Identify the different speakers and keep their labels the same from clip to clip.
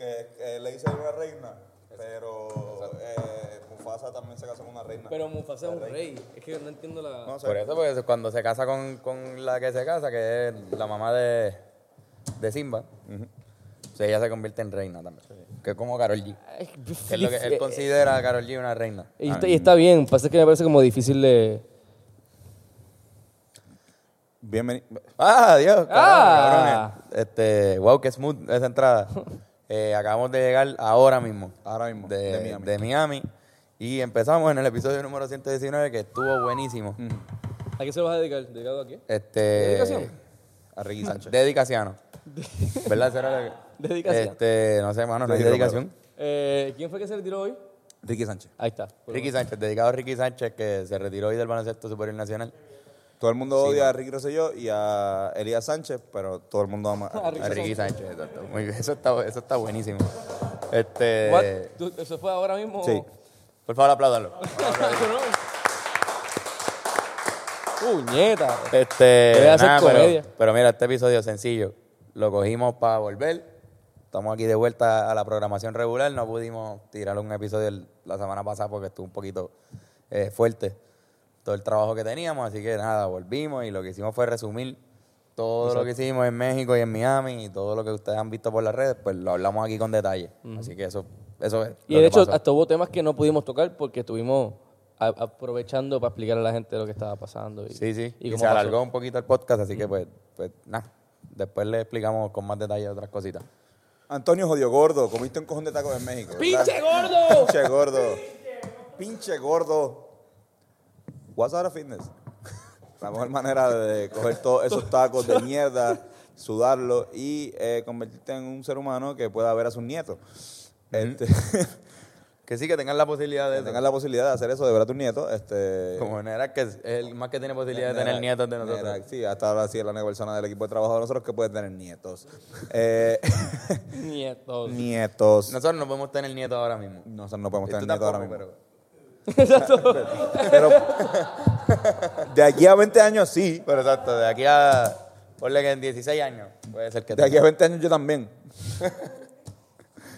Speaker 1: eh, Leia se una reina, pero eh, Mufasa también se casa con una
Speaker 2: Ah.
Speaker 1: reina.
Speaker 3: Pero Mufasa es un rey. Es que no entiendo la.
Speaker 1: No sé.
Speaker 2: Por eso, pues cuando se casa con, con la que se casa, que es la mamá de, de Simba, pues, ella se convierte en reina también. Que es como Carol G. Que es lo que él considera Ah, a Carol G una reina.
Speaker 3: Y está, y está bien, pasa que me parece como difícil de.
Speaker 1: Bienvenido.
Speaker 2: ¡Ah, Dios!
Speaker 3: Ah.
Speaker 2: cabrones. Este, wow, qué smooth esa entrada. Eh, acabamos de llegar ahora mismo.
Speaker 1: Ahora mismo,
Speaker 2: De,
Speaker 1: de Miami.
Speaker 2: de Miami. Y empezamos en el episodio número 119, que estuvo buenísimo.
Speaker 3: ¿A qué se lo vas a dedicar? ¿Dedicado a qué?
Speaker 2: Este,
Speaker 3: ¿Dedicación? Ah,
Speaker 1: A Ricky Sánchez.
Speaker 2: Dedicaciano. ¿Verdad? Esa era la-
Speaker 3: Dedicación.
Speaker 2: Este, no sé, mano, no hay
Speaker 1: Ricky
Speaker 2: dedicación.
Speaker 3: Eh, ¿Quién fue que se retiró hoy?
Speaker 1: Ricky Sánchez.
Speaker 3: Ahí está.
Speaker 2: Ricky Sánchez, dedicado a Ricky Sánchez, que se retiró hoy del baloncesto superior nacional.
Speaker 1: Todo el mundo odia a Ricky Rosselló y a Elías Sánchez, pero todo el mundo ama
Speaker 3: Ah,
Speaker 1: a
Speaker 2: A Ricky Sánchez, exacto. Muy bien, Eso está, eso está buenísimo. Este,
Speaker 3: What? ¿Tú- ¿Eso fue ahora mismo?
Speaker 1: Sí.
Speaker 2: por favor, apláudalo.
Speaker 3: Puñeta. Voy
Speaker 2: Este,
Speaker 3: a hacer
Speaker 2: nada,
Speaker 3: comedia.
Speaker 2: pero, pero mira, este episodio sencillo. Lo cogimos para volver. Estamos aquí de vuelta a la programación regular. No pudimos tirar un episodio el- la semana pasada porque estuvo un poquito eh, fuerte todo el trabajo que teníamos. Así que nada, volvimos y lo que hicimos fue resumir todo lo que hicimos en México y en Miami y todo lo que ustedes han visto por las redes, pues lo hablamos aquí con detalle. Así que eso, eso es. lo
Speaker 3: Y de
Speaker 2: que
Speaker 3: hecho,
Speaker 2: pasó.
Speaker 3: hasta hubo temas que no pudimos tocar porque estuvimos a- aprovechando para explicar a la gente lo que estaba pasando. Y,
Speaker 2: Sí, sí.
Speaker 3: y
Speaker 2: Y,
Speaker 3: cómo
Speaker 2: se
Speaker 3: pasó.
Speaker 2: alargó un poquito el podcast, así que pues, pues nada. Después le explicamos con más detalle otras cositas.
Speaker 1: Antonio Jodio Gordo, comiste un cojón de tacos en México. ¿verdad?
Speaker 3: ¡Pinche gordo!
Speaker 1: Pinche gordo. Pinche gordo. What's out of fitness? La mejor manera de coger todos esos tacos de mierda, sudarlos y eh, convertirte en un ser humano que pueda ver a sus nietos. Este,
Speaker 2: Que sí, que tengan la posibilidad de
Speaker 1: que
Speaker 2: eso.
Speaker 1: tengas la posibilidad de hacer eso, de ver a tus nietos. Este,
Speaker 2: Como en Irak, que es el más que tiene posibilidad de tener
Speaker 1: Nerak,
Speaker 2: nietos de nosotros.
Speaker 1: Nerak, sí, hasta ahora sí es la única persona del equipo de trabajo de nosotros que puede tener nietos. Eh,
Speaker 3: Nietos.
Speaker 1: nietos.
Speaker 2: Nosotros no podemos tener nietos ahora mismo.
Speaker 1: Nosotros no podemos
Speaker 2: Y
Speaker 1: tener
Speaker 2: tú
Speaker 1: nietos ahora
Speaker 2: tampoco,
Speaker 1: mismo.
Speaker 2: pero-
Speaker 1: Pero de aquí a 20 años sí.
Speaker 2: Pero exacto, de aquí a... Ponle que en 16 años puede ser que
Speaker 1: De aquí a
Speaker 2: tenga.
Speaker 1: 20 años yo también.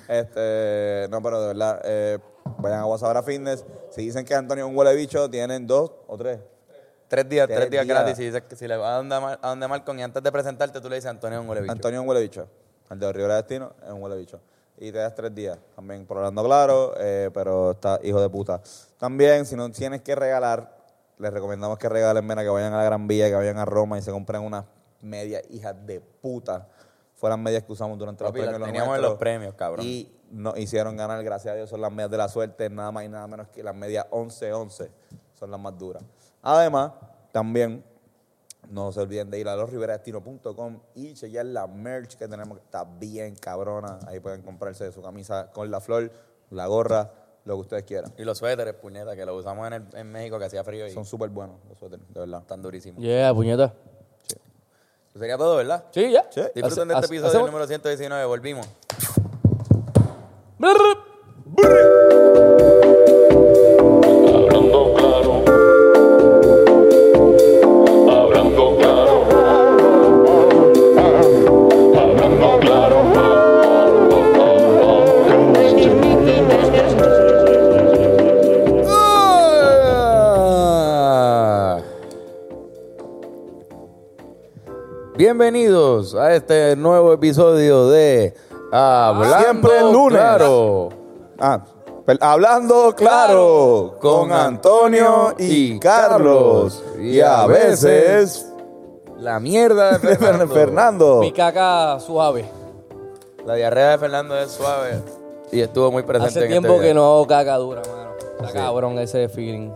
Speaker 1: Este, no, pero de verdad, eh, vayan a WhatsApp a Fitness. Si dicen que Antonio es un huele bicho, tienen dos o tres.
Speaker 2: Tres días, tres,
Speaker 1: Tres
Speaker 2: días,
Speaker 1: días.
Speaker 2: gratis. Si, dices que si le vas a donde, Mar- a donde Malcolm y antes de presentarte tú le dices Antonio es un huele bicho.
Speaker 1: Antonio es un huele bicho. El de Rivera Destino es un huele bicho. Y te das tres días también, por hablando claro, eh, pero está hijo de puta. También, si no tienes que regalar, les recomendamos que regalen, mira, que vayan a la Gran Villa, que vayan a Roma y se compren unas medias hijas de puta. Fueron las medias que usamos durante
Speaker 2: Papi,
Speaker 1: los
Speaker 2: las
Speaker 1: premios.
Speaker 2: teníamos en
Speaker 1: nuestros.
Speaker 2: los premios, cabrón.
Speaker 1: Y nos hicieron ganar, gracias a Dios, son las medias de la suerte, nada más y nada menos que las medias 11-11. Son las más duras. Además, también no se olviden de ir a losriverastino.com y chequear la merch que tenemos, que está bien cabrona. Ahí pueden comprarse su camisa con la flor, la gorra, lo que ustedes quieran.
Speaker 2: Y los suéteres, puñeta, que los usamos en, el- en México que hacía frío y
Speaker 1: Son súper buenos los suéteres, de verdad.
Speaker 2: están durísimos.
Speaker 3: Yeah, puñeta.
Speaker 2: Eso sería todo, ¿verdad?
Speaker 3: Sí, ya.
Speaker 1: Sí.
Speaker 2: Disfruten de
Speaker 3: Hace-
Speaker 2: este
Speaker 3: hace-
Speaker 2: episodio
Speaker 3: hacemos-
Speaker 2: número 119. Volvimos.
Speaker 3: Brr.
Speaker 4: Hablando claro. Hablando claro. Hablando claro.
Speaker 2: Ah. Bienvenidos a este nuevo episodio de Hablando
Speaker 1: Siempre el lunes.
Speaker 2: Claro
Speaker 1: Ah, per- hablando claro con Antonio y Carlos. Y a veces
Speaker 2: La mierda de Fernando.
Speaker 1: Fernando.
Speaker 3: Mi caca suave.
Speaker 2: La diarrea de Fernando es suave y estuvo muy presente
Speaker 3: Hace
Speaker 2: en
Speaker 3: tiempo
Speaker 2: este
Speaker 3: que no hago caca dura, mano. Está cabrón ese feeling.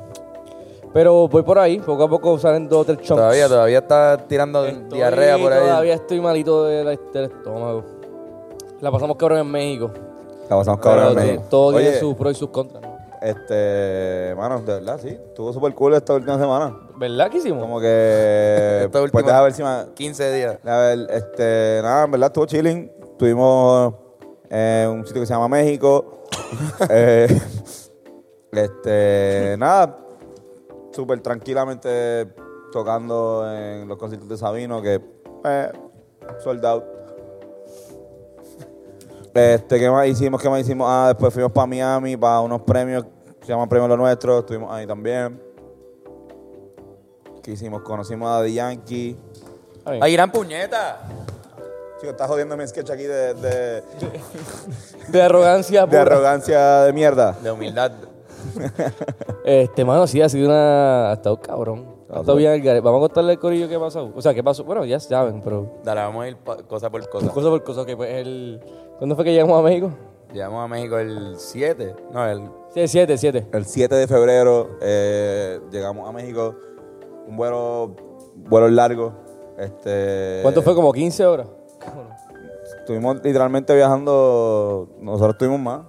Speaker 3: Pero voy por ahí. Poco a poco salen dos o tres chunks.
Speaker 2: Todavía, todavía está tirando
Speaker 3: Estoy-
Speaker 2: diarrea por ahí.
Speaker 3: Todavía estoy malito de la- del estómago. La pasamos cabrón en México.
Speaker 1: La pasamos cabrón.
Speaker 3: Pero
Speaker 1: México.
Speaker 3: todo tiene
Speaker 1: Oye,
Speaker 3: sus pros y sus contras. ¿no?
Speaker 1: Este, mano, de verdad, sí. Estuvo súper cool esta última semana.
Speaker 3: ¿Verdad que hicimos?
Speaker 1: Como que.
Speaker 2: Esta
Speaker 1: pues
Speaker 2: última-
Speaker 1: deja ver si me-
Speaker 2: 15 días.
Speaker 1: A ver, este, nada, en verdad estuvo chilling. Tuvimos eh, un sitio que se llama México. Eh, este, nada, súper tranquilamente tocando en los conciertos de Sabino, que eh, sold out. Este, ¿qué más hicimos? ¿Qué más hicimos? Ah, después fuimos para Miami para unos premios que se llaman Premios Lo Nuestro. Estuvimos ahí también. ¿Qué hicimos? Conocimos a The Yankee.
Speaker 3: Está bien.
Speaker 2: ¡Ay, gran puñeta!
Speaker 1: Chico, estás jodiendo mi sketch aquí de, de,
Speaker 3: De arrogancia.
Speaker 1: de
Speaker 3: pura.
Speaker 1: arrogancia de mierda.
Speaker 2: De humildad.
Speaker 3: Este, mano, sí, ha sido una. Ha estado cabrón. Ha
Speaker 1: Ah,
Speaker 3: estado
Speaker 1: sí.
Speaker 3: bien al garete. Vamos a contarle al corillo qué pasó. O sea, qué pasó. Bueno, ya saben, pero.
Speaker 2: Dale, vamos a ir pa- cosa por cosa.
Speaker 3: Cosa por cosa, que pues el. ¿Cuándo fue que llegamos a México?
Speaker 2: Llegamos a México el 7. No, el.
Speaker 3: Sí, siete, siete.
Speaker 1: El 7 de febrero eh, llegamos a México. Un vuelo, vuelo largo. Este,
Speaker 3: ¿Cuánto fue? Como 15 horas. Cabrón.
Speaker 1: Estuvimos literalmente viajando. Nosotros estuvimos más.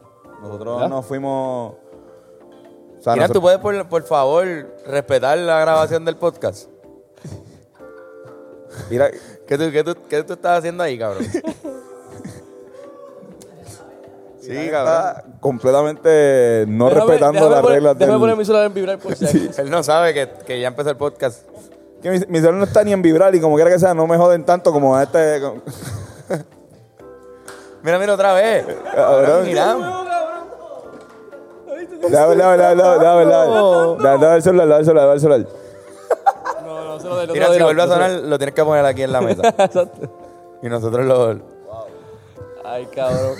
Speaker 1: Nosotros
Speaker 3: ¿Verdad?
Speaker 1: nos fuimos. o sea,
Speaker 2: Mira,
Speaker 1: nosotros-
Speaker 2: tú puedes, por, por favor, respetar la grabación del podcast.
Speaker 1: mira,
Speaker 2: ¿Qué tú, qué tú- qué tú estás haciendo ahí, cabrón? sí, cabrón.
Speaker 1: está completamente no
Speaker 3: Déjame-
Speaker 1: respetando
Speaker 3: déjame
Speaker 1: las
Speaker 3: poner-
Speaker 1: reglas
Speaker 3: Déjame
Speaker 1: del-
Speaker 3: poner mi celular en vibrar por si acaso.
Speaker 2: Él no sabe que, que ya empezó el podcast.
Speaker 1: Que mi, mi celular no está ni en vibrar y como quiera que sea, no me joden tanto como a este. con-
Speaker 2: Mira, mira otra vez.
Speaker 1: Ah, Cabrón.
Speaker 2: Mira.
Speaker 1: Dame, dame, dame, dame, dame,
Speaker 3: No.
Speaker 1: dame. Dame, dame el celular, dame el celular, dame el celular.
Speaker 3: No, no, se lo doy, no se
Speaker 2: Mira,
Speaker 3: lo
Speaker 2: si
Speaker 3: doy,
Speaker 2: vuelve a
Speaker 3: no se lo
Speaker 2: sonar, lo tienes que poner aquí en la mesa.
Speaker 3: doy. Exacto.
Speaker 2: Y nosotros lo.
Speaker 3: Ay, cabrón.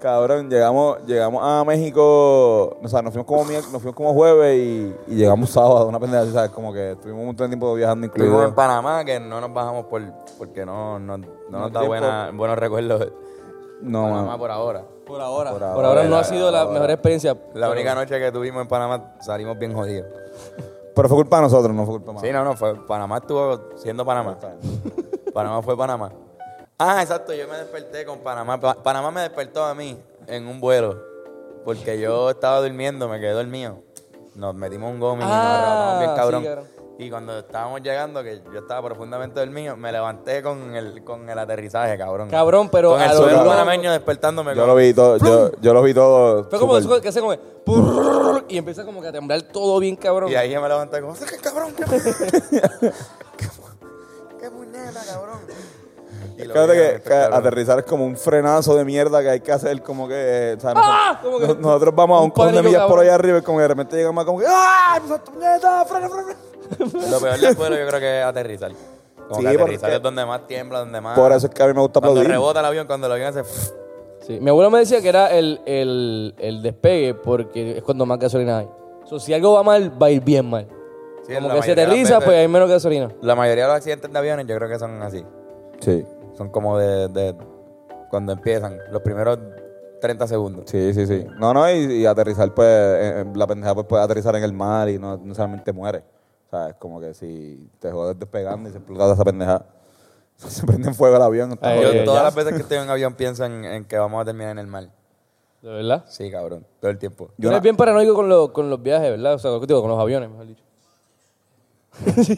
Speaker 1: Cabrón, llegamos, llegamos a México, o sea, nos fuimos como, mier- nos fuimos como jueves y, y llegamos sábado, una pendeja, así, ¿sabes? Como que estuvimos un montón de tiempo viajando
Speaker 2: Estuvimos en
Speaker 1: incluido.
Speaker 2: Panamá, que no nos bajamos por, porque no, no, no nos da
Speaker 1: tiempo.
Speaker 2: buena, buenos recuerdos.
Speaker 1: No,
Speaker 2: Panamá
Speaker 1: mano.
Speaker 2: por ahora.
Speaker 3: Por ahora. Por
Speaker 1: Por
Speaker 3: ahora,
Speaker 1: ahora,
Speaker 3: no ha sido la mejor experiencia.
Speaker 2: La única noche que tuvimos en Panamá salimos bien jodidos.
Speaker 1: Pero fue culpa de nosotros, no fue culpa más.
Speaker 2: Sí, no, no, fue, Panamá estuvo siendo Panamá. Panamá fue Panamá. Ah, exacto, yo me desperté con Panamá. Pa- Panamá me despertó a mí en un vuelo. Porque yo estaba durmiendo, me quedé dormido. Nos metimos un gomi y nos
Speaker 3: Ah,
Speaker 2: arrebatamos bien cabrón.
Speaker 3: sí, cabrón.
Speaker 2: Y cuando estábamos llegando, que yo estaba profundamente dormido, me levanté con el, con el aterrizaje, cabrón.
Speaker 3: Cabrón, pero
Speaker 2: Con el
Speaker 3: a lo
Speaker 2: suelo
Speaker 3: loco.
Speaker 2: panameño despertándome.
Speaker 1: Yo
Speaker 2: con-
Speaker 1: lo vi todo, yo, yo lo vi todo.
Speaker 3: Fue como
Speaker 1: súper-
Speaker 3: eso que hace como. purr, Y empieza como que a temblar todo bien, cabrón.
Speaker 2: Y ahí yo me levanté como, ¡qué cabrón! ¡Qué, qué mu- qué muñeca, cabrón! Y lo
Speaker 1: Fíjate
Speaker 2: vi,
Speaker 1: que,
Speaker 2: este
Speaker 1: que
Speaker 2: cabrón.
Speaker 1: aterrizar es como un frenazo de mierda que hay que hacer como que... eh, o sea,
Speaker 3: ¡Ah!
Speaker 1: nosotros,
Speaker 3: Como que-
Speaker 1: nos- nosotros vamos a
Speaker 3: un
Speaker 1: un cojón de
Speaker 3: pánico,
Speaker 1: millas por
Speaker 3: cabrón.
Speaker 1: allá arriba y como que de repente llegamos como que... ¡Ah! ¡Puñeta! ¡Frena, frena, frena!
Speaker 2: Lo peor del vuelo yo creo que es aterrizar.
Speaker 1: Sí,
Speaker 2: Como que aterrizar
Speaker 1: porque-
Speaker 2: es donde más tiembla, donde más...
Speaker 1: Por eso es que a mí me gusta
Speaker 2: Cuando
Speaker 1: aplaudir.
Speaker 2: rebota el avión, cuando el avión hace...
Speaker 3: Sí, Mi abuelo me decía que era el, el, el despegue porque es cuando más gasolina hay. O sea, si algo va mal, va a ir bien mal.
Speaker 2: Sí,
Speaker 3: como
Speaker 2: la
Speaker 3: que se
Speaker 2: mayoría de las
Speaker 3: aterriza,
Speaker 2: veces-
Speaker 3: pues hay menos gasolina.
Speaker 2: La mayoría de los accidentes de aviones yo creo que son así.
Speaker 1: Sí,
Speaker 2: Son como de... de- cuando empiezan, los primeros 30 segundos.
Speaker 1: sí, sí, sí. No, no, y, y aterrizar pues... eh, eh, la pendeja pues puede aterrizar en el mar y no no solamente muere. O sea, es como que si te jodes despegando y se explota esa pendeja, se prende en fuego el avión. está
Speaker 3: Ay,
Speaker 2: Yo
Speaker 3: Eh,
Speaker 1: jodido.
Speaker 2: todas
Speaker 3: ya.
Speaker 2: las veces que estoy en avión pienso en, en que vamos a terminar en el mar.
Speaker 3: ¿De verdad?
Speaker 2: Sí, cabrón. Todo el tiempo.
Speaker 1: Yo
Speaker 3: Yo
Speaker 1: na-
Speaker 3: eres bien paranoico con, lo- con los viajes, ¿verdad? O sea, digo, con los aviones, mejor dicho.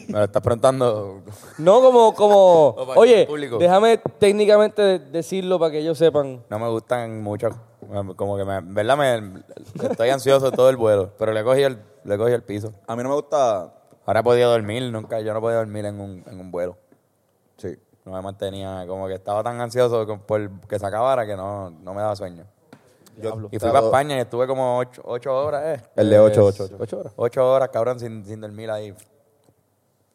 Speaker 2: Me lo estás preguntando...
Speaker 3: No como, como
Speaker 2: para que
Speaker 3: oye,
Speaker 2: el público.
Speaker 3: déjame técnicamente de- decirlo para que ellos sepan.
Speaker 2: No me gustan mucho. Como que me. en ¿Verdad? Me, estoy ansioso todo el vuelo. Pero le cogí el, le cogí el piso.
Speaker 1: A mí no me gusta...
Speaker 2: Ahora he podido dormir. Nunca. Yo no podía dormir en un, en un vuelo.
Speaker 1: Sí.
Speaker 2: No me mantenía. Como que estaba tan ansioso con- por que se acabara que no, no me daba sueño.
Speaker 1: Yo,
Speaker 2: Y fui para España y estuve como ocho, ocho horas, ¿eh?
Speaker 1: El de 8, 8, 8.
Speaker 3: ¿Ocho horas?
Speaker 2: Ocho horas, cabrón, sin, sin dormir ahí.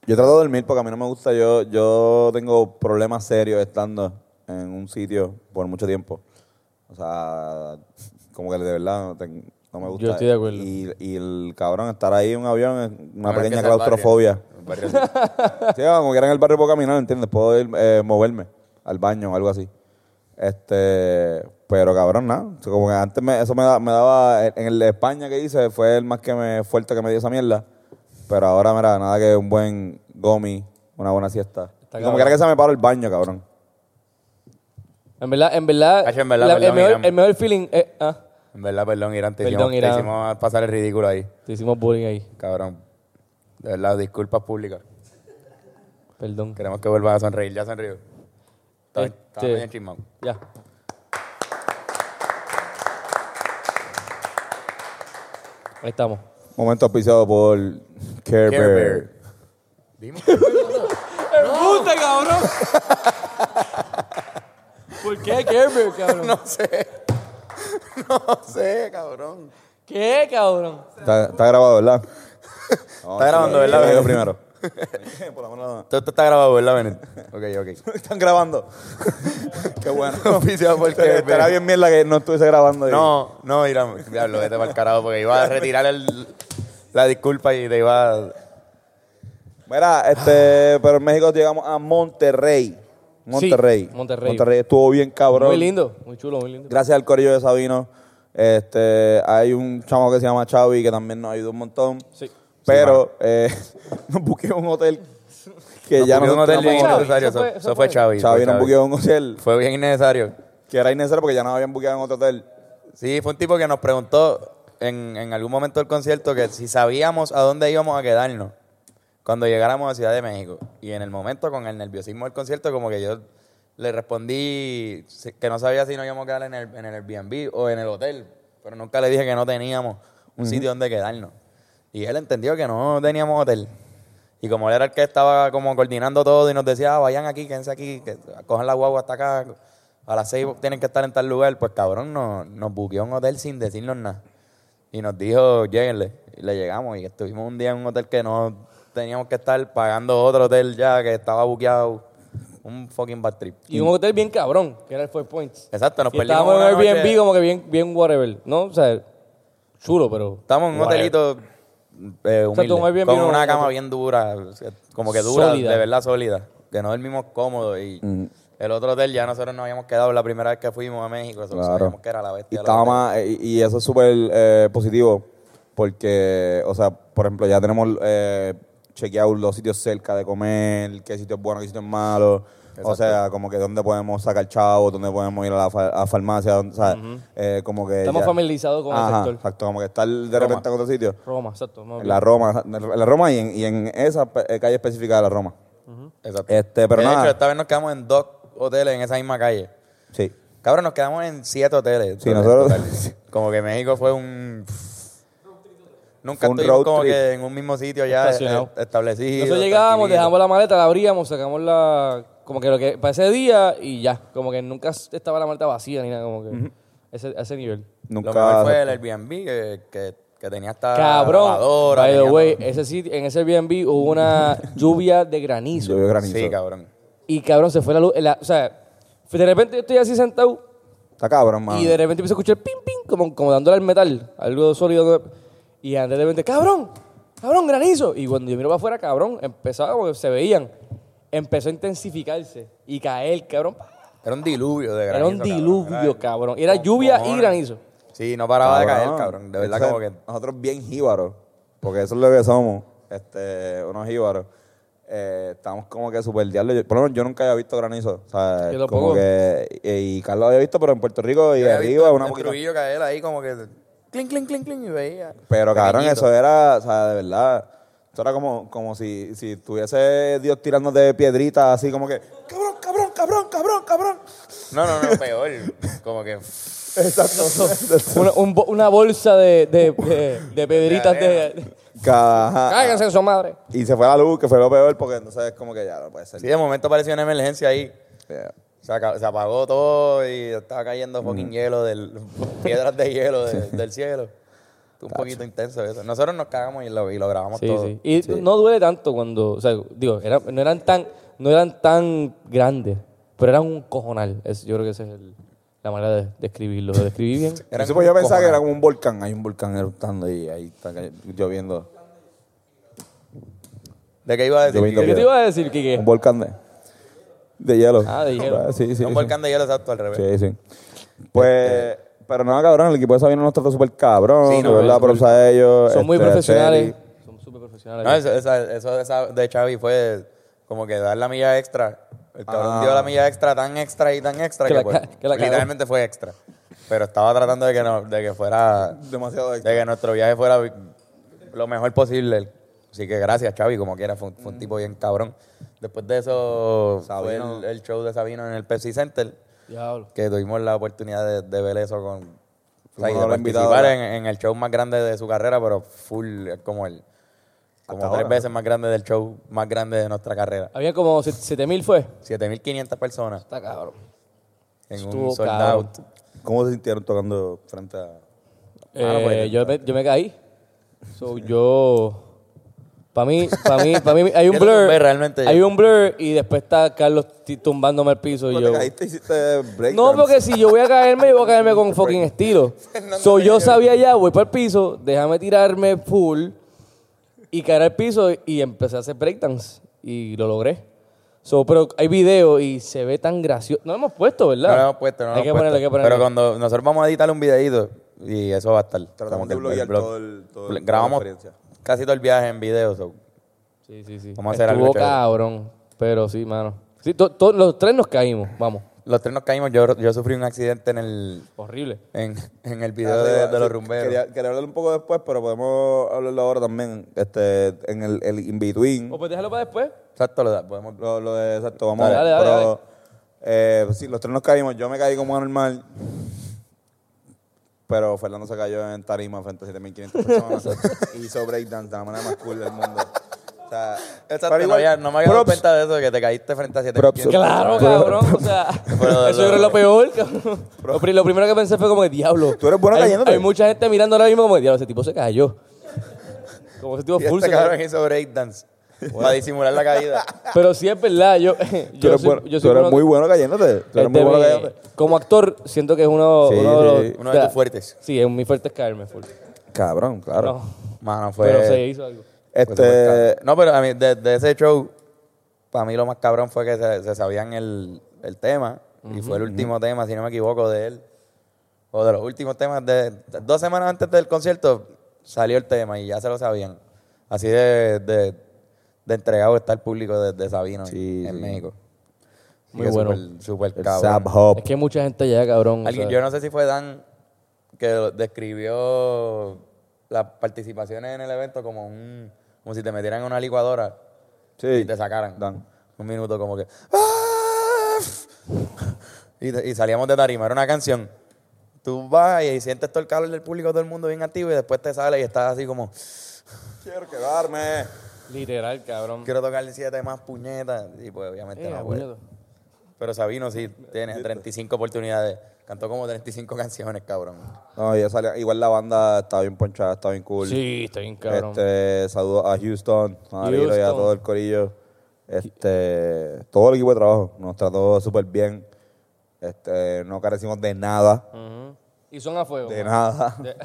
Speaker 1: Yo trato de dormir porque a mí no me gusta. Yo, yo tengo problemas serios estando en un sitio por mucho tiempo. O sea, como que de verdad no, ten- no me gusta.
Speaker 3: Yo estoy de acuerdo.
Speaker 1: Y, y el cabrón, estar ahí en un avión es una
Speaker 2: A menos
Speaker 1: pequeña
Speaker 2: que sea el
Speaker 1: claustrofobia.
Speaker 2: barrio. El barrio
Speaker 1: Sí,
Speaker 2: sí.
Speaker 1: como que era en el barrio puedo caminar, ¿entiendes? Puedo ir, eh, moverme al baño o algo así. Este, pero cabrón, nada. O sea, como que antes me- eso me, da- me daba, en el de España que hice, fue el más que me, fuerte que me dio esa mierda. Pero ahora, mira, nada que un buen gomi, una buena siesta.
Speaker 3: Está
Speaker 1: Y
Speaker 3: cabrón.
Speaker 1: como que era que se me paro el baño, cabrón.
Speaker 3: En verdad, en verdad,
Speaker 2: Cacho, en verdad,
Speaker 3: el,
Speaker 2: perdón,
Speaker 3: mejor,
Speaker 2: Irán.
Speaker 3: el mejor feeling es... Ah,
Speaker 2: En verdad, perdón, Irán. Te,
Speaker 3: Perdón,
Speaker 2: hicimos, te
Speaker 3: Irán.
Speaker 2: hicimos pasar el ridículo ahí,
Speaker 3: te hicimos bullying ahí,
Speaker 2: cabrón. De verdad, disculpas públicas.
Speaker 3: perdón.
Speaker 2: Queremos que vuelvas a sonreír. Ya sonrío. Estaba estaba
Speaker 3: Este-
Speaker 2: bien chismado.
Speaker 3: Ya. Ahí estamos.
Speaker 1: Momento auspiciado por Care
Speaker 2: Care Bear.
Speaker 1: Bear.
Speaker 2: Dimos.
Speaker 3: ¡Puta, cabrón! ¿Por qué Care Bear, cabrón?
Speaker 2: No sé. No sé, cabrón.
Speaker 3: ¿Qué, cabrón?
Speaker 1: Está, está grabado, ¿verdad?
Speaker 2: Está grabando, ¿verdad?
Speaker 1: Yo lo digo primero. Por lo menos
Speaker 2: Todo esto está grabado, ¿verdad, Benet? Ok, ok.
Speaker 1: están grabando. Qué bueno.
Speaker 2: Oficiado por Care Bear.
Speaker 1: Estará bien mierda que no estuviese grabando. ahí.
Speaker 2: No, no, Irán. Diablo, vete para el carajo porque iba a retirar el- la disculpa y te iba a...
Speaker 1: Mira,
Speaker 3: Ah.
Speaker 1: este, pero en México llegamos a Monterrey. Monterrey.
Speaker 3: Monterrey.
Speaker 1: estuvo bien cabrón.
Speaker 3: Muy lindo, muy chulo, muy lindo.
Speaker 1: Gracias al corillo de Sabino. Este, hay un chamo que se llama Xavi que también nos ayudó un montón.
Speaker 3: Sí.
Speaker 1: Pero eh, nos busqué un hotel que ya
Speaker 2: no
Speaker 1: no
Speaker 2: hotel bien
Speaker 3: Chavi,
Speaker 2: innecesario.
Speaker 3: eso
Speaker 2: Eso
Speaker 3: fue-
Speaker 2: eso
Speaker 3: eso
Speaker 2: fue
Speaker 3: fue.
Speaker 2: Chavi. fue
Speaker 1: Xavi nos
Speaker 2: Chavi.
Speaker 1: buqueó un hotel
Speaker 2: Fue bien innecesario.
Speaker 1: que era innecesario porque ya nos habían buqueado en otro hotel.
Speaker 2: Sí, fue un tipo que nos preguntó en, en algún momento del concierto que si sabíamos a dónde íbamos a quedarnos cuando llegáramos a Ciudad de México. Y en el momento, con el nerviosismo del concierto, como que yo le respondí si- que no sabía si nos íbamos a quedar en el, en el Airbnb o en el hotel, pero nunca le dije que no teníamos un sitio donde quedarnos. Y él entendió que no teníamos hotel. Y como él era el que estaba como coordinando todo y nos decía, "Ah, vayan aquí, quédense aquí, que cojan la guagua hasta acá, a las seis tienen que estar en tal lugar, pues cabrón, nos, nos buqueó un hotel sin decirnos nada. Y nos dijo, lléguenle. Y le llegamos y estuvimos un día en un hotel que no teníamos que estar pagando otro hotel ya que estaba buqueado. Un fucking bad trip.
Speaker 3: Y un hotel bien cabrón, que era el Four Points.
Speaker 2: Exacto, nos
Speaker 3: Y
Speaker 2: perdimos
Speaker 3: estábamos en
Speaker 2: una
Speaker 3: Airbnb
Speaker 2: noche.
Speaker 3: como que bien, bien whatever, ¿no? O sea, chulo, pero...
Speaker 2: Estamos en un
Speaker 3: whatever.
Speaker 2: hotelito eh, humilde,
Speaker 3: un Airbnb
Speaker 2: con
Speaker 3: no-
Speaker 2: una
Speaker 3: no-
Speaker 2: cama bien dura, o sea, como que dura,
Speaker 3: Sólida.
Speaker 2: de verdad sólida, que nos dormimos cómodos y
Speaker 1: Mm.
Speaker 2: el otro hotel ya nosotros nos habíamos quedado la primera vez que fuimos a México, eso
Speaker 1: Claro.
Speaker 2: sabíamos que era la
Speaker 1: Y,
Speaker 2: bestia. del
Speaker 1: estaba
Speaker 2: hotel.
Speaker 1: más- y- y eso es súper eh, positivo porque, o sea, por ejemplo, ya tenemos eh, chequeado los sitios cerca de comer, qué sitio es bueno, qué sitio es malo. O sea, como que dónde podemos sacar chavos, dónde podemos ir a la fa- a farmacia, dónde- o sea, eh, como que...
Speaker 3: Estamos
Speaker 1: ya-
Speaker 3: familiarizados con el
Speaker 1: Ajá,
Speaker 3: sector.
Speaker 1: exacto, como que estar de repente en otro sitio.
Speaker 3: Roma, exacto. más
Speaker 1: En la Roma, en la Roma y en, y en esa pe- eh, calle específica de la Roma.
Speaker 2: Exacto.
Speaker 1: Este, pero
Speaker 2: de
Speaker 1: nada.
Speaker 2: hecho, esta vez nos quedamos en dos hoteles en esa misma calle.
Speaker 1: Sí.
Speaker 2: Cabrón, nos quedamos en siete hoteles.
Speaker 1: Sí,
Speaker 2: en
Speaker 1: nosotros-
Speaker 2: total. como que México fue un... Nunca
Speaker 1: Fue un
Speaker 2: estuvimos
Speaker 1: road
Speaker 2: como
Speaker 1: trip.
Speaker 2: que en un mismo sitio ya
Speaker 3: Estacionado.
Speaker 2: eh, establecido.
Speaker 3: Nosotros llegábamos,
Speaker 2: tranquilito.
Speaker 3: dejábamos la maleta, la abríamos, sacamos la. Como que lo que. Para ese día y ya. Como que nunca s- estaba la maleta vacía ni nada, como que. ese, a ese nivel.
Speaker 1: Nunca...
Speaker 2: Lo mejor fue el Airbnb que, que, que tenía hasta
Speaker 3: Cabrón.
Speaker 2: lavadora,
Speaker 3: By the
Speaker 2: tenía
Speaker 3: way, eh, ese sitio, en ese Airbnb hubo una lluvia de granizo.
Speaker 1: llovió
Speaker 2: todo.
Speaker 1: granizo.
Speaker 2: Sí, cabrón.
Speaker 3: Y cabrón, se fue la luz. la- o sea, de repente yo estoy así sentado
Speaker 1: Está cabrón, mano.
Speaker 3: y de repente empiezo a escuchar ping, ping, como, como dándole al metal, algo sólido. Y Andrés de repente, cabrón, cabrón, granizo. Y cuando yo miro para afuera, cabrón, empezaba, como que se veían. Empezó a intensificarse y caer, cabrón. pa.
Speaker 2: Era un diluvio de
Speaker 3: Era
Speaker 2: granizo.
Speaker 3: un
Speaker 2: cabrón.
Speaker 3: diluvio, cabrón. Era lluvia y
Speaker 2: cojones.
Speaker 3: granizo.
Speaker 2: Sí, no paraba de caer, cabrón. De verdad,
Speaker 1: Entonces,
Speaker 2: como que.
Speaker 1: Nosotros bien jíbaros, porque eso es lo que somos, este, unos jíbaros. Eh, estamos como que super diablo. Yo- Por lo menos yo nunca había visto granizo. O sea,
Speaker 3: Yo tampoco.
Speaker 1: como que, y, y Carlos había visto, pero en Puerto Rico y
Speaker 2: Yo había
Speaker 1: arriba
Speaker 2: visto
Speaker 1: una
Speaker 2: el
Speaker 1: poquita.
Speaker 2: Trujillo caer ahí, como que. Clink, clink, clink, clink, y veía.
Speaker 1: Pero cabrón,
Speaker 2: Pequeñito.
Speaker 1: eso era, o sea, de verdad. Eso era como, como si, si tuviese Dios tirándote piedritas así como que, cabrón, cabrón, cabrón, cabrón, cabrón.
Speaker 2: No, no, no, peor. Como que.
Speaker 1: Exacto.
Speaker 3: Una, un bo- una bolsa de, de, de, de piedritas de.
Speaker 2: De
Speaker 1: Ca- ajá.
Speaker 3: Cáiganse en su madre.
Speaker 1: Y se fue la luz, que fue lo peor, porque entonces es como que ya no puede ser.
Speaker 2: Sí, de momento parecía una emergencia ahí.
Speaker 1: Yeah.
Speaker 2: Se, aca- se apagó todo y estaba cayendo
Speaker 3: Mm.
Speaker 2: fucking hielo, del, piedras de hielo de- del cielo. Un poquito intenso eso. Nosotros nos cagamos y lo, y lo grabamos
Speaker 3: Sí,
Speaker 2: todo.
Speaker 3: sí. Y no duele tanto cuando, o sea, digo, era- no eran tan, no eran tan grandes, pero eran un cojonal. Es- yo creo que esa es el- la manera de describirlo. Lo describí bien.
Speaker 2: Eran
Speaker 1: Eso, pues, yo pensaba que
Speaker 2: cojonales.
Speaker 1: era como un volcán. Hay un volcán eruptando y ahí está ca- lloviendo.
Speaker 2: ¿De qué iba a decir?
Speaker 1: Lloviendo
Speaker 3: ¿Qué te iba a decir, Kike?
Speaker 1: Un volcán de, de hielo.
Speaker 3: Ah, de hielo.
Speaker 1: Ah, Sí, sí.
Speaker 2: un
Speaker 1: sí.
Speaker 2: volcán de hielo exacto al revés.
Speaker 1: Sí, sí. Pues, pero nada, cabrón. El equipo de Sabino nos trató súper cabrón.
Speaker 2: Sí,
Speaker 1: de
Speaker 2: no,
Speaker 1: verdad,
Speaker 3: es-
Speaker 1: props a ellos.
Speaker 3: Son muy
Speaker 1: este,
Speaker 3: profesionales.
Speaker 1: Terry.
Speaker 3: Son súper profesionales.
Speaker 2: No, eso, esa- eso de, esa- de Xavi fue como que dar la milla extra. El cabrón dio la milla extra tan extra y tan extra
Speaker 3: Ah. Que
Speaker 2: que,
Speaker 3: la
Speaker 2: pues,
Speaker 3: ca- que la cagó.
Speaker 2: literalmente fue extra. Pero estaba tratando de que, no, de que fuera...
Speaker 1: Demasiado
Speaker 2: De que nuestro viaje fuera vi- lo mejor posible. Así que gracias, Xavi, como quiera. Fue un, fue un tipo bien cabrón. Después de eso fue
Speaker 1: Sabino.
Speaker 2: el, el show de Sabino en el Pepsi Center
Speaker 3: Diablo.
Speaker 2: que tuvimos la oportunidad de, de ver eso con o sea, y de
Speaker 1: Fuimos los invitados,
Speaker 2: participar en,
Speaker 1: ¿verdad?
Speaker 2: en el show más grande de su carrera, pero full es como el como
Speaker 1: Hasta
Speaker 2: tres
Speaker 1: ahora.
Speaker 2: veces más grande del show más grande de nuestra carrera.
Speaker 3: Había como 7000 fue.
Speaker 2: 7500 personas.
Speaker 3: Está cabrón.
Speaker 2: en
Speaker 3: Estuvo
Speaker 2: un sold
Speaker 3: cabrón.
Speaker 2: out.
Speaker 1: ¿Cómo se sintieron tocando frente a.?
Speaker 2: Ah, bueno.
Speaker 3: Eh, yo, me, yo me caí. So, yo. Para mí, para mí, para mí, hay un
Speaker 2: Yo te tumbé
Speaker 3: blur.
Speaker 2: realmente.
Speaker 3: Hay un blur y después está Carlos ti- tumbándome al piso. Y
Speaker 1: Cuando
Speaker 3: yo,
Speaker 1: te caíste hiciste break
Speaker 3: no, porque si yo voy a caerme, yo voy a caerme con fucking estilo. So, yo sabía ya, voy para el piso, déjame tirarme full y caer al piso y empecé a hacer breakdance. Y lo logré. So, pero hay video y se ve tan gracioso. No lo hemos puesto, ¿verdad?
Speaker 2: No lo hemos puesto, no lo
Speaker 3: hay
Speaker 2: hemos
Speaker 3: que ponerlo, hay
Speaker 2: puesto.
Speaker 3: que ponerlo.
Speaker 2: Pero cuando nosotros vamos a editar un videito y eso va a estar.
Speaker 1: Tratamos de
Speaker 2: como que el-
Speaker 1: bloguear
Speaker 2: el blog.
Speaker 1: todo el- todo el-
Speaker 2: Grabamos
Speaker 1: toda la experiencia.
Speaker 2: casi todo el viaje en video. so.
Speaker 3: Sí, sí, sí.
Speaker 2: Vamos a hacer algo
Speaker 3: Estuvo
Speaker 2: chévere.
Speaker 3: cabrón, pero sí, mano. Sí, to- to- los tres nos caímos, vamos.
Speaker 2: Los tres nos caímos. Yo, yo sufrí un accidente en el,
Speaker 3: Horrible.
Speaker 2: en, en el video Ah, de, de los rumberos.
Speaker 1: Ah, Quería, quería hablar un poco después, pero podemos hablarlo ahora también. Este, en el, el in-between.
Speaker 3: O pues déjalo para después.
Speaker 2: Exacto, lo da- podemos.
Speaker 1: Lo, lo de exacto, vamos.
Speaker 3: Dale, dale, dale,
Speaker 1: pero, eh, pues sí, los tres nos caímos. Yo me caí como normal. Pero Fernando se cayó en tarima frente a 7.500 personas. y hizo breakdance de la manera más cool del mundo. O sea,
Speaker 2: Exacto,
Speaker 1: pero
Speaker 2: no
Speaker 1: igual,
Speaker 2: había- no, me había dado
Speaker 1: props.
Speaker 2: cuenta de eso, que te caíste frente a siete.
Speaker 1: Props.
Speaker 2: ¿Quién-
Speaker 3: Claro,
Speaker 1: Pero-
Speaker 3: cabrón. O sea,
Speaker 2: pero-
Speaker 3: eso era lo peor. cabrón. Lo, pri- lo primero que pensé fue como que diablo.
Speaker 1: Tú eres bueno
Speaker 3: hay,
Speaker 1: cayéndote.
Speaker 3: Hay mucha gente mirando ahora mismo como diablo, ese tipo se cayó. Como ese tipo
Speaker 2: Y
Speaker 3: full
Speaker 2: este
Speaker 3: se
Speaker 2: cabrón
Speaker 3: cayó.
Speaker 2: hizo breakdance para disimular la caída.
Speaker 3: Pero sí es verdad, yo,
Speaker 1: Tú
Speaker 3: yo
Speaker 1: eres,
Speaker 3: soy-
Speaker 1: bueno-
Speaker 3: yo
Speaker 1: tú
Speaker 3: soy
Speaker 1: eres
Speaker 3: uno-
Speaker 1: muy bueno cayéndote. Tú eres
Speaker 3: es de
Speaker 1: muy bueno
Speaker 3: mi-
Speaker 1: cayéndote.
Speaker 3: como actor, siento que es uno,
Speaker 1: Sí,
Speaker 3: uno, de los-
Speaker 1: sí.
Speaker 2: Uno de tus fuertes.
Speaker 3: Sí, es mi fuerte es caerme full.
Speaker 1: Cabrón, claro.
Speaker 3: No,
Speaker 2: Mano, fue.
Speaker 3: pero se hizo algo.
Speaker 2: Pues, fue
Speaker 1: Este,
Speaker 2: cabrón. no, pero a mí, de, de ese show, para mí lo más cabrón fue que se, se sabían el, el tema. Y fue el último tema, si no me equivoco, de él. O de los últimos temas. De, de- dos semanas antes del concierto salió el tema y ya se lo sabían. Así de, de, de entregado está el público de, de Sabino en-
Speaker 1: Sí,
Speaker 2: en
Speaker 1: sí.
Speaker 2: México. Y
Speaker 3: Muy
Speaker 2: que
Speaker 3: bueno.
Speaker 2: Súper, súper
Speaker 1: el
Speaker 2: cabrón.
Speaker 1: Zap Hop.
Speaker 3: Es que hay mucha gente allá, cabrón. o
Speaker 2: Alguien,
Speaker 3: sea.
Speaker 2: yo no sé si fue Dan que lo- describió las participaciones en el evento como un como si te metieran en una licuadora
Speaker 1: Sí.
Speaker 2: y te sacaran
Speaker 1: Dan.
Speaker 2: un minuto como que "Ah", y, te- y salíamos de tarima era una canción tú vas y sientes todo el calor del público todo el mundo bien activo y después te sales y estás así como
Speaker 1: Quiero quedarme.
Speaker 3: Literal, cabrón.
Speaker 2: quiero tocar siete más puñetas y pues obviamente
Speaker 3: Eh,
Speaker 2: no puede.
Speaker 3: puñeto.
Speaker 2: pero Sabino sí tiene 35 oportunidades cantó como 35 canciones cabrón
Speaker 1: No, ya salía. Igual la banda está bien ponchada, está bien cool.
Speaker 3: Sí, está bien cabrón.
Speaker 1: Este, saludos a Houston, a Arilo y a
Speaker 3: Houston.
Speaker 1: todo el corillo. Este, todo el equipo de trabajo nos trató súper bien. Este, no carecimos de nada,
Speaker 3: Ujú. Y son a fuego.
Speaker 1: de
Speaker 3: man.
Speaker 1: nada.
Speaker 3: De-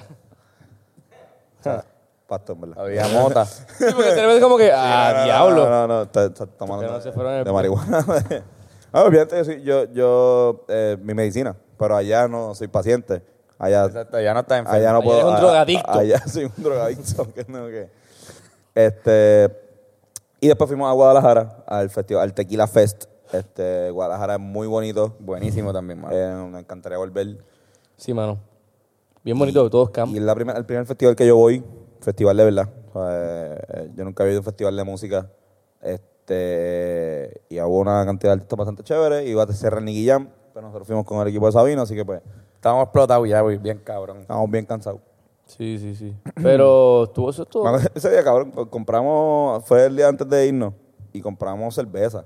Speaker 1: Pasto, en verdad.
Speaker 2: había mota
Speaker 3: Sí, porque te ves como que, ah,
Speaker 1: No, no,
Speaker 3: diablo.
Speaker 1: No, no, no, está- está tomando
Speaker 3: Pero no se fueron en el-
Speaker 1: de marihuana. Ah, obviamente, yo, soy- yo, yo, eh, mi medicina, pero allá no soy paciente. Allá
Speaker 2: Exacto, ya no está enfermo.
Speaker 1: Allá no
Speaker 3: Allá
Speaker 1: puedo.
Speaker 3: eres un
Speaker 1: allá-
Speaker 3: drogadicto.
Speaker 1: Allá soy un drogadicto. que no, que- Este. Y después fuimos a Guadalajara, al festival, al Tequila Fest. Este, Guadalajara es muy bonito.
Speaker 2: Buenísimo también, mano.
Speaker 1: Eh, me encantaría volver.
Speaker 3: Sí, mano. Bien bonito, todos
Speaker 1: Y
Speaker 3: cambios.
Speaker 1: es la primer- el primer festival que yo voy, festival de verdad. O sea, eh, eh, yo nunca había ido a un festival de música. Este, y hubo una cantidad de artistas bastante chévere. Iba a cerrar Nicky Jam, pero nosotros fuimos con el equipo de Sabino, así que pues,
Speaker 2: Estamos explotados ya, güey, bien cabrón.
Speaker 1: estábamos bien cansados.
Speaker 3: Sí, sí, sí. Pero estuvo eso estuvo.
Speaker 1: Mano, ese día, cabrón, co- compramos, fue el día antes de irnos y compramos cerveza.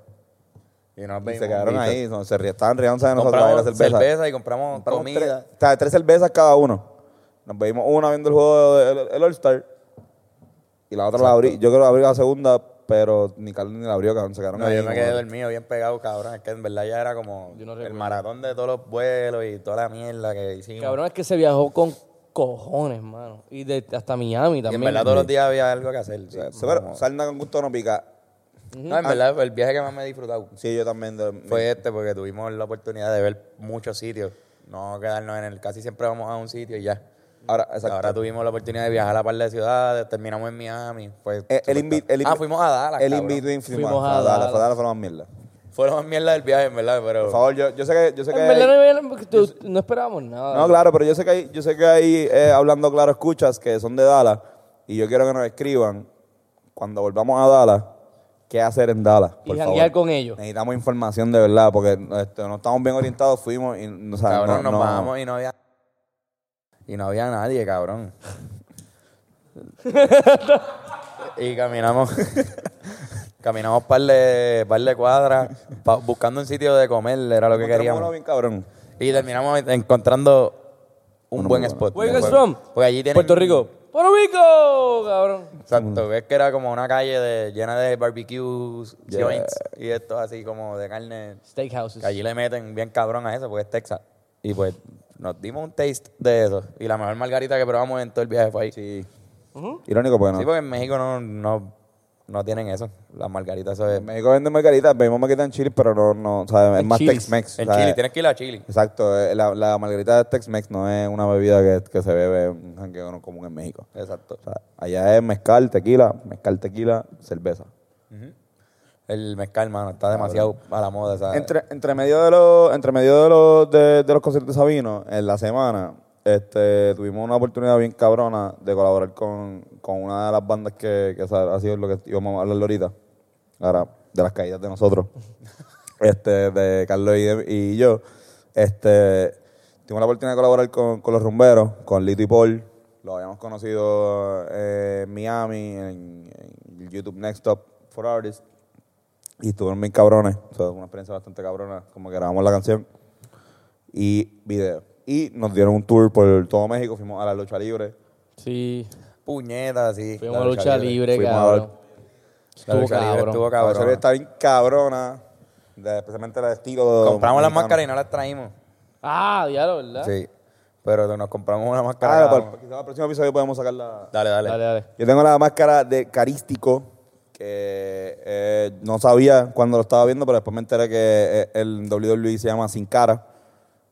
Speaker 2: Y nos
Speaker 1: Y
Speaker 2: veíamos
Speaker 1: se quedaron
Speaker 2: listos.
Speaker 1: ahí, son- se ri- estaban riéndose de nosotros ahí la
Speaker 2: Compramos
Speaker 1: cerveza.
Speaker 2: cerveza. y compramos,
Speaker 1: Compramos
Speaker 2: comida.
Speaker 1: tres- o sea, tres cervezas cada uno. Nos bebimos una viendo el juego del el All-Star y la otra la abrí. Yo creo que abrí la segunda, pero ni Carlos ni la abrió, cabrón. Se quedaron
Speaker 2: No,
Speaker 1: ahí.
Speaker 2: yo me
Speaker 1: como-
Speaker 2: quedé dormido, bien pegado, cabrón. Es que en verdad ya era como
Speaker 3: Yo no
Speaker 2: el
Speaker 3: recuerdo.
Speaker 2: maratón de todos los vuelos y toda la mierda que hicimos.
Speaker 3: Cabrón, es que se viajó con cojones, mano. Y de, hasta Miami
Speaker 2: y en
Speaker 3: también.
Speaker 2: verdad todos los días había algo que hacer. o sea,
Speaker 1: Sí, pero
Speaker 2: como-
Speaker 1: sarna con gusto no pica.
Speaker 2: no, en verdad el viaje que más me he disfrutado
Speaker 1: Sí, yo también. de-
Speaker 2: fue este, porque tuvimos la oportunidad de ver muchos sitios. No quedarnos en el... Casi siempre vamos a un sitio y ya.
Speaker 1: Ahora, exacto.
Speaker 2: Ahora tuvimos la oportunidad de viajar a par de ciudades, terminamos en Miami. Fue
Speaker 1: Eh, el
Speaker 2: súper
Speaker 1: invi-
Speaker 2: cabrón.
Speaker 1: el invi-
Speaker 2: ah, fuimos a Dallas,
Speaker 1: el
Speaker 2: cabrón.
Speaker 1: in-between fuimos,
Speaker 3: Fuimos
Speaker 1: a
Speaker 3: a
Speaker 1: Dallas.
Speaker 3: Dallas.
Speaker 1: Fue a Dallas, fue la más mierda.
Speaker 2: Fue la más mierda del viaje, en verdad, pero.
Speaker 1: Por favor, yo, yo sé que... Yo sé que
Speaker 3: En verdad no, tú- no esperábamos nada.
Speaker 1: No, claro, pero yo sé que hay, yo sé que hay eh, hablando claro escuchas que son de Dallas y yo quiero que nos escriban cuando volvamos a Dallas qué hacer en Dallas.
Speaker 3: Y
Speaker 1: por
Speaker 3: janguear
Speaker 1: favor.
Speaker 3: con ellos.
Speaker 1: Necesitamos información de verdad porque este, no estamos bien orientados, fuimos y o sea,
Speaker 2: Cabrón,
Speaker 1: no,
Speaker 2: nos
Speaker 1: no-
Speaker 2: bajamos y no había. Y no había nadie, cabrón. y caminamos. caminamos par de, par de cuadras pa- buscando un sitio de comer, era lo que
Speaker 1: encontramos uno
Speaker 2: queríamos.
Speaker 1: bien cabrón.
Speaker 2: Y terminamos encontrando un
Speaker 1: Uno
Speaker 2: buen
Speaker 1: muy bueno.
Speaker 2: spot.
Speaker 3: Where
Speaker 2: Me
Speaker 3: you guys
Speaker 2: acuerdo.
Speaker 3: from?
Speaker 2: Porque allí tienen...
Speaker 3: Puerto Rico. Puerto Rico, cabrón.
Speaker 2: Exacto, ves que era como una calle de- llena de barbecues,
Speaker 1: Yeah.
Speaker 2: joints y esto así como de carne.
Speaker 3: Steakhouses.
Speaker 2: Que allí le meten bien cabrón a eso porque es Texas. Y pues nos dimos un taste de eso. Y la mejor margarita que probamos en todo el viaje fue ahí. Sí,
Speaker 1: Irónico, porque no.
Speaker 2: porque en México no, no, no tienen eso. Las margaritas, eso es.
Speaker 1: en México venden margaritas, pedimos margarita en Chile, pero no, no, o sea, es
Speaker 3: En
Speaker 1: más
Speaker 3: Chile.
Speaker 1: Tex-Mex.
Speaker 2: En
Speaker 1: o sea,
Speaker 2: Chile, tienes que ir a Chile.
Speaker 1: Exacto, eh, la, la margarita de Tex-Mex no es una bebida que, que se bebe en un jangueo no común en México.
Speaker 2: Exacto.
Speaker 1: O sea, allá es mezcal, tequila, mezcal, tequila, cerveza.
Speaker 2: El mezcal, mano, está demasiado a la moda. ¿sabes?
Speaker 1: Entre, entre medio de los, entre medio de los, de, de los conciertos de Sabino, en la semana, este, tuvimos una oportunidad bien cabrona de colaborar con, con una de las bandas que, que sa- ha sido lo que íbamos a hablar ahorita. Ahora, de las caídas de nosotros. este, de Carlos y, de- y yo. Este, tuvimos la oportunidad de colaborar con, con los rumberos, con Lito y Paul. Lo habíamos conocido eh, en Miami, en, en YouTube Next Top for Artists. Y estuvieron bien cabrones. O sea, una experiencia bastante cabrona. Como que grabamos la canción y video. Y nos dieron un tour por todo México. Fuimos a la lucha libre.
Speaker 3: Sí.
Speaker 2: Puñetas, sí.
Speaker 3: Fuimos
Speaker 2: la
Speaker 3: a lucha libre,
Speaker 1: Fuimos a
Speaker 3: cabrón.
Speaker 2: La lucha libre estuvo
Speaker 1: La lucha libre
Speaker 2: cabrón.
Speaker 1: está bien cabrona. de- especialmente la de estilo.
Speaker 2: Compramos las
Speaker 1: dominicano.
Speaker 2: máscaras y no las traímos.
Speaker 3: Ah, diablo, ¿verdad?
Speaker 2: Sí. Pero nos compramos una máscara.
Speaker 1: Ah,
Speaker 2: cada
Speaker 1: para-
Speaker 2: uno.
Speaker 1: quizás para el próximo episodio podemos sacar la.
Speaker 2: Dale, dale.
Speaker 3: Dale, dale.
Speaker 1: Yo tengo la máscara de Carístico, que eh, no sabía cuando lo estaba viendo, pero después me enteré que eh, el WWE se llama Sin Cara,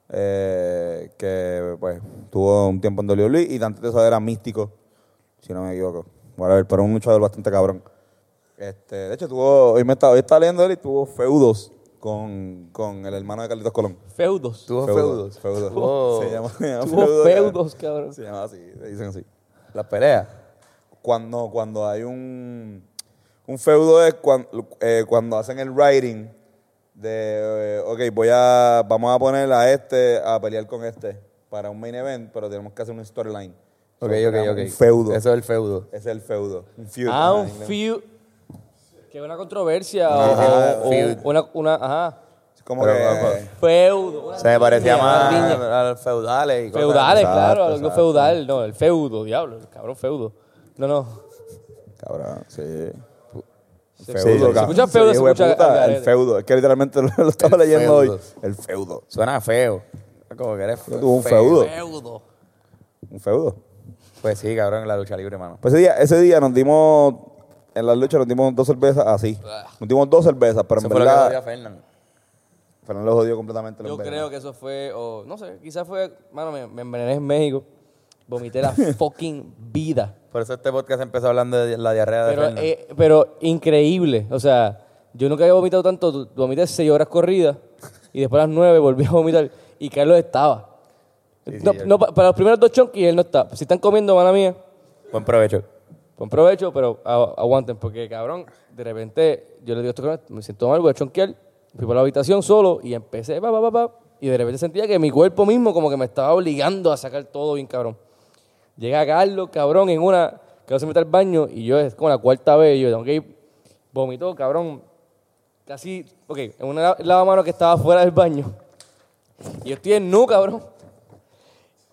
Speaker 1: eh, que pues tuvo un tiempo en WWE y antes de eso era Místico, si no me equivoco. Whatever, pero un luchador bastante cabrón. Este, de hecho, tuvo, hoy, me está, hoy estaba leyendo él y tuvo feudos con, con el hermano de Carlitos Colón.
Speaker 3: Feudos.
Speaker 2: Tuvo
Speaker 1: Feudos.
Speaker 2: feudos.
Speaker 1: feudos.
Speaker 2: Tuvo-
Speaker 1: Se llama, se llama
Speaker 3: Tuvo feudos, cabrón.
Speaker 1: Se llama así, le dicen así
Speaker 2: Las peleas.
Speaker 1: cuando, cuando hay un, un feudo es cuan- eh, cuando hacen el writing de, eh, ok, voy a, vamos a poner a este a pelear con este para un main event, pero tenemos que hacer un storyline.
Speaker 2: Ok,
Speaker 1: So,
Speaker 2: ok,
Speaker 1: creamos
Speaker 2: ok.
Speaker 1: Un feudo.
Speaker 2: Eso es el feudo.
Speaker 1: Ese es el feudo. Un feud.
Speaker 3: Ah,
Speaker 1: ajá,
Speaker 3: un
Speaker 1: en inglés.
Speaker 3: feud. Que una controversia
Speaker 1: Ajá,
Speaker 3: o, o-
Speaker 2: feud.
Speaker 3: una, una, ajá.
Speaker 1: Es Como
Speaker 2: Pero,
Speaker 1: que, eh,
Speaker 2: ojo.
Speaker 3: Feudo. una
Speaker 2: Se me parecía
Speaker 3: riña,
Speaker 2: más
Speaker 3: una riña.
Speaker 2: a los feudales y cosas.
Speaker 3: Feudales,
Speaker 1: Exacto,
Speaker 3: claro, algo
Speaker 1: exacto.
Speaker 3: feudal. No, el feudo, diablo, el cabrón feudo. No, no.
Speaker 1: cabrón, sí.
Speaker 3: Se-
Speaker 1: Feudo,
Speaker 3: se- se
Speaker 1: cabrón.
Speaker 3: escucha feudo,
Speaker 1: Sí,
Speaker 3: se
Speaker 1: güey,
Speaker 3: escucha
Speaker 1: puta,
Speaker 3: al garete.
Speaker 1: el feudo. Es que literalmente lo, lo estaba
Speaker 2: El
Speaker 1: leyendo hoy.
Speaker 2: feudo.
Speaker 1: El feudo.
Speaker 2: Suena feo. Como que eres fe-
Speaker 1: Tuvo un feudo.
Speaker 3: Feudo.
Speaker 1: Un feudo.
Speaker 2: Pues sí, cabrón, la lucha libre, mano.
Speaker 1: Pues ese día, ese día nos dimos, en la lucha nos dimos dos cervezas así. Nos dimos dos cervezas, pero
Speaker 2: Ah. Eso
Speaker 1: en
Speaker 2: fue lo que jodió a
Speaker 1: verdad
Speaker 2: Fernan.
Speaker 1: Fernando lo jodió completamente.
Speaker 3: Yo creo que eso fue, o no sé, quizás fue, mano, me, me envenené en México. Vomité la fucking vida.
Speaker 2: Por eso este podcast empezó hablando de la diarrea de
Speaker 3: Pero,
Speaker 2: Fernan.
Speaker 3: eh, pero increíble. O sea, yo nunca había vomitado tanto. Tu- Vomité seis horas corridas y después a las nueve volví a vomitar y Carlos estaba.
Speaker 2: Sí, sí,
Speaker 3: no,
Speaker 2: yo-
Speaker 3: no, pa- para los primeros dos chonquis él no está. Si están comiendo, mala mía,
Speaker 2: Buen provecho.
Speaker 3: Con provecho, pero a- aguanten, porque cabrón, de repente yo le digo esto, cabrón, me siento mal, voy a chonquear. Fui para la habitación solo y empecé, pa, pa, pa, pa, y de repente sentía que mi cuerpo mismo como que me estaba obligando a sacar todo bien, cabrón. Llega Carlos, cabrón, en una, que se mete al baño y yo es como la cuarta vez, yo tengo que ir, vomitó, cabrón, casi, ok, en una la- lavamano que estaba fuera del baño. Y yo estoy en nu, cabrón.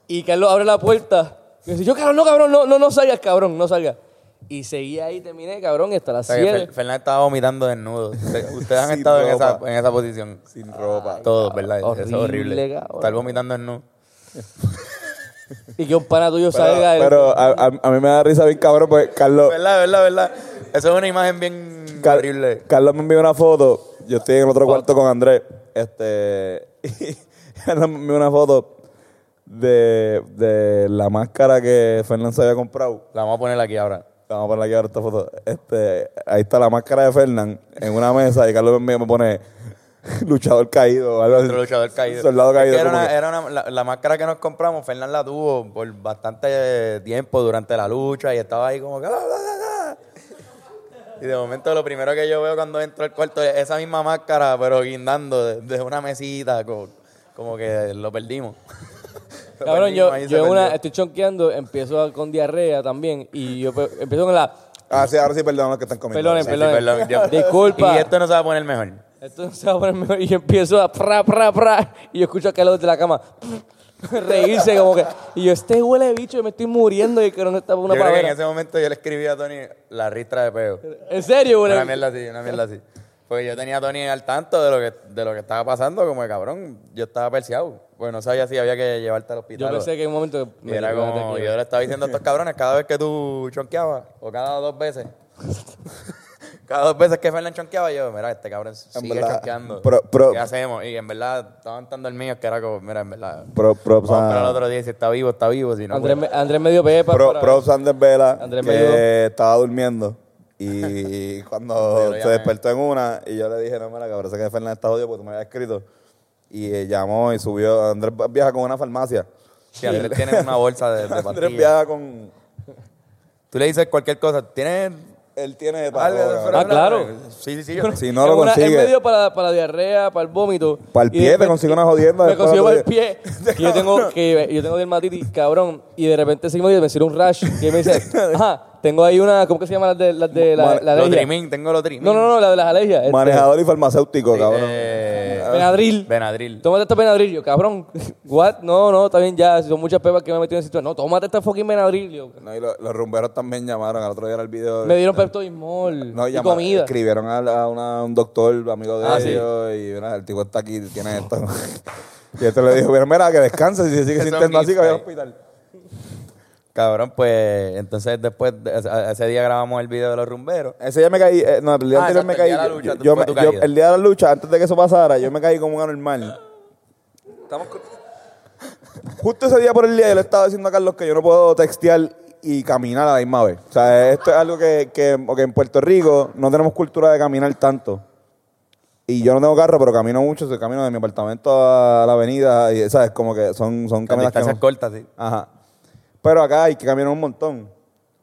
Speaker 3: Y Carlos abre la puerta. Y dice, yo, cabrón, no, cabrón, no, no, no salgas, cabrón, no salgas. Y seguí ahí, terminé, cabrón, y hasta
Speaker 2: O
Speaker 3: las
Speaker 2: sea, que
Speaker 3: 7.
Speaker 2: Fer- Fernan estaba vomitando desnudo. Usted- Ustedes han
Speaker 1: Sin
Speaker 2: estado en esa,
Speaker 1: ropa.
Speaker 2: en esa posición.
Speaker 1: Sin ropa.
Speaker 2: Todos, ¿verdad? Eso es
Speaker 3: horrible,
Speaker 2: horrible.
Speaker 3: cabrón.
Speaker 2: Estar vomitando desnudo.
Speaker 3: Y que un pana tuyo
Speaker 1: Pero,
Speaker 3: salga. del-
Speaker 1: pero a, a- a mí me da risa bien cabrón porque Carlos,
Speaker 2: ¿Verdad, verdad, verdad? Eso es una imagen bien
Speaker 1: Car-
Speaker 2: horrible.
Speaker 1: Carlos me envió una foto. Yo estoy en el otro cuarto con Andrés. Este, y Carlos me envió una foto de, de la máscara que Fernando se había comprado.
Speaker 2: La vamos a poner aquí ahora.
Speaker 1: Vamos a poner aquí ahora esta foto. Este, ahí está la máscara de Fernán en una mesa y Carlos Benvía me pone luchador caído. o algo así.
Speaker 2: Otro luchador caído.
Speaker 1: Soldado
Speaker 2: Es que
Speaker 1: caído.
Speaker 2: Era
Speaker 1: como
Speaker 2: una, eh,
Speaker 1: que-
Speaker 2: era una- la, la máscara que nos compramos, Fernán la tuvo por bastante eh, tiempo durante la lucha y estaba ahí como que... "Ah, ah, ah, ah". Y de momento lo primero que yo veo cuando entro al cuarto es esa misma máscara, pero guindando de, de una mesita, co- como, que lo perdimos. Lo
Speaker 3: Cabrón,
Speaker 2: perdimos,
Speaker 3: yo,
Speaker 2: ahí se
Speaker 3: yo en una,
Speaker 2: perdió.
Speaker 3: estoy chonqueando, empiezo a- con diarrea también. Y yo pe- empiezo con la.
Speaker 1: Ah, sí, ahora sí, perdón los que están comiendo.
Speaker 3: Pelones,
Speaker 1: Sí.
Speaker 2: Sí, sí,
Speaker 3: perdón.
Speaker 2: perdón, Dios.
Speaker 3: Disculpa.
Speaker 2: Y esto no se va a poner mejor.
Speaker 3: Esto no se va a poner mejor. Y yo empiezo a pra, pra, pra. Y yo escucho a Carlos desde la cama reírse como que. Y yo, este huele de bicho, yo me estoy muriendo y que no está por una
Speaker 2: yo creo que en
Speaker 3: palabra.
Speaker 2: ese momento yo le escribí a Tony la ristra de peo.
Speaker 3: En serio, huele
Speaker 2: Una
Speaker 3: de bicho.
Speaker 2: mierda así, una mierda así. Porque yo tenía a Tony al tanto de lo que, de lo que estaba pasando, como de cabrón, yo estaba perseado. Pues no sabía si había que llevarte al
Speaker 3: Yo
Speaker 2: hospital. o-
Speaker 3: pensé que en un momento.
Speaker 2: Y era como, yo le estaba diciendo a estos cabrones cada vez que tú chonqueabas, o cada dos veces. cada dos veces que Fernan chonqueaba, yo, mira, este cabrón sigue
Speaker 1: verdad,
Speaker 2: chonqueando.
Speaker 1: pro- pro-
Speaker 2: ¿Qué hacemos? Y en verdad, estaban tan dormidos que era como, mira, en verdad.
Speaker 1: Pro- props
Speaker 2: vamos para el
Speaker 1: a-
Speaker 2: otro día, si está vivo, está vivo, si no.
Speaker 3: Andrés,
Speaker 2: pues,
Speaker 3: me- Andrés me dio pepa.
Speaker 1: Pro,
Speaker 3: para-
Speaker 1: props a Andrés Vela,
Speaker 3: Andrés me ayudó.
Speaker 1: que estaba durmiendo. Y cuando
Speaker 2: lo
Speaker 1: se
Speaker 2: llamé.
Speaker 1: despertó en una, y yo le dije, no, mira, que parece que Fernández está jodido porque tú me habías escrito. Y eh, llamó y subió. Andrés viaja con una farmacia.
Speaker 2: si Andrés tiene una bolsa de, de
Speaker 1: Andrés
Speaker 2: pastillas.
Speaker 1: viaja con.
Speaker 2: Tú le dices cualquier cosa, ¿tienes
Speaker 1: Él tiene.
Speaker 2: algo? de
Speaker 1: tapabocas.
Speaker 2: Fernan?
Speaker 3: Ah, claro.
Speaker 2: Sí, sí, sí. yo-
Speaker 1: si no lo
Speaker 3: Es una-
Speaker 1: consigue.
Speaker 3: Es medio para, para la diarrea, para el vómito.
Speaker 1: Para el
Speaker 3: Y
Speaker 1: pie,
Speaker 3: de-
Speaker 1: te consigue una jodienda.
Speaker 3: Me
Speaker 1: después
Speaker 3: consiguió para
Speaker 1: otro
Speaker 3: el
Speaker 1: día.
Speaker 3: pie. que yo tengo, que yo tengo dermatitis, cabrón. Y de repente ese mismo día me sirve un rash. Que me dice, ajá, tengo ahí una, ¿cómo que se llama las de, las de la,
Speaker 1: Bueno,
Speaker 3: la
Speaker 2: lo
Speaker 3: alergia?
Speaker 2: trimín, tengo lo trimín.
Speaker 3: No, no, no, la de las alergias. este,
Speaker 1: Manejador y farmacéutico, cabrón.
Speaker 2: Eh,
Speaker 3: Benadryl.
Speaker 2: Benadryl.
Speaker 3: Tómate esta Benadryl. Yo, cabrón, what? No, no, está bien ya. Si son muchas pepas que me he metido en el sitio. No, tómate esta fucking Benadryl. Yo,
Speaker 1: No, y lo- los rumberos también llamaron. Al otro día era el video.
Speaker 3: me dieron Pepto Bismol
Speaker 1: No,
Speaker 3: y
Speaker 1: llama-
Speaker 3: comida.
Speaker 1: Escribieron a, la- a una- un doctor, amigo de
Speaker 3: Ah, sí.
Speaker 1: ellos, y mira, el tipo está aquí, tiene esto. y este le dijo, mira, mira, que descanse, si se sigue
Speaker 2: Eso
Speaker 1: sintiendo
Speaker 2: es
Speaker 1: así, que vaya al
Speaker 2: gifta,
Speaker 1: hospital.
Speaker 2: Cabrón, pues entonces después, de- ese ese día grabamos el video de los rumberos.
Speaker 1: Ese día me caí, eh, no, el día
Speaker 2: Ah,
Speaker 1: anterior me
Speaker 2: exacto, el
Speaker 1: caí.
Speaker 2: día de la
Speaker 1: yo-
Speaker 2: lucha,
Speaker 1: yo- yo
Speaker 2: fue
Speaker 1: me-
Speaker 2: tu
Speaker 1: yo-
Speaker 2: caída.
Speaker 1: el día de la lucha, antes de que eso pasara, yo me caí como un anormal. Justo ese día por el día, yo le estaba diciendo a Carlos que yo no puedo textear y caminar a la misma vez. O sea, esto es algo que, que ok, en Puerto Rico no tenemos cultura de caminar tanto. Y yo no tengo carro, pero camino mucho. soy camino de mi apartamento a la avenida. Y, ¿Sabes? Como que son, son
Speaker 2: Las
Speaker 1: caminas que
Speaker 2: distancias
Speaker 1: no-
Speaker 2: cortas, sí.
Speaker 1: Ajá. Pero acá hay que caminar un montón.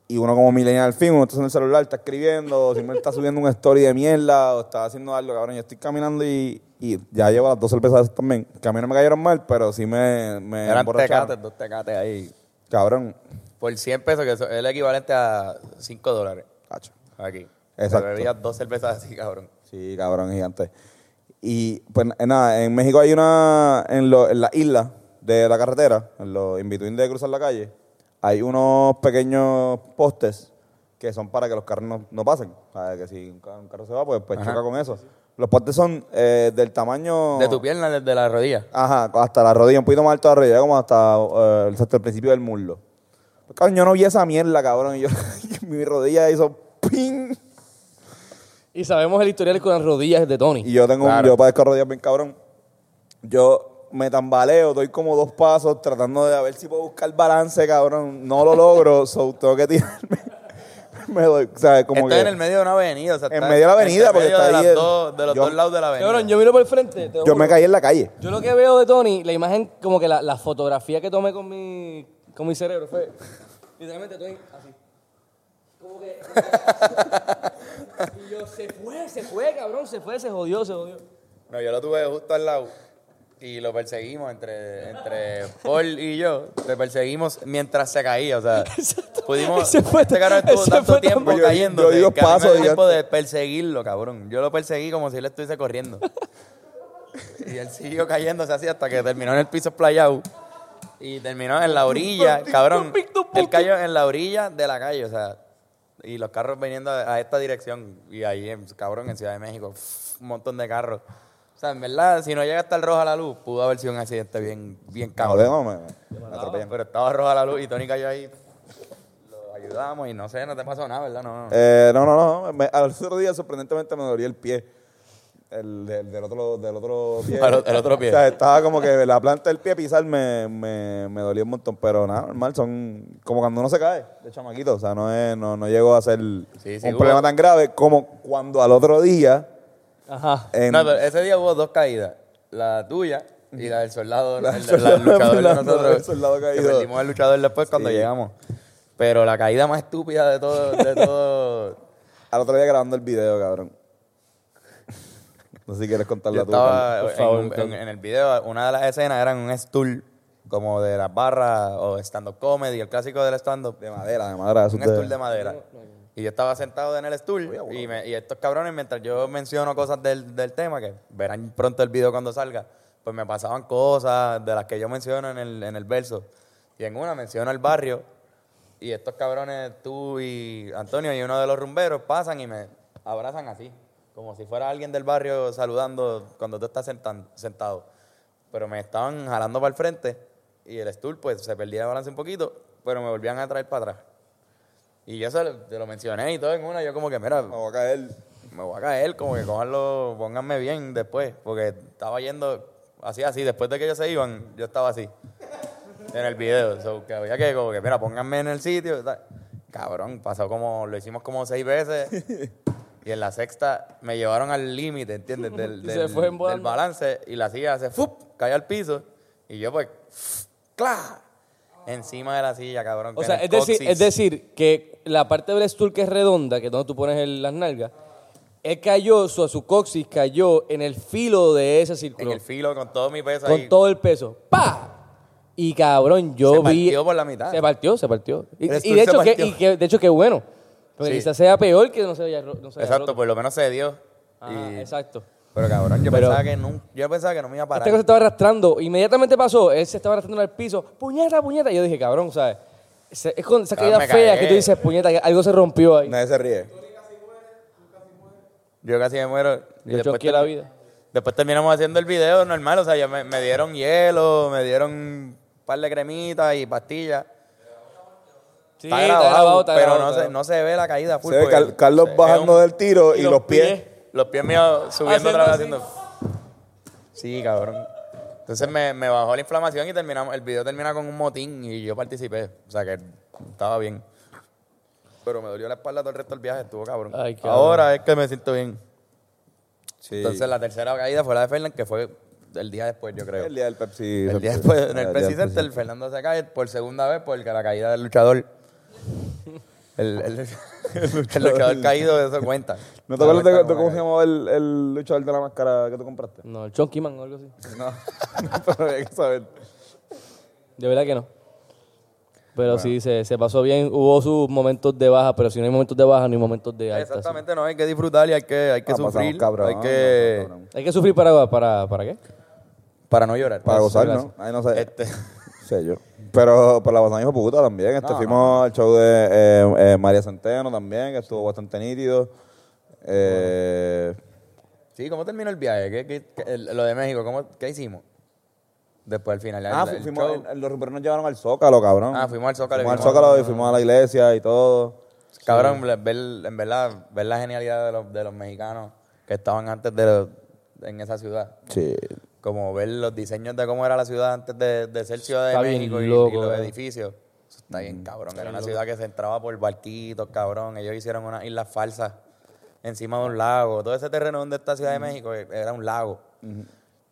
Speaker 1: Y uno como millennial al fin, uno está en el celular, está escribiendo, o simplemente está subiendo un story de mierda, o está haciendo algo, cabrón. Yo estoy caminando y, y ya llevo las dos cervezas también. Que a mí no me cayeron mal, pero sí me, me
Speaker 2: Eran
Speaker 1: emborracharon.
Speaker 2: tecates, dos tecates ahí.
Speaker 1: Cabrón.
Speaker 2: Por 100 pesos, que eso es el equivalente a 5 dólares
Speaker 1: Cacho.
Speaker 2: aquí.
Speaker 1: Exacto.
Speaker 2: Te bebías dos cervezas así, cabrón.
Speaker 1: Sí, cabrón, gigante. Y pues eh, nada, en México hay una, en, lo- en la isla de la carretera, en los in between de cruzar la calle, hay unos pequeños postes que son para que los carros no, no pasen. O sea, que si un ca- un carro, se va, pues, pues choca con eso. Los postes son eh, del tamaño...
Speaker 2: De tu pierna, desde la rodilla.
Speaker 1: Ajá, hasta la rodilla, un poquito más alto de la rodilla, como hasta, eh, hasta el principio del muslo. Pues, cabrón, yo no vi esa mierda, cabrón, y yo, mi rodilla hizo ping.
Speaker 3: Y sabemos el historial con las rodillas de Tony.
Speaker 1: Y yo tengo un,
Speaker 2: Claro.
Speaker 1: yo padezco rodillas bien cabrón. Yo me tambaleo, doy como dos pasos tratando de a ver si puedo buscar balance, cabrón. No lo logro, so tengo que tirarme. me doy, o sea, como
Speaker 2: Está
Speaker 1: que
Speaker 2: en el medio de una avenida. o sea,
Speaker 1: En
Speaker 2: está
Speaker 1: medio de la avenida, porque
Speaker 2: entre medio
Speaker 1: está
Speaker 2: de
Speaker 1: ahí
Speaker 2: las
Speaker 1: el-
Speaker 2: dos- de los
Speaker 1: yo-
Speaker 2: dos lados de la avenida.
Speaker 3: Cabrón, yo miro por el frente. te
Speaker 1: yo
Speaker 3: juro.
Speaker 1: me caí en la calle.
Speaker 3: Yo lo que veo de Tony, la imagen, como que la, la fotografía que tomé con mi, con mi cerebro fue literalmente Tony así. Como que. y yo, se fue, se fue, cabrón, se fue, se jodió, se jodió.
Speaker 2: No, yo lo tuve justo al lado y lo perseguimos entre, entre Paul y yo. Te perseguimos mientras se caía, o sea, pudimos...
Speaker 3: Ese fue-
Speaker 2: este cabrón estuvo
Speaker 3: ese
Speaker 2: tanto
Speaker 3: fue
Speaker 2: tiempo
Speaker 1: tan- Yo- yo
Speaker 2: cayendo
Speaker 1: di dos
Speaker 2: que a mí me
Speaker 1: pasos
Speaker 2: dio
Speaker 1: y ya-
Speaker 2: tiempo de perseguirlo, cabrón. Yo lo perseguí como si él estuviese corriendo. y él siguió cayéndose así hasta que terminó en el piso playado. Y terminó en la orilla, cabrón. Él cayó en la orilla de la calle, o sea. Y los carros viniendo a a esta dirección. Y ahí, en- cabrón, en Ciudad de México, un montón de carros. O sea, en verdad, si no llega hasta el rojo a la luz, pudo haber sido un accidente bien, bien cabrón.
Speaker 1: Cabrón, me, me atropellan.
Speaker 2: Pero estaba roja la luz y Tony cayó ahí. Lo ayudamos y no sé, no te pasó nada, ¿verdad? No, no.
Speaker 1: Eh, no, no, no. me- al otro día, sorprendentemente, me dolía el pie. El, del- del, otro, del otro pie.
Speaker 2: Al o- el otro pie.
Speaker 1: O sea, estaba como que la planta del pie pisar me, me, me dolía un montón. Pero nada, normal. Son como cuando uno se cae de chamaquito. O sea, no, es, no, no llegó a ser
Speaker 2: Sí, sí,
Speaker 1: un
Speaker 2: hubo-
Speaker 1: problema tan grave como cuando al otro día.
Speaker 3: Ajá.
Speaker 1: en-
Speaker 2: No, pero ese día hubo dos caídas. La tuya y la del soldado,
Speaker 1: La
Speaker 2: el,
Speaker 1: del
Speaker 2: la del luchador de
Speaker 1: Fernando,
Speaker 2: nosotros.
Speaker 1: el soldado
Speaker 2: que
Speaker 1: caído.
Speaker 2: perdimos al luchador después cuando
Speaker 1: Sí.
Speaker 2: llegamos. Pero la caída más estúpida de todo, de todo.
Speaker 1: al otro día grabando el video, cabrón. No sé si quieres contarla
Speaker 2: yo
Speaker 1: tú. Carlos.
Speaker 2: estaba eh,
Speaker 3: por
Speaker 2: en,
Speaker 3: favor,
Speaker 2: un-
Speaker 3: Carlos.
Speaker 2: en- en el video, una de las escenas era en un stool como de las barras o stand-up comedy, el clásico del stand-up.
Speaker 1: De madera, de madera. eso
Speaker 2: un
Speaker 1: ustedes-
Speaker 2: stool de madera. Y yo estaba sentado en el stool y, me- y estos cabrones, mientras yo menciono cosas del, del tema, que verán pronto el video cuando salga, pues me pasaban cosas de las que yo menciono en el, en el verso. Y en una menciono el barrio y estos cabrones, tú y Antonio y uno de los rumberos, pasan y me abrazan así, como si fuera alguien del barrio saludando cuando tú estás sentan- sentado. Pero me estaban jalando para el frente y el stool pues se perdía el balance un poquito, pero me volvían a traer para atrás. Y yo se lo, te lo mencioné y todo en una. Yo como que, mira,
Speaker 1: Me voy a caer.
Speaker 2: me voy a caer, como que cójanlo, pónganme bien después. Porque estaba yendo así, así. Después de que ellos se iban, yo estaba así. En el video. So, que había que, como que, mira, pónganme en el sitio. y tal. Cabrón, pasó como, lo hicimos como seis veces. Y en la sexta me llevaron al límite, ¿entiendes? Del,
Speaker 3: Y se
Speaker 2: del-
Speaker 3: fue
Speaker 2: del
Speaker 3: volando.
Speaker 2: balance. Y la silla hace, ¡fup! Cae al piso. Y yo pues, ¡cla! Encima de la silla, cabrón.
Speaker 3: O
Speaker 2: que
Speaker 3: sea,
Speaker 2: en el
Speaker 3: es decir,
Speaker 2: coxis.
Speaker 3: es decir, que la parte del stool que es redonda, que es donde tú pones el- las nalgas, él cayó, su, su coxis cayó en el filo de ese
Speaker 2: En
Speaker 3: círculo,
Speaker 2: el filo, con todo mi peso ahí.
Speaker 3: con todo el peso. ¡Pa! Y cabrón, yo
Speaker 2: Se
Speaker 3: vi.
Speaker 2: partió por la mitad.
Speaker 3: Se partió, se partió. Y,
Speaker 2: El
Speaker 3: y de,
Speaker 2: stool se
Speaker 3: hecho, que,
Speaker 2: partió.
Speaker 3: y que- de hecho, qué bueno. Porque
Speaker 2: Sí.
Speaker 3: quizás sea peor que no se haya, ro- no se haya
Speaker 2: Exacto,
Speaker 3: roto.
Speaker 2: por lo menos se dio.
Speaker 3: Ajá,
Speaker 2: Y-
Speaker 3: exacto.
Speaker 2: Pero cabrón, yo
Speaker 3: Pero-
Speaker 2: pensaba que no, yo pensaba que no me iba a parar.
Speaker 3: Esta cosa estaba arrastrando. Inmediatamente pasó. Él se estaba arrastrando al piso. Puñeta, puñeta. Y yo dije, cabrón, ¿sabes? Se- Es con esa
Speaker 2: Cabrón,
Speaker 3: caída
Speaker 2: me
Speaker 3: fea
Speaker 2: cagué.
Speaker 3: que tú dices, puñeta, que algo se rompió ahí.
Speaker 1: Nadie se ríe.
Speaker 2: Yo casi me muero. Y
Speaker 3: Yo choqué
Speaker 2: termi-
Speaker 3: la vida.
Speaker 2: Después terminamos haciendo el video normal, o sea, ya me, me dieron hielo, me dieron un par de cremitas y pastillas.
Speaker 3: Sí,
Speaker 2: está grabado,
Speaker 3: está
Speaker 2: pero
Speaker 3: grabado,
Speaker 2: no,
Speaker 3: está
Speaker 2: Se, no se ve la caída. full,
Speaker 1: Se ve
Speaker 2: porque
Speaker 1: Car- Carlos
Speaker 2: se ve
Speaker 1: bajando
Speaker 2: un-
Speaker 1: del tiro y, los pies.
Speaker 2: Los pies míos
Speaker 3: Haciendo
Speaker 2: subiendo otra vez
Speaker 3: así.
Speaker 2: haciendo. Sí, cabrón. Entonces me, me bajó la inflamación y terminamos, el video termina con un motín y yo participé. O sea que estaba bien. Pero me dolió la espalda todo el resto del viaje, estuvo cabrón.
Speaker 3: Ay, cabrón.
Speaker 2: Ahora es que me siento bien.
Speaker 1: Sí.
Speaker 2: Entonces la tercera caída fue la de Fernández, que fue el día después, yo creo.
Speaker 1: el día del Pepsi.
Speaker 2: El
Speaker 1: Center.
Speaker 2: día después, en el
Speaker 1: día
Speaker 2: Pepsi
Speaker 1: del
Speaker 2: Center, el Fernando se cae por segunda vez porque la caída del luchador. El, el- el luchador caído, eso cuenta.
Speaker 1: ¿No te acuerdas de,
Speaker 2: Cuenta
Speaker 1: de cómo
Speaker 2: como una
Speaker 1: se
Speaker 2: caída.
Speaker 1: llamaba el, el luchador de la máscara que tú compraste?
Speaker 3: No, el Chunky Man o algo así.
Speaker 1: No, pero hay que saber.
Speaker 3: De verdad que no. Pero sí, se, se pasó bien. Hubo sus momentos de baja, pero si no hay momentos de baja, no hay momentos de alta. sí.
Speaker 2: Exactamente, no, hay que disfrutar y hay que, hay que
Speaker 1: Ah, pasamos
Speaker 2: sufrir.
Speaker 1: cabrón,
Speaker 2: hay que.
Speaker 1: pasamos cabrón.
Speaker 3: Hay que sufrir para, para, para qué.
Speaker 2: Para no llorar.
Speaker 1: Para
Speaker 2: Eso,
Speaker 1: gozar, ¿no?
Speaker 2: gracias.
Speaker 1: Ahí no sé.
Speaker 2: Este,
Speaker 1: sé yo. Pero, pero la pasamos hijo de puta también. Este,
Speaker 2: eh. No,
Speaker 1: fuimos al show de eh, eh, María Centeno también, que estuvo bastante nítido. Eh,
Speaker 2: sí, ¿cómo terminó el viaje? ¿Qué, qué- qué- el- lo de México, ¿cómo, ¿qué hicimos? Después al final.
Speaker 1: ah,
Speaker 2: el- el
Speaker 1: fuimos,
Speaker 2: show.
Speaker 1: el- los rumberos nos llevaron al Zócalo, cabrón.
Speaker 2: Ah, fuimos al Zócalo y
Speaker 1: Fuimos al
Speaker 2: vimos-
Speaker 1: Zócalo y fuimos a la iglesia y todo.
Speaker 2: Cabrón, la- ver, en verdad, ver la genialidad de los, de los mexicanos que estaban antes de los- en esa ciudad.
Speaker 1: Sí.
Speaker 2: Como ver los diseños de cómo era la ciudad antes de, de ser Ciudad
Speaker 3: Está
Speaker 2: de
Speaker 3: bien
Speaker 2: México y- y,
Speaker 3: loco, Mm.
Speaker 2: los
Speaker 3: eh.
Speaker 2: edificios. Eso está bien, cabrón. Era una ciudad que se entraba por barquitos, cabrón. Ellos hicieron unas islas falsas encima de un lago. Todo ese terreno donde está
Speaker 3: Mm.
Speaker 2: Ciudad de México eh, era un lago.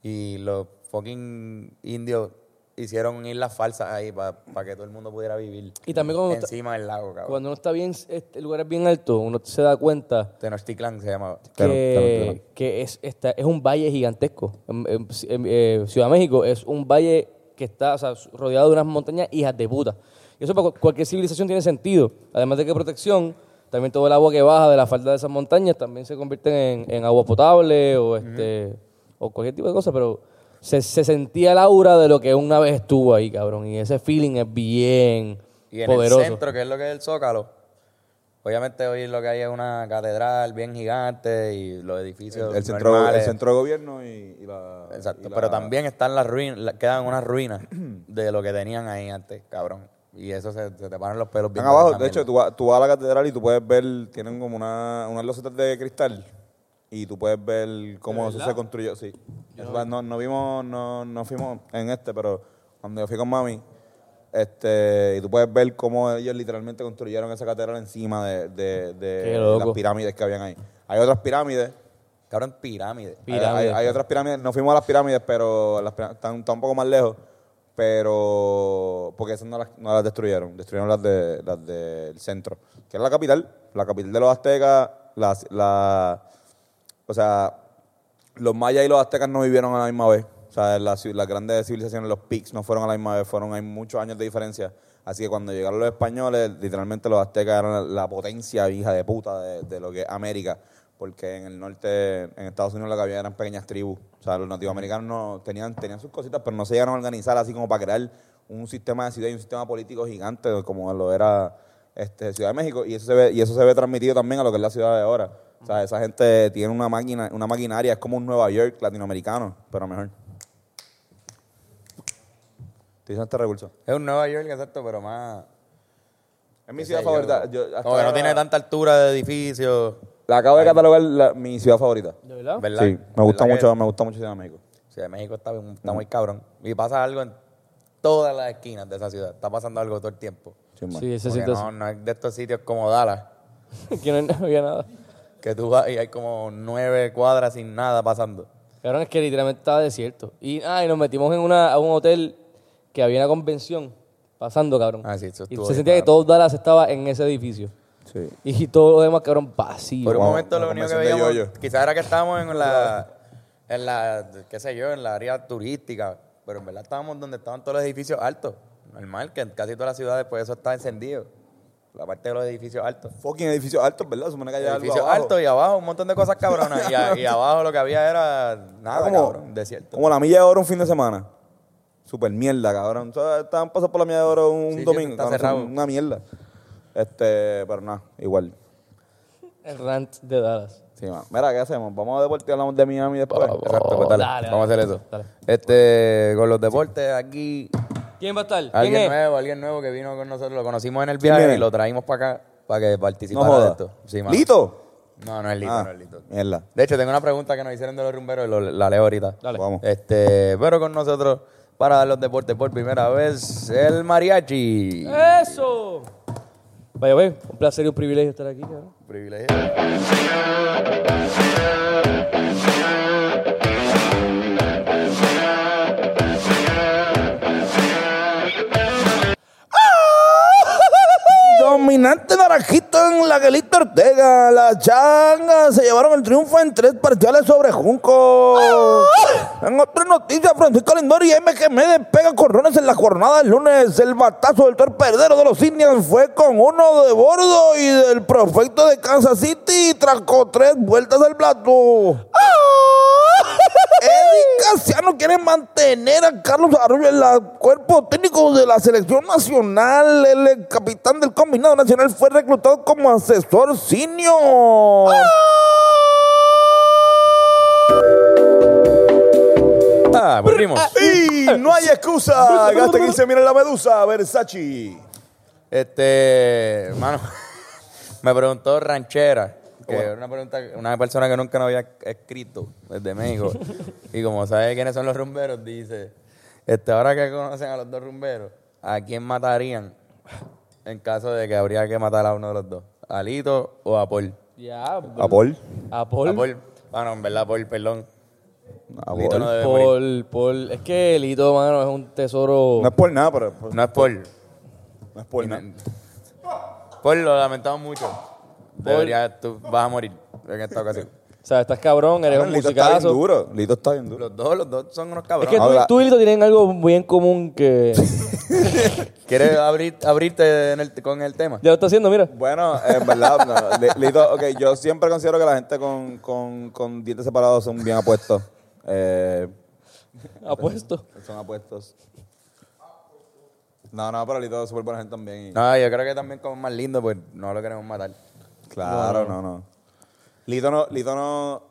Speaker 2: Y los fucking indios hicieron islas falsas ahí para que todo el mundo pudiera vivir
Speaker 3: Y también cuando está-
Speaker 2: encima del lago, cabrón.
Speaker 3: Cuando uno está bien, este, lugares bien altos, uno se da cuenta
Speaker 2: Tenochtitlan se llamaba.
Speaker 3: que,
Speaker 1: Claro, claro, claro.
Speaker 3: que es, esta, es un valle gigantesco. En- en- en- eh, Ciudad de México es un valle que está o sea, rodeado de unas montañas hijas de puta. Y eso para cu- cualquier civilización tiene sentido. Además de que protección, también todo el agua que baja de la falda de esas montañas también se convierte en, en agua potable o, este, o cualquier tipo de cosa, pero se, se sentía el aura de lo que una vez estuvo ahí, cabrón. Y ese feeling es bien
Speaker 2: Y en
Speaker 3: poderoso.
Speaker 2: el centro, que es lo que es el Zócalo, obviamente hoy lo que hay es una catedral bien gigante y los edificios
Speaker 1: El centro, el
Speaker 2: normales.
Speaker 1: centro de gobierno y, y la.
Speaker 2: Exacto,
Speaker 1: y la-
Speaker 2: pero también están las ruinas, la- quedan unas ruinas de lo que tenían ahí antes, cabrón. Y eso se, se te paran los pelos bien.
Speaker 1: Están abajo,
Speaker 2: grandes
Speaker 1: de hecho,
Speaker 2: también.
Speaker 1: tú, vas- tú vas a la catedral y tú puedes ver, tienen como una, unas losetas de cristal y tú puedes ver cómo eso se construyó, sí. Eso va- no, no vimos, no, no fuimos en este, pero cuando yo fui con mami, este, y tú puedes ver cómo ellos literalmente construyeron esa catedral encima de, de- de
Speaker 3: Qué loco.
Speaker 1: las pirámides que habían ahí. Hay otras pirámides.
Speaker 2: Cabrón, pirámide.
Speaker 1: Hay-
Speaker 3: Pirámides.
Speaker 1: Hay, hay otras pirámides, no fuimos a las pirámides, pero las pirá- están, están un poco más lejos, pero porque esas no las, no las destruyeron, destruyeron las de las del centro, que era la capital, la capital de los aztecas, las, la, o sea, los mayas y los aztecas no vivieron a la misma vez, sea, las, civi- las grandes civilizaciones, los pics, no fueron a la misma vez, fueron, hay muchos años de diferencia. Así que cuando llegaron los españoles, literalmente los aztecas eran la, la potencia hija de puta de, de lo que es América. Porque en el norte, en Estados Unidos, lo que había eran pequeñas tribus. O sea, los nativos americanos no, tenían, tenían sus cositas, pero no se llegaron a organizar así como para crear un sistema de ciudad y un sistema político gigante como lo era este, Ciudad de México. Y eso se ve, y eso se ve transmitido también a lo que es la ciudad de ahora. O sea, esa gente tiene una máquina, una maquinaria, es como un Nueva York latinoamericano, pero mejor. Utilizan este recurso.
Speaker 2: Es un Nueva York, exacto, pero más.
Speaker 1: Es mi
Speaker 2: qué
Speaker 1: ciudad
Speaker 2: sé yo.
Speaker 1: favorita. Yo, hasta
Speaker 2: Como que no
Speaker 1: ahora
Speaker 2: tiene tanta altura de edificio.
Speaker 1: La acabo de catalogar la- mi ciudad favorita.
Speaker 3: ¿De verdad?
Speaker 2: ¿Verdad?
Speaker 1: Sí, me gusta
Speaker 2: ¿Verdad
Speaker 1: mucho, me gusta mucho Ciudad de México.
Speaker 2: que Ciudad de México está, está muy cabrón. Y pasa algo en todas las esquinas de esa ciudad. Está pasando algo todo el tiempo.
Speaker 1: Sin más.
Speaker 3: Sí, se
Speaker 2: Porque
Speaker 3: siente
Speaker 2: no, no es de estos sitios como Dallas,
Speaker 3: así. que no, no había nada.
Speaker 2: que tú vas y hay como nueve cuadras sin nada pasando.
Speaker 3: Cabrón, es que literalmente estaba desierto. Y, ah, y nos metimos en una, a un hotel que había una convención pasando, cabrón.
Speaker 2: Ah, sí, eso
Speaker 3: y
Speaker 2: estuvo
Speaker 3: se
Speaker 2: bien,
Speaker 3: sentía que
Speaker 2: cabrón.
Speaker 3: todo Dallas estaba en ese edificio.
Speaker 1: Sí.
Speaker 3: Y todo lo demás, cabrón, vacío.
Speaker 2: Por un
Speaker 1: Wow,
Speaker 2: momento
Speaker 1: una
Speaker 2: lo único que
Speaker 1: convención de
Speaker 2: veíamos,
Speaker 1: yoyo.
Speaker 2: quizás era que estábamos en la, en la, qué sé yo, en la área turística, pero en verdad estábamos donde estaban todos los edificios altos. Normal, que en casi todas las ciudades pues eso está encendido. La parte de los edificios altos.
Speaker 1: Fucking edificios altos, ¿verdad? Supone que hay algo
Speaker 2: Edificios
Speaker 1: abajo.
Speaker 2: altos y abajo un montón de cosas cabronas. y, a- y abajo lo que había era nada,
Speaker 1: Está como,
Speaker 2: Ah, cabrón, desierto.
Speaker 1: Como la milla de oro un fin de semana. Super mierda, cabrón. O sea, Estaban pasando por la milla de oro un
Speaker 2: Sí, sí,
Speaker 1: domingo.
Speaker 2: está
Speaker 1: cabrón,
Speaker 2: cerrado.
Speaker 1: Una mierda. Este, pero nada, igual.
Speaker 3: El rant de Dallas.
Speaker 1: Sí, man. Mira, ¿qué hacemos? Vamos a deporte y hablamos de Miami después.
Speaker 2: Exacto, pues dale,
Speaker 3: Dale, dale.
Speaker 2: vamos a hacer eso.
Speaker 3: Dale.
Speaker 2: Este, con los deportes aquí,
Speaker 3: ¿Quién va a estar? ¿Quién
Speaker 2: alguien
Speaker 3: es?
Speaker 2: nuevo, alguien nuevo que vino con nosotros, lo conocimos en el
Speaker 1: ¿Quién
Speaker 2: viaje
Speaker 1: viene?
Speaker 2: y lo traímos para acá para que
Speaker 1: No
Speaker 2: participara de
Speaker 1: jodas.
Speaker 2: esto. Sí, mano.
Speaker 1: ¿Lito?
Speaker 2: No, no es Lito,
Speaker 1: Ah,
Speaker 2: no es Lito.
Speaker 1: mierda.
Speaker 2: De hecho, tengo una pregunta que nos hicieron de los rumberos y lo- la leo ahorita.
Speaker 3: Dale.
Speaker 1: Vamos.
Speaker 2: Este, pero con nosotros para dar los deportes por primera vez, el mariachi.
Speaker 3: ¡Eh! ¡Eso! Vaya, güey, un placer y un privilegio estar aquí, cabrón.
Speaker 2: Privilegio.
Speaker 1: Dominante naranjito en la Guelita Ortega. Las changas se llevaron el triunfo en tres parciales sobre Junco. En otras noticias, Francisco Lindor y MGM despegan corrones en la jornada del lunes. El batazo del torpe perdero de los Indians fue con uno de bordo y del prospecto de Kansas City tracó tres vueltas al plato. Eddie Casiano quiere mantener a Carlos Arroyo en el cuerpo técnico de la selección nacional. El ex capitán del combinado nacional fue reclutado como asesor senior.
Speaker 2: Ah, volvimos.
Speaker 1: Y no hay excusa. Gasta 15 mil en la medusa, Versace.
Speaker 2: Este, hermano, me preguntó ranchera, que era una pregunta, una persona que nunca nos había escrito desde México. y como sabe quiénes son los rumberos, dice, este, ahora que conocen a los dos rumberos, ¿a quién matarían en caso de que habría que matar a uno de los dos? ¿A Lito o a Paul?
Speaker 3: Ya,
Speaker 1: ¿A Paul?
Speaker 3: A Paul.
Speaker 2: A Paul. Ah, no, en verdad, Paul, perdón.
Speaker 1: A
Speaker 2: Lito no
Speaker 1: Paul.
Speaker 2: debe morir.
Speaker 3: Paul, Paul. Es que Lito, mano, es un tesoro.
Speaker 1: No es por nada, pero
Speaker 2: No es Paul.
Speaker 1: no es por nada.
Speaker 2: Paul, lo lamentamos mucho. Debería, tú vas a morir en esta ocasión.
Speaker 3: O sea, estás cabrón, eres un
Speaker 1: Lito está bien
Speaker 3: musicazo.
Speaker 1: duro. Lito está bien duro.
Speaker 2: Los dos, los dos son unos
Speaker 3: Es
Speaker 2: cabrones.
Speaker 3: que tú,
Speaker 1: Ahora-
Speaker 3: tú y Lito tienen algo bien común que.
Speaker 2: ¿Quieres abrir, abrirte en el- con el tema?
Speaker 3: ya lo está haciendo, mira.
Speaker 1: Bueno, eh, en verdad, no, Li- Lito, ok, yo siempre considero que la gente con, con, con dientes separados son bien apuestos. Eh,
Speaker 3: Apuesto.
Speaker 1: son apuestos. No, no, pero Lito es súper buena gente también. y-
Speaker 2: No, yo creo que también como es más lindo, pues no lo queremos matar.
Speaker 1: Claro, no, no. Lito no, Lito no.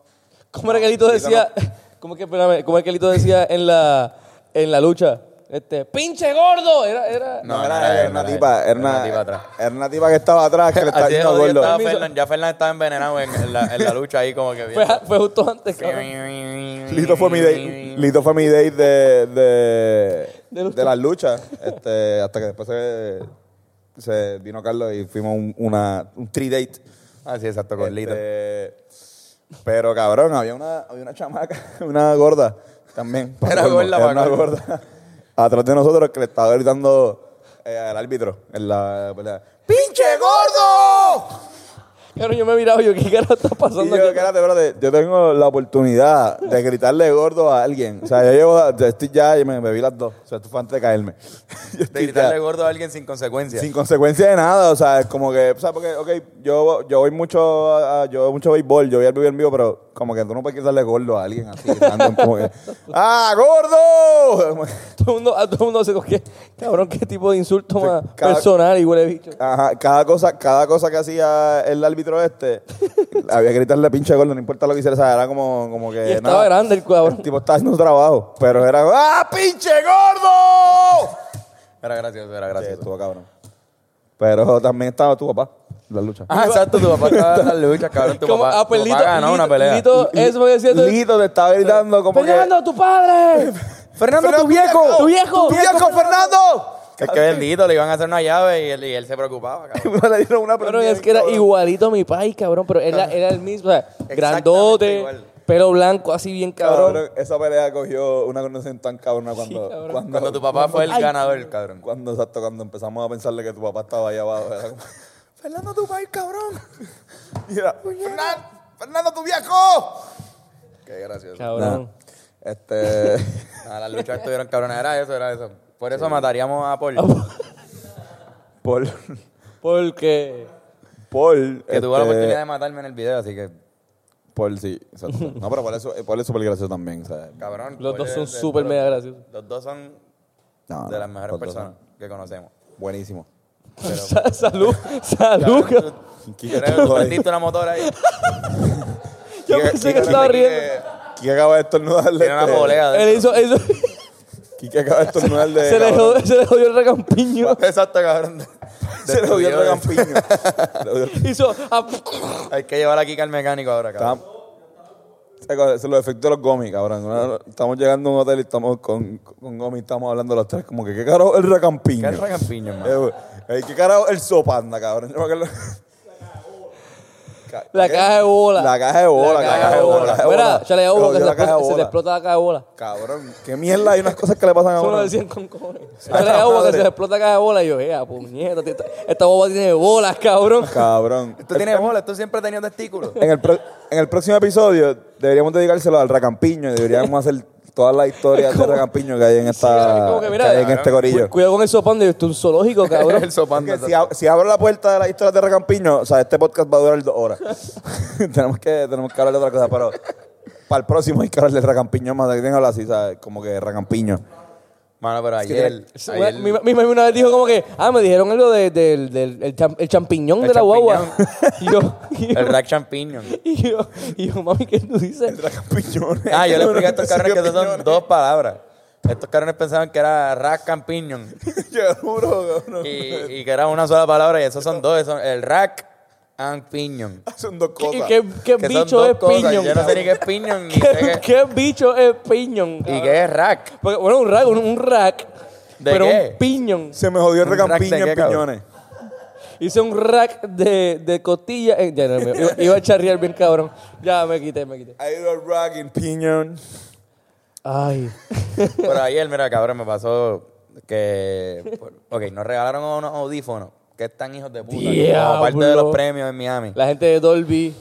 Speaker 3: ¿Cómo era que Lito decía? ¿Cómo, que, espérame, ¿Cómo es que Lito decía en la, en la lucha? Este, ¡Pinche gordo! Era, era.
Speaker 1: No,
Speaker 2: No,
Speaker 1: era,
Speaker 2: no era
Speaker 1: era
Speaker 2: él,
Speaker 1: una
Speaker 2: no era
Speaker 1: tipa.
Speaker 2: él,
Speaker 1: Era una, tipa atrás. Era una tipa que estaba atrás, que le estaba
Speaker 2: Así es,
Speaker 1: diciendo gordo.
Speaker 2: jodido estaba Fernan, ya Fernández estaba envenenado en, en la, en la lucha ahí como que
Speaker 3: Fue,
Speaker 2: viendo.
Speaker 3: fue justo antes, cabrón.
Speaker 2: Pues,
Speaker 1: Lito fue mi date, Lito fue mi date de, de,
Speaker 3: De lucha.
Speaker 1: de las luchas. Este, hasta que después se, se vino Carlos y fuimos un, una, un three date.
Speaker 2: Así Ah, exacto, con Lito.
Speaker 1: Este, pero cabrón, había una, había una chamaca, una gorda también. para
Speaker 2: Era
Speaker 1: colmo, era
Speaker 2: gorda, para
Speaker 1: una
Speaker 2: colmo.
Speaker 1: gorda. Atrás de nosotros que le estaba gritando eh, al árbitro en la pelea. ¡Pinche gordo!
Speaker 3: Cabrón, yo me he mirado y yo, ¿qué carajo está
Speaker 1: Y
Speaker 3: pasando
Speaker 1: yo,
Speaker 3: aquí?
Speaker 1: espérate, espérate, yo tengo la oportunidad de gritarle gordo a alguien. O sea, yo llevo, yo estoy ya, y me bebí las dos. O sea, esto fue antes de caerme. Yo
Speaker 2: De
Speaker 1: estoy
Speaker 2: gritarle
Speaker 1: ya
Speaker 2: gordo a alguien sin consecuencias.
Speaker 1: Sin consecuencia de nada, o sea, es como que, o sea, porque, ok, yo, yo voy mucho, a, a- yo veo mucho béisbol, yo voy al vivir en vivo, pero como que tú no puedes gritarle gordo a alguien así, random, como que, ¡ah, gordo! Como que-
Speaker 3: Todo el mundo, a todo el mundo hace como que, cabrón, qué tipo de insulto
Speaker 1: Sí,
Speaker 3: más
Speaker 1: cada-
Speaker 3: personal y huele bicho.
Speaker 1: Ajá, cada cosa, cada cosa que hacía el árbitro este, había que gritarle pinche gordo, no importa lo que hiciera, o sea, era como, como que.
Speaker 3: Y estaba
Speaker 1: nada,
Speaker 3: grande el cabrón.
Speaker 1: El tipo estaba haciendo su trabajo, pero era, ¡ah, pinche gordo!
Speaker 2: Era gracioso, era
Speaker 1: Sí,
Speaker 2: gracioso.
Speaker 1: estuvo cabrón. Pero también estaba tu papá, en la lucha.
Speaker 2: Ah, exacto, tu papá estaba en las luchas, cabrón. Tu
Speaker 3: Como-
Speaker 2: papá,
Speaker 3: ah, pues
Speaker 2: tu papá
Speaker 3: Lito-
Speaker 2: ganó una
Speaker 3: Lito-
Speaker 2: pelea.
Speaker 3: Lito- eso voy a decir-
Speaker 1: Lito te estaba gritando como
Speaker 3: Fernando, tu padre.
Speaker 1: que. ¡Fernando, tu viejo!
Speaker 3: tu viejo,
Speaker 1: ¡Tu viejo, Fernando!
Speaker 2: Es que bendito, le iban a hacer una llave y él, y él se preocupaba, cabrón.
Speaker 1: Le dieron una
Speaker 3: Cabrón,
Speaker 1: prendida,
Speaker 3: es que era
Speaker 1: cabrón.
Speaker 3: igualito a mi país, cabrón, pero era, era el mismo, o sea,
Speaker 2: Exactamente
Speaker 3: grandote,
Speaker 2: igual.
Speaker 3: pelo blanco, así bien cabrón.
Speaker 1: Cabrón, esa pelea cogió una condición tan cabrona cuando,
Speaker 3: cabrón.
Speaker 1: cuando,
Speaker 2: Cuando tu papá fue el ganador, cabrón.
Speaker 1: Cuando, exacto, cuando empezamos a pensarle que tu papá estaba allá abajo, era como, Fernando, tu país, cabrón. Y era, "Fernan- Fernando, tu viejo.
Speaker 2: Qué gracioso.
Speaker 3: Cabrón.
Speaker 1: Este,
Speaker 2: Ah, las luchas estuvieron cabronas. Era eso, era eso. Por eso mataríamos a Paul.
Speaker 1: Paul,
Speaker 3: Porque
Speaker 1: Paul,
Speaker 2: Que tuvo la
Speaker 1: este,
Speaker 2: oportunidad de matarme en el video, así que,
Speaker 1: Paul, sí, exacto. No, pero Paul es, su- Paul es súper gracioso también, o sea,
Speaker 2: cabrón.
Speaker 3: los
Speaker 2: Paul
Speaker 3: dos
Speaker 2: es-
Speaker 3: son
Speaker 2: es-
Speaker 3: súper
Speaker 2: los-
Speaker 3: mega graciosos.
Speaker 2: Los dos son
Speaker 1: no,
Speaker 2: de las
Speaker 1: no,
Speaker 2: mejores
Speaker 1: Ah, los dos
Speaker 2: personas
Speaker 1: son
Speaker 2: que conocemos.
Speaker 1: Buenísimo.
Speaker 3: Sa- salud, salud.
Speaker 2: Cabrón,
Speaker 3: cabrón.
Speaker 1: Quique,
Speaker 2: Eres un perdiste una motora ahí.
Speaker 3: Yo
Speaker 1: Quique-
Speaker 3: pensé que
Speaker 1: Quique-
Speaker 3: estaba
Speaker 1: Quique-
Speaker 3: riendo.
Speaker 1: Quique acaba de estornudarle.
Speaker 2: Tiene una
Speaker 1: este,
Speaker 2: polea. de-
Speaker 3: Él hizo, hizo-
Speaker 1: Quique acaba de estornudarle.
Speaker 3: se, le
Speaker 1: cabrón.
Speaker 3: jodió, se le jodió el recampiño.
Speaker 2: Exacto, cabrón.
Speaker 1: Se le dio el regampiño. Le dio-
Speaker 3: hizo, ah,
Speaker 2: Hay que llevar aquí al mecánico ahora, cabrón.
Speaker 1: Estamos- Se co- se los efectos de los gomis, cabrón. Una- Estamos llegando a un hotel y estamos con, con gomis, estamos hablando los tres, como que qué caro el racampiño.
Speaker 2: ¿Qué es regampiño, hermano?
Speaker 1: Eh, güey, eh, qué caro el sopanda, cabrón. Yo me acuerdo- Ca-
Speaker 3: la
Speaker 1: ¿qué?
Speaker 3: caja de bola.
Speaker 1: La caja de bola,
Speaker 3: La caja de bola. Mira, ya le digo
Speaker 1: Pero
Speaker 3: que se
Speaker 1: yo
Speaker 3: le
Speaker 1: la caja de
Speaker 3: explota- se le
Speaker 1: bola.
Speaker 3: explota la caja de bola.
Speaker 1: Cabrón, qué mierda hay unas cosas que le pasan a
Speaker 3: Eso me
Speaker 1: uno.
Speaker 3: lo decían con cojones. Yo le hago que
Speaker 1: madre.
Speaker 3: se le explota cada bola y yo, ea, puñeta, esta, esta boba tiene bolas, cabrón.
Speaker 1: Cabrón.
Speaker 2: Tú tienes bola, tú siempre has tenido testículos.
Speaker 1: En el, pro- en el próximo episodio deberíamos dedicárselo al racampiño y deberíamos hacer todas las historias de racampiño que hay en
Speaker 3: es
Speaker 1: esta
Speaker 3: como que,
Speaker 1: que
Speaker 3: mira,
Speaker 1: hay en este corillo.
Speaker 3: Cuidado con el sopando, esto es un zoológico, cabrón.
Speaker 2: el sopando.
Speaker 1: Que si, ab- si abro la puerta de las historias de Recampiño, o sea, este podcast va a durar dos horas. tenemos, que, tenemos que hablar de otra cosa, pero para el próximo hay que hablar del Recampiño más. de que tienen que hablar así, ¿sabes? Como que Recampiño.
Speaker 2: Mano, pero
Speaker 1: que
Speaker 2: ayer.
Speaker 3: Sí, una-
Speaker 2: ayer-
Speaker 3: Mi, mi mami una vez dijo como que, ah, me dijeron algo de- del del- el cham- el champiñón
Speaker 2: El
Speaker 3: de la guagua. Y
Speaker 2: champiñón.
Speaker 3: yo, y yo,
Speaker 2: El rack champiñón.
Speaker 3: y yo, y yo, mami, ¿qué tú dices?
Speaker 1: Recampiño.
Speaker 2: Ah, yo le expliqué a estos cabrones que esas son dos palabras. Estos cabrones pensaban que era rack champiñón
Speaker 1: Yo juro, cabrón.
Speaker 2: y, y que era una sola palabra y esos son dos. esos- el rack and piñón.
Speaker 1: Son dos
Speaker 3: ¿Y
Speaker 1: cosas.
Speaker 3: qué, qué
Speaker 2: Que son
Speaker 3: bicho
Speaker 2: dos
Speaker 3: es
Speaker 2: cosas.
Speaker 3: piñón?
Speaker 2: Yo no sé
Speaker 3: cabrón?
Speaker 2: ni qué es piñón ni sé
Speaker 3: ¿Qué,
Speaker 2: qué.
Speaker 3: qué bicho es piñón?
Speaker 2: ¿Y
Speaker 3: cabrón?
Speaker 2: qué es rack?
Speaker 3: Porque, bueno, un rack, un, un rack.
Speaker 2: ¿De
Speaker 3: pero
Speaker 2: qué?
Speaker 3: un piñón.
Speaker 1: Se me jodió el
Speaker 2: Un rack de
Speaker 1: Recampiño
Speaker 2: qué,
Speaker 1: en
Speaker 2: cabrón.
Speaker 1: piñones.
Speaker 3: Hice un rack de, de costillas. eh, ya no, me- iba, iba a charrear bien cabrón. Ya me quité, me quité.
Speaker 1: I do a rack in piñón.
Speaker 3: Ay.
Speaker 2: Pero ayer, mira, cabrón, me pasó que. por- Ok, nos regalaron unos audífonos que están hijos de puta.
Speaker 3: Diablo.
Speaker 2: Como parte de los premios en Miami.
Speaker 3: La gente de Dolby,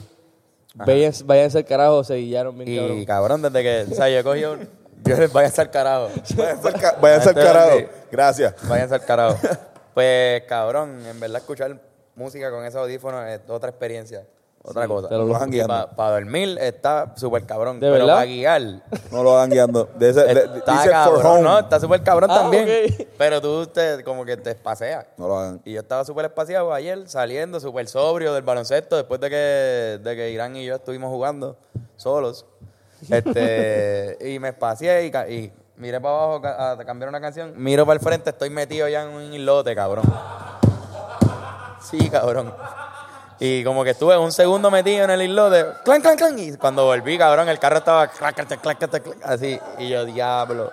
Speaker 3: váyanse, váyanse al carajo, se guillaron bien
Speaker 2: Y
Speaker 3: cabrón.
Speaker 2: cabrón, desde que. O sea, yo cogí. un- Yo les vaya a estar carajo.
Speaker 1: Váyanse al ca- váyanse al carajo. Gracias.
Speaker 2: Váyanse al carajo. Pues, cabrón, en verdad escuchar música con esos audífonos es otra experiencia. Otra cosa.
Speaker 3: te lo
Speaker 1: Nos van guiando.
Speaker 2: Para dormir está súper cabrón.
Speaker 3: ¿De
Speaker 2: pero
Speaker 3: verdad?
Speaker 2: para guiar.
Speaker 1: No lo van guiando. De ese- de-
Speaker 2: Está
Speaker 1: Dice for
Speaker 2: cabrón,
Speaker 1: home.
Speaker 2: ¿no? Está súper cabrón
Speaker 3: Ah,
Speaker 2: también.
Speaker 3: ok.
Speaker 2: Pero tú te, como que te espaceas.
Speaker 1: No lo hagan.
Speaker 2: Y yo estaba súper espaciado ayer, saliendo súper sobrio del baloncesto, después de que, de que Irán y yo estuvimos jugando solos. Este, y me espacié y, ca- y miré para abajo ca- a cambiar una canción. Miro para el frente, estoy metido ya en un islote, cabrón. Sí, cabrón. Y como que estuve un segundo metido en el islote, clan, clan, clan. Y cuando volví, cabrón, el carro estaba clacata, clacata, clac, así. Y yo, diablo.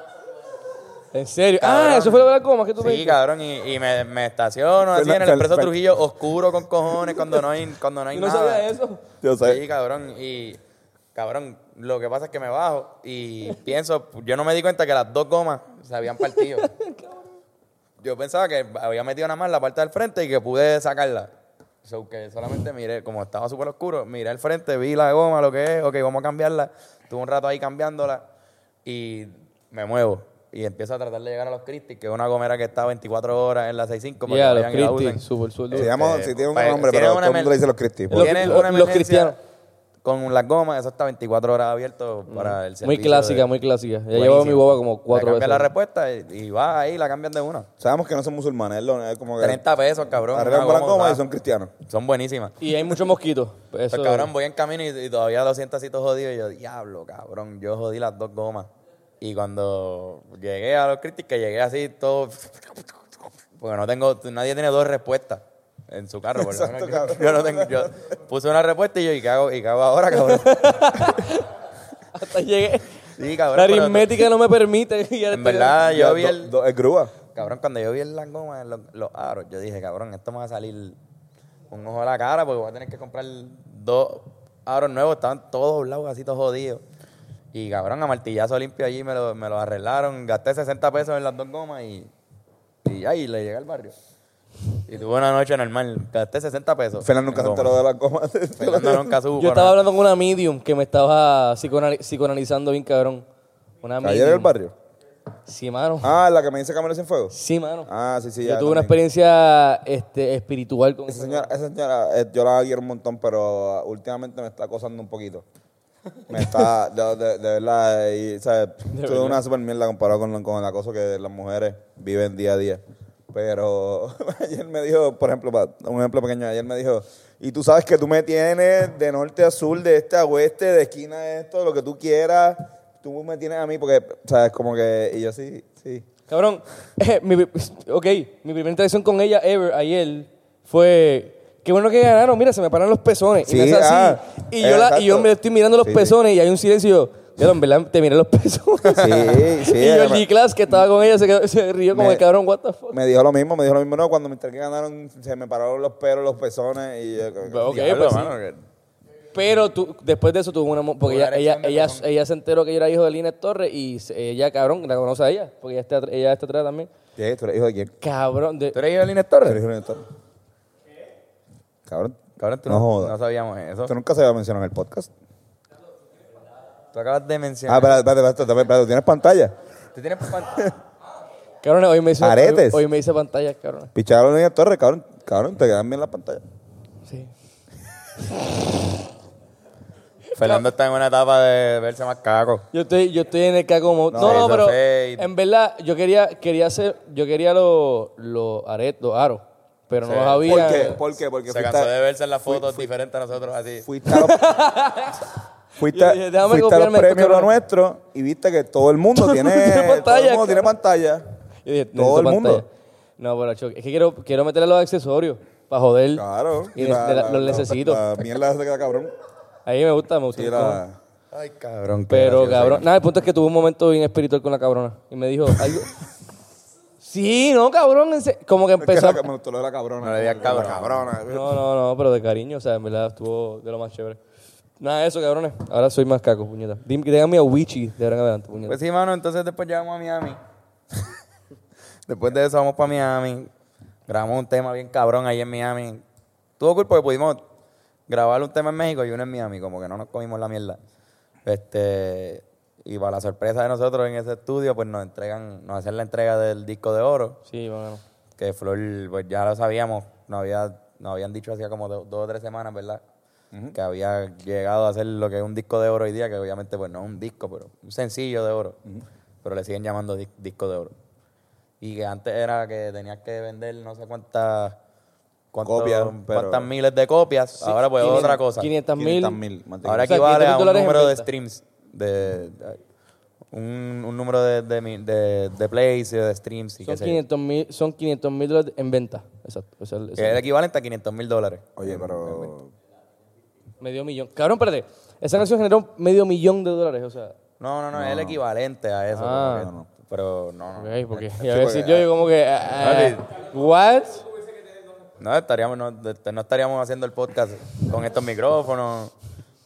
Speaker 3: En serio.
Speaker 2: Cabrón.
Speaker 3: Ah, eso fue lo de la coma que tú me
Speaker 2: Sí,
Speaker 3: dijiste.
Speaker 2: cabrón, y, y me, me estaciono así
Speaker 1: Fernan-
Speaker 2: en el expreso
Speaker 1: Fer-
Speaker 2: Trujillo, oscuro con cojones, cuando no hay, cuando no hay
Speaker 3: Yo no
Speaker 2: nada.
Speaker 3: sabía eso.
Speaker 1: Yo sé.
Speaker 2: Sí, cabrón, y cabrón, lo que pasa es que me bajo y pienso, yo no me di cuenta que las dos gomas se habían partido. yo pensaba que había metido nada más la parte del frente y que pude sacarla. So que solamente miré, como estaba súper oscuro, miré al frente, vi la goma, lo que es, ok, vamos a cambiarla. Tuve un rato ahí cambiándola y me muevo. Y empiezo a tratar de llegar a los Christie, que es una gomera que está 24 horas en la 6.5
Speaker 3: Ya,
Speaker 2: para que
Speaker 3: los
Speaker 2: vayan y la
Speaker 3: Christie,
Speaker 2: usen.
Speaker 3: super sueldo.
Speaker 1: Se llama,
Speaker 2: Eh,
Speaker 1: si este, tiene un
Speaker 2: pues,
Speaker 1: nombre,
Speaker 2: tiene
Speaker 1: pero
Speaker 2: una
Speaker 1: todo el mundo
Speaker 2: emer-
Speaker 1: le dice los Christie.
Speaker 3: Lo-
Speaker 2: Tienes
Speaker 3: lo- los
Speaker 2: una emergencia
Speaker 3: cristianos. Mm.
Speaker 2: Con las gomas, eso está 24 horas abierto para el
Speaker 3: Muy
Speaker 2: servicio
Speaker 3: clásica,
Speaker 2: de-
Speaker 3: muy clásica. Ya
Speaker 2: Buenísimo.
Speaker 3: llevo mi boba como
Speaker 2: Le
Speaker 3: cuatro
Speaker 2: cambian la
Speaker 3: veces.
Speaker 2: respuesta y, y va ahí, la cambian de una.
Speaker 1: Sabemos que no son musulmanes, es, lo, es como que...
Speaker 2: 30 pesos, cabrón.
Speaker 1: Arreglan
Speaker 2: una
Speaker 1: con las
Speaker 2: goma
Speaker 1: gomas y
Speaker 2: usada.
Speaker 1: son cristianos.
Speaker 2: Son buenísimas.
Speaker 3: Y hay muchos mosquitos. Eso,
Speaker 2: Pues, cabrón, voy en camino y, y todavía lo siento así todo jodido. Y yo, diablo, cabrón, yo jodí las dos gomas. Y cuando llegué a los críticos, que llegué así todo. Porque no tengo. Nadie tiene dos respuestas en su carro. Por lo menos
Speaker 1: Exacto,
Speaker 2: yo, yo no tengo. Yo puse una respuesta y yo, ¿y qué hago, y qué hago ahora, cabrón?
Speaker 3: Hasta llegué.
Speaker 2: Sí,
Speaker 3: La
Speaker 2: cabrón. pero-
Speaker 3: aritmética no me permite. y ya
Speaker 2: en
Speaker 3: estoy-
Speaker 2: verdad,
Speaker 1: Ya,
Speaker 2: Ah, yo vi
Speaker 1: do-
Speaker 2: el.
Speaker 1: do- es grúa.
Speaker 2: Cabrón, cuando yo vi las gomas, los, los aros, yo dije, cabrón, esto me va a salir un ojo a la cara porque voy a tener que comprar dos aros nuevos. Estaban todos doblados, así todos jodidos. Y cabrón, a martillazo limpio allí me lo, me lo arreglaron. Gasté 60 pesos en las dos gomas y, y ahí le llegué al barrio. Y tuve una noche normal. Gasté 60 pesos.
Speaker 1: Fernando nunca
Speaker 2: en
Speaker 1: se
Speaker 2: gomas.
Speaker 1: enteró de las gomas.
Speaker 2: Fernando nunca supo.
Speaker 3: Yo estaba
Speaker 2: nada.
Speaker 3: hablando con una medium que me estaba psicoanali- psicoanalizando bien, cabrón. Una
Speaker 1: ¿Ayer en el
Speaker 3: medium.
Speaker 1: barrio?
Speaker 3: Sí, mano.
Speaker 1: Ah, la que me dice Camilo sin fuego.
Speaker 3: Sí, mano.
Speaker 1: Ah, sí, sí.
Speaker 3: Yo
Speaker 1: ya,
Speaker 3: tuve una
Speaker 1: también.
Speaker 3: experiencia este, espiritual con
Speaker 1: Esa señora, esa señora eh, yo la quiero un montón, pero ah, últimamente me está acosando un poquito. Me está, de, de- de verdad, eh, y, ¿sabes? Tuve una super mierda comparado con, lo- con el acoso que las mujeres viven día a día. Pero ayer me dijo, por ejemplo, pa- un ejemplo pequeño, ayer me dijo, y tú sabes que tú me tienes de norte a sur, de este a oeste, de esquina a esto, lo que tú quieras, tú me tienes a mí, porque, ¿sabes? Como que, y yo sí, sí.
Speaker 3: Cabrón, eh, mi, ok, mi primera interacción con ella ever ayer fue. Qué bueno que ganaron, mira, se me paran los pezones.
Speaker 1: Sí,
Speaker 3: y me hace así.
Speaker 1: ah,
Speaker 3: y,
Speaker 1: eh,
Speaker 3: yo la- y yo
Speaker 1: exacto.
Speaker 3: me estoy mirando los
Speaker 1: Sí, sí.
Speaker 3: pezones y hay un silencio. y yo, "Diablo, en verdad, te miré los pezones.
Speaker 1: Sí, sí,
Speaker 3: y yo, el
Speaker 1: además-
Speaker 3: D-Class que estaba con ella se, quedó- se rió como
Speaker 1: Me-
Speaker 3: el cabrón, what the fuck.
Speaker 1: Me dijo lo mismo, me dijo lo mismo. No, cuando me enteré que ganaron, se me pararon los pelos, los pezones y yo,
Speaker 3: Ok,
Speaker 2: Diablo,
Speaker 3: pues sí.
Speaker 2: mano, que-
Speaker 3: Pero tú, después de eso tuvo una... mo- Porque ella,
Speaker 2: Tuvo una
Speaker 3: ella,
Speaker 2: erección de
Speaker 3: ella,
Speaker 2: pezón.
Speaker 3: ella se enteró que yo era hijo de Lina Torres y se- ella, cabrón, la conoce a ella, porque ella está, atr- ella está atrás también.
Speaker 1: ¿Qué? ¿Tú eres hijo de quién?
Speaker 3: Cabrón, de-
Speaker 2: ¿Tú eres Ivelines
Speaker 1: ¿Tú
Speaker 2: Torres?
Speaker 1: eres hijo de Néstor? Cabrón,
Speaker 2: Cabrón, tú
Speaker 1: No
Speaker 2: no,
Speaker 1: jodas.
Speaker 2: no sabíamos eso.
Speaker 1: esto nunca se había mencionado en el podcast.
Speaker 2: Tú acabas de
Speaker 1: Ah,
Speaker 2: mencionar.
Speaker 1: espérate, espérate, espérate, espérate, espérate, ¿tienes pantalla?
Speaker 2: ¿Tú tienes pan-
Speaker 3: cabrón, hoy me hizo...
Speaker 1: Aretes.
Speaker 3: Hoy, hoy me hice pantallas, cabrón.
Speaker 1: Picharon en Torres, cabrón, cabrón, te quedan bien las pantallas.
Speaker 3: Sí.
Speaker 2: Fernando está en una etapa de verse más caco.
Speaker 3: Yo estoy, yo estoy en el caco como... No,
Speaker 2: No,
Speaker 3: no,
Speaker 2: eso
Speaker 3: pero
Speaker 2: fue-
Speaker 3: en verdad yo quería, quería hacer... Yo quería los lo aretes, los aros, pero no
Speaker 2: Sí.
Speaker 3: los
Speaker 2: ¿Por
Speaker 3: había...
Speaker 1: ¿Por qué? Porque
Speaker 2: Se cansó de verse en las fotos diferentes a nosotros así.
Speaker 1: fuiste a los, fuiste,
Speaker 3: Yo dije, déjame
Speaker 1: fuiste a los
Speaker 3: copiarme esto,
Speaker 1: premios lo
Speaker 3: cabrón.
Speaker 1: nuestro y viste que todo el mundo
Speaker 3: Todo el
Speaker 1: tiene,
Speaker 3: mundo tiene
Speaker 1: todo el
Speaker 3: pantalla,
Speaker 1: mundo tiene pantalla.
Speaker 3: Yo dije,
Speaker 1: Todo el
Speaker 3: necesito
Speaker 1: mundo.
Speaker 3: pantalla. No, pero choque. Es que quiero, quiero meterle los accesorios para joder.
Speaker 1: Claro.
Speaker 3: Y ne- de la- los necesito.
Speaker 1: La, mierda esa que da cabrón.
Speaker 3: Ahí me gusta, me gusta.
Speaker 1: Sí,
Speaker 3: cómo-
Speaker 1: la...
Speaker 2: Ay, cabrón. qué
Speaker 3: Pero
Speaker 2: gracioso.
Speaker 3: cabrón, nada, el punto es que tuve un momento bien espiritual con la cabrona y me dijo algo. sí, no, cabrón, en se- como que
Speaker 1: Es que
Speaker 3: empezó.
Speaker 1: la- me gustó lo de la cabrona.
Speaker 2: No le digas cabrón.
Speaker 1: La cabrona.
Speaker 3: No, no, no, pero de cariño, o sea, en verdad estuvo de lo más chévere. Nada de eso, cabrones. Ahora soy más caco, puñeta. Dime que mi a Wichi de ahora en adelante, puñeta.
Speaker 2: Pues sí, mano, entonces después llegamos a Miami. después de eso vamos para Miami. Grabamos un tema bien cabrón ahí en Miami. Tuvo culpa que pudimos grabar un tema en México y uno en Miami, como que no nos comimos la mierda. Este, y para la sorpresa de nosotros en ese estudio, pues nos entregan, nos hacen la entrega del disco de oro.
Speaker 3: sí, bueno.
Speaker 2: que Flor, pues ya lo sabíamos, nos, había, nos habían dicho hacía como do- dos o tres semanas, ¿verdad? Que había llegado a hacer lo que es un disco de oro hoy día, que obviamente pues no es un disco, pero un sencillo de oro, pero le siguen llamando dis- disco de oro. Y que antes era que tenías que vender no sé cuántas cuánto-
Speaker 1: Copias, pero-
Speaker 2: cuántas miles de copias, ahora pues es otra cosa.
Speaker 3: 500 mil.
Speaker 1: 500.000, mantenga.
Speaker 2: Ahora
Speaker 3: O sea,
Speaker 2: equivale a
Speaker 3: 500
Speaker 2: un
Speaker 3: dólares en
Speaker 2: número de
Speaker 3: venta.
Speaker 2: streams. De, de- un, un número de, de, mi- de, de plays y de streams. Y qué
Speaker 3: Son
Speaker 2: sé yo.
Speaker 3: 500 mil son 500 mil dólares en venta. Exacto. o sea, el-
Speaker 2: Que es el equivalente a 500 mil dólares.
Speaker 1: Oye, pero.
Speaker 3: medio millón. Cabrón, espérate. Esa canción generó medio millón de dólares, o sea.
Speaker 2: No, no, no, es el equivalente a eso.
Speaker 3: Ah.
Speaker 2: porque-
Speaker 1: No, no.
Speaker 2: Pero no, no.
Speaker 3: Ok, porque
Speaker 1: Sí,
Speaker 3: y a veces
Speaker 1: porque-
Speaker 3: yo, yo como que. ah, ¿What?
Speaker 2: No estaríamos, no, de- no estaríamos haciendo el podcast con estos micrófonos.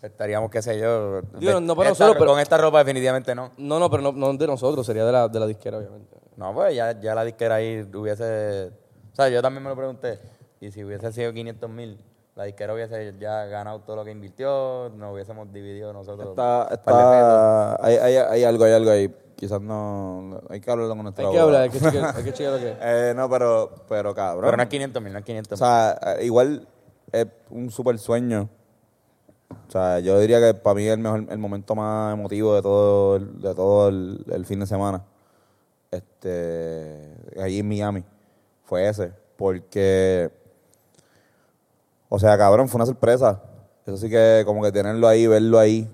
Speaker 2: Estaríamos, qué sé yo.
Speaker 3: Digo, no para
Speaker 2: esta-
Speaker 3: nosotros, pero-
Speaker 2: Con esta ropa definitivamente no.
Speaker 3: No, no, pero no, no de nosotros, sería de la, de la disquera, obviamente.
Speaker 2: No, pues ya, ya la disquera ahí hubiese... O sea, yo también me lo pregunté. Y Y si hubiese sido 500 mil, la disquera hubiese ya ganado todo lo que invirtió, nos hubiésemos dividido nosotros.
Speaker 1: Está,
Speaker 2: un par de pesos.
Speaker 1: está, hay, hay, hay algo, hay algo ahí. Quizás no. Hay que hablarlo con nuestra
Speaker 3: Hay que hablar, hay que chequear, hay que chequear lo que es.
Speaker 1: Eh, no, pero, pero cabrón.
Speaker 2: Pero no es 500 mil, no es 500
Speaker 1: O sea, eh, igual es un super sueño. O sea, yo diría que para mí es el mejor, el momento más emotivo de todo, el- de todo el, el fin de semana. Este, ahí en Miami. Fue ese. Porque, o sea, cabrón, fue una sorpresa. Eso sí que como que tenerlo ahí, verlo ahí.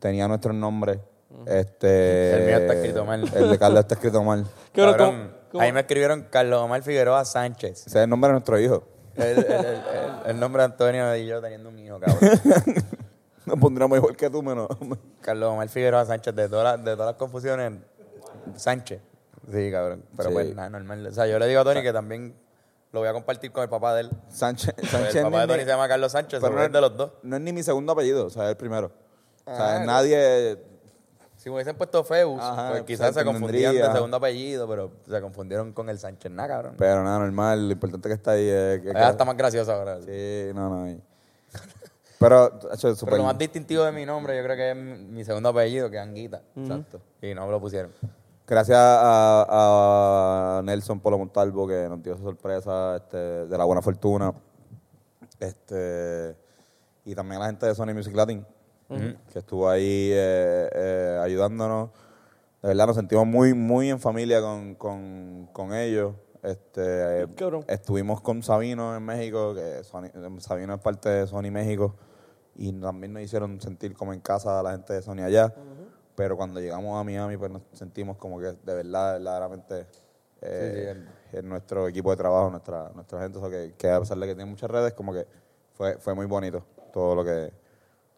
Speaker 1: Tenía nuestro nombre. Este.
Speaker 2: El mío está escrito mal.
Speaker 1: El de Carlos está escrito mal.
Speaker 3: Cabrón,
Speaker 2: Cabrón,
Speaker 3: ¿cómo- cómo-
Speaker 2: Ahí me escribieron Carlos Omar Figueroa Sánchez.
Speaker 1: Ese es el nombre de nuestro hijo.
Speaker 2: El, el- el- el- el nombre de Antonio y yo teniendo un hijo, cabrón.
Speaker 1: Nos pondríamos igual que tú, menos.
Speaker 2: Carlos Omar Figueroa Sánchez, de todas las, de todas las confusiones, Sánchez. Sí, cabrón. Pero
Speaker 1: Sí.
Speaker 2: pues nada, normal. O sea, yo le digo a Tony que también lo voy a compartir con el papá de él.
Speaker 1: Sánchez.
Speaker 2: Pues
Speaker 1: Sánchez
Speaker 2: el papá de
Speaker 1: ni-
Speaker 2: Tony se llama Carlos Sánchez,
Speaker 1: pero
Speaker 2: pero
Speaker 1: no
Speaker 2: es de los dos.
Speaker 1: No es ni mi segundo apellido, o sea, es el primero. o sea, nadie.
Speaker 2: Si me hubiesen puesto Feus,
Speaker 1: Ajá,
Speaker 2: pues
Speaker 1: o
Speaker 2: quizás
Speaker 1: sea,
Speaker 2: se confundían de
Speaker 1: tendría-
Speaker 2: segundo apellido, pero se confundieron con el Sánchez. Nada, cabrón.
Speaker 1: Pero nada, normal. Lo importante que está ahí es que.
Speaker 2: Ah, está más gracioso ahora.
Speaker 1: Sí, no, no. y- Pero, hecho, super,
Speaker 2: Pero lo más distintivo de mi nombre, yo creo que es mi mi segundo apellido, que es Anguita. Exacto. Y no me lo pusieron.
Speaker 1: gracias a, a Nelson Polo Montalvo que nos dio esa sorpresa este, de la buena fortuna. Este, y también a la gente de Sony Music Latin, que estuvo ahí eh, eh, ayudándonos. De verdad, nos sentimos muy, muy en familia con, con, con ellos. Este, eh,
Speaker 3: Cabrón.
Speaker 1: estuvimos con Sabino en México, que Sony- eh, Sabino es parte de Sony México, y también nos hicieron sentir como en casa a la gente de Sony allá. Pero cuando llegamos a Miami, pues nos sentimos como que de verdad, verdaderamente, eh, es nuestro equipo de trabajo, nuestra, nuestra gente, o sea, que, que a pesar de que tiene muchas redes, como que fue, fue muy bonito todo lo que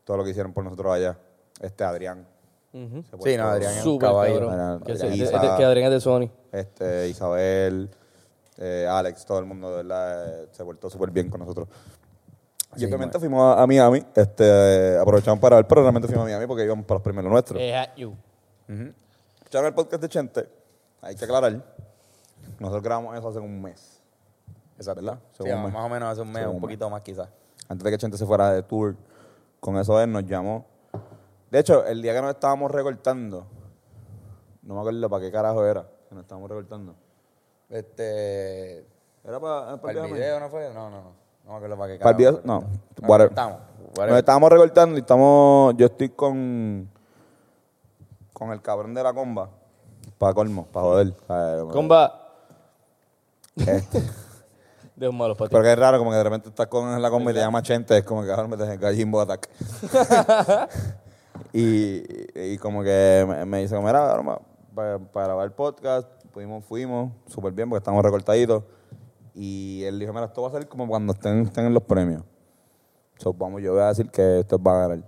Speaker 1: todo lo que hicieron por nosotros allá. Este Adrián.
Speaker 3: Ujú.
Speaker 1: se
Speaker 2: Sí, no,
Speaker 1: portó-
Speaker 2: Adrián es un
Speaker 3: Súper
Speaker 2: caballo.
Speaker 1: Adrián-
Speaker 3: cabrón. Que, se-
Speaker 1: Adrián
Speaker 3: de- de-
Speaker 1: Isa-
Speaker 3: que Adrián es de Sony.
Speaker 1: este, Isabel, eh, Alex, todo el mundo, de verdad, eh, se portó súper bien con nosotros. Y obviamente fuimos a, a Miami, este, aprovechamos para ver, pero realmente fuimos a Miami porque íbamos para los primeros nuestros.
Speaker 3: Eh, ah, you.
Speaker 1: Escucharon el podcast de Chente, hay que aclarar, nosotros grabamos eso hace un mes. Exacto. ¿Verdad? Hace
Speaker 2: Sí,
Speaker 1: un mes.
Speaker 2: más o menos hace un mes,
Speaker 1: Según
Speaker 2: un
Speaker 1: mes.
Speaker 2: poquito más quizás.
Speaker 1: antes de que Chente se fuera de tour, con eso él nos llamó. De hecho, el día que nos estábamos recortando, no me acuerdo para qué carajo era que nos estábamos recortando.
Speaker 2: Este.
Speaker 1: ¿Era eh, para,
Speaker 2: ¿Para el video no fue? No, no, no. No me acuerdo para qué
Speaker 1: ¿Para el
Speaker 2: carajo,
Speaker 1: video?
Speaker 2: pero-
Speaker 1: No.
Speaker 2: Ah,
Speaker 1: whatever.
Speaker 2: Estamos.
Speaker 1: Nos
Speaker 2: whatever.
Speaker 1: estábamos recortando y estamos. Yo estoy con. Con el cabrón de la comba. Para colmo, para joder. Eh,
Speaker 3: Comba
Speaker 1: este,
Speaker 3: de un malo para ti.
Speaker 1: pero que es raro, como que de repente estás con la comba y te llama Chente, es como que ahora me te gallimbo attack. y, y como que me, me dice, mira, cabrón, ma, para, para grabar el podcast, pudimos, fuimos, súper bien porque estamos recortaditos. Y él dijo, mira, esto va a ser como cuando estén, estén en los premios. So, vamos, yo voy a decir que estos van a ganar.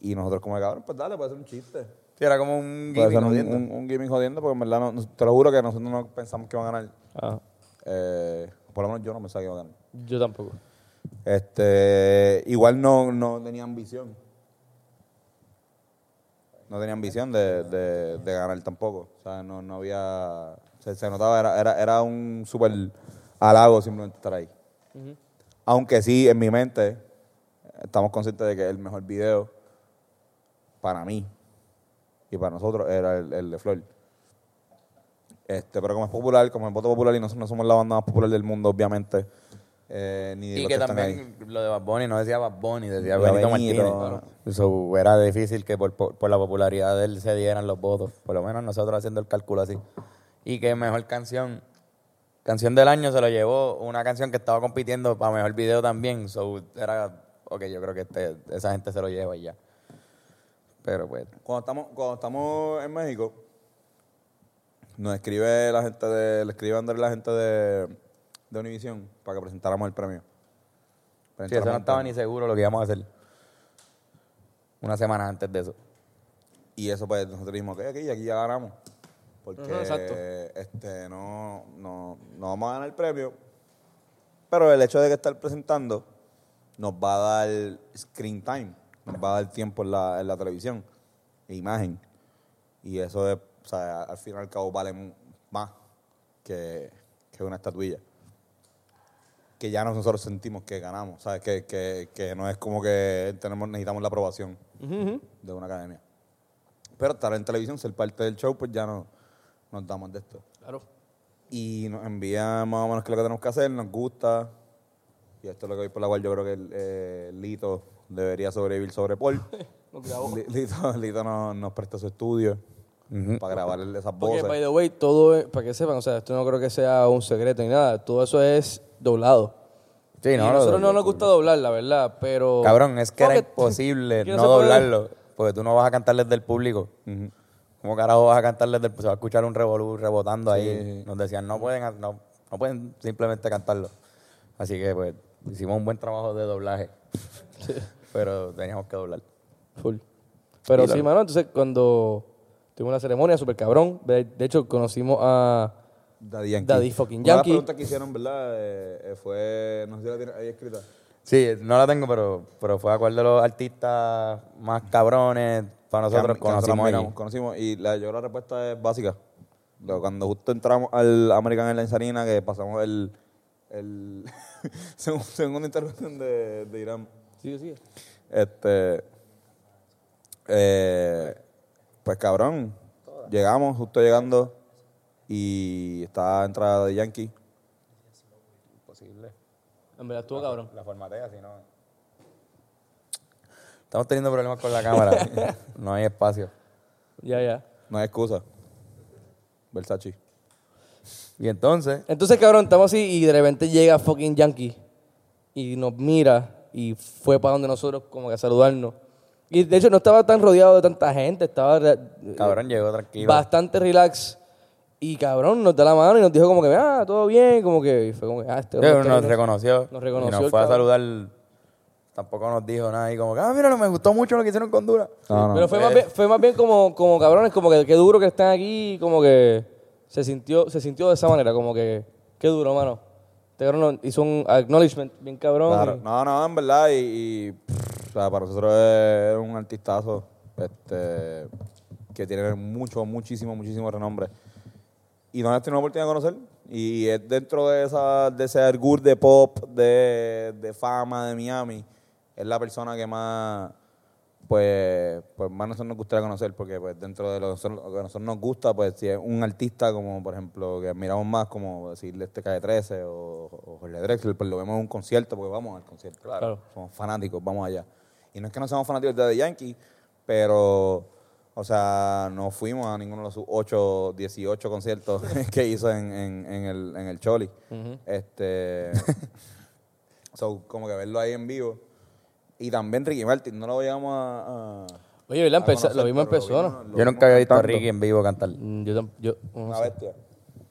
Speaker 1: Y nosotros como, cabrón, pues dale, puede ser un chiste.
Speaker 2: Sí, era como un
Speaker 1: Puede
Speaker 2: gimmick
Speaker 1: ser un,
Speaker 2: jodiendo.
Speaker 1: un, un gaming jodiendo porque en verdad, no- no- te lo juro que nosotros no pensamos que iban a ganar.
Speaker 3: Ah,
Speaker 1: Eh, por lo menos yo no pensaba que iban a ganar.
Speaker 3: yo tampoco.
Speaker 1: Este, igual no, no tenían visión. No tenían visión de, de- de ganar tampoco. O sea, no, no había. Se, se notaba, era, era, era un súper halago simplemente estar ahí. Aunque sí, en mi mente, estamos conscientes de que el mejor video para mí y para nosotros era el, el de Flor. Este, pero como es popular, como es voto popular y nosotros no somos la banda más popular del mundo, obviamente. eh, ni de
Speaker 2: Y
Speaker 1: los
Speaker 2: que
Speaker 1: están ahí.
Speaker 2: también lo de Bad Bunny no decía Bad Bunny, decía
Speaker 1: Decía
Speaker 2: Benito
Speaker 1: Benito,
Speaker 2: Martínez. Eso era difícil que por, por- por la popularidad de él se dieran los votos. Por lo menos nosotros haciendo el cálculo así. Y que mejor canción. Canción del año se lo llevó una canción que estaba compitiendo para mejor video también. So era, ok, yo creo que este- esa gente se lo lleva y ya. Pero pues,
Speaker 1: Cuando estamos, cuando estamos en México, nos escribe la gente de, le escribe a Andrés la gente de, de Univision para que presentáramos el premio.
Speaker 2: sí, eso
Speaker 1: Presentáramos
Speaker 2: no
Speaker 1: el
Speaker 2: estaba
Speaker 1: premio.
Speaker 2: ni seguro lo que íbamos a hacer. Una semana antes de eso.
Speaker 1: Y eso pues nosotros dijimos, ok, aquí, aquí ya ganamos. Porque
Speaker 3: Ajá, exacto.
Speaker 1: este no, no, no vamos a ganar el premio. Pero el hecho de que estar presentando nos va a dar screen time, nos va a dar tiempo en la, en la televisión, e imagen. Y eso es, o sea, al fin y al cabo vale mu- más que, que una estatuilla. que ya nosotros sentimos que ganamos, ¿sabes? Que, que, que no es como que tenemos, necesitamos la aprobación de una academia. Pero estar en televisión, ser parte del show, pues ya no, nos damos de esto.
Speaker 3: Claro.
Speaker 1: Y nos envían más o menos qué es lo que tenemos que hacer, nos gusta. Y esto es lo que voy por la cual yo creo que el, eh, Lito debería sobrevivir sobre Paul.
Speaker 3: Nos grabó.
Speaker 1: Li- Lito, Lito nos, nos presta su estudio para grabar esas
Speaker 3: Porque,
Speaker 1: voces.
Speaker 2: eh.
Speaker 3: by the way, todo, es- para que sepan, o sea, esto no creo que sea un secreto ni nada, todo eso es doblado.
Speaker 2: Sí,
Speaker 3: Y
Speaker 2: no,
Speaker 3: a
Speaker 2: lo-
Speaker 3: nosotros no
Speaker 2: lo-
Speaker 3: nos gusta doblar, la verdad, pero...
Speaker 2: Cabrón, es que
Speaker 3: Fuck
Speaker 2: era
Speaker 3: it.
Speaker 2: imposible
Speaker 3: Aquí
Speaker 2: no
Speaker 3: se puede.
Speaker 2: doblarlo. Porque tú no vas a cantarles del público. ¿Cómo carajo vas a cantarles del Se va a escuchar un revolú rebotando ahí. Nos decían, no pueden, no, no pueden simplemente cantarlo. Así que, pues, hicimos un buen trabajo de doblaje. Pero teníamos que doblar.
Speaker 3: Full. Pero
Speaker 2: Y
Speaker 3: sí,
Speaker 2: la-
Speaker 3: mano, entonces cuando tuvimos la ceremonia, súper cabrón, de, de hecho conocimos a...
Speaker 1: Daddy Yankee.
Speaker 3: Daddy fucking
Speaker 1: Una de las
Speaker 3: Yankee.
Speaker 1: preguntas que hicieron, ¿verdad? Eh, eh, fue, no sé si la tiene ahí escrita.
Speaker 2: Sí, no la tengo, pero, pero fue a cuál de los artistas más cabrones para nosotros
Speaker 1: Que- que
Speaker 2: conocimos allí.
Speaker 1: admiramos, conocimos y la, yo creo que la respuesta es básica. Lo- Cuando justo entramos al American Airlines Arena, que pasamos el, el segun- segundo intervención de, de Irán,
Speaker 3: Sigue, sigue.
Speaker 1: este, eh, pues cabrón, llegamos, justo llegando, y estaba entrada de Yankee.
Speaker 3: En verdad estuvo cabrón.
Speaker 2: La formatea, si no. Estamos teniendo problemas con la cámara. no hay espacio.
Speaker 3: Ya, ya.
Speaker 1: No hay excusa. Versace.
Speaker 2: Y entonces,
Speaker 3: Entonces, cabrón, estamos así y de repente llega fucking Yankee y nos mira y fue para donde nosotros como que a saludarnos. Y de hecho no estaba tan rodeado de tanta gente, estaba re- eh,
Speaker 2: cabrón, llegó tranquilo.
Speaker 3: bastante relax. Y cabrón, nos da la mano y nos dijo como que, ah, todo bien, como que, y fue como que, ah, este
Speaker 2: Sí,
Speaker 3: hombre
Speaker 2: nos
Speaker 3: está bien".
Speaker 2: reconoció.
Speaker 3: Nos reconoció
Speaker 2: Y
Speaker 3: el
Speaker 2: nos fue a
Speaker 3: cabrón.
Speaker 2: saludar. Tampoco nos dijo nada. Y como, que, ah, mira, no me gustó mucho lo que hicieron con Dura.
Speaker 1: No, Eh. no.
Speaker 3: Pero fue más bien, fue más bien como, como cabrones, como que qué duro que están aquí, como que se sintió, se sintió de esa manera, como que, qué duro, mano. Este cabrón nos hizo un acknowledgement bien cabrón.
Speaker 1: Claro.
Speaker 3: y-
Speaker 1: No, no, en verdad, y, y, pff, o sea, para nosotros es un artistazo este, que tiene mucho, muchísimo, muchísimo renombre. Y no has tenido la oportunidad de conocer. Y es dentro de, esa, de ese argur de pop, de, de fama de Miami, es la persona que más, pues, pues más nosotros nos gustaría conocer, porque pues dentro de lo que nosotros, lo que a nosotros nos gusta, pues si es un artista como, por ejemplo, que admiramos más, como decirle este KD13 o, o Jorge Drexler, pues lo vemos en un concierto, porque vamos al concierto.
Speaker 3: Claro.
Speaker 1: Somos fanáticos, vamos allá. Y no es que no seamos fanáticos de The Yankee, pero, o sea, no fuimos a ninguno de sus 8, 18 conciertos que hizo en, en- en el, en el Choli. Este. so, como que verlo ahí en vivo. Y también Ricky Martin, no lo llegamos a. a-
Speaker 3: Oye, ¿verdad?
Speaker 1: a
Speaker 3: Empeza-
Speaker 1: conocer,
Speaker 3: lo vimos en
Speaker 1: pero lo
Speaker 3: persona.
Speaker 1: vimos- lo
Speaker 2: Yo
Speaker 1: vimos
Speaker 2: nunca había visto a
Speaker 1: cantando.
Speaker 2: Ricky en vivo cantar.
Speaker 3: Mm, Yo, tam- yo no
Speaker 1: Una
Speaker 3: sé.
Speaker 1: bestia.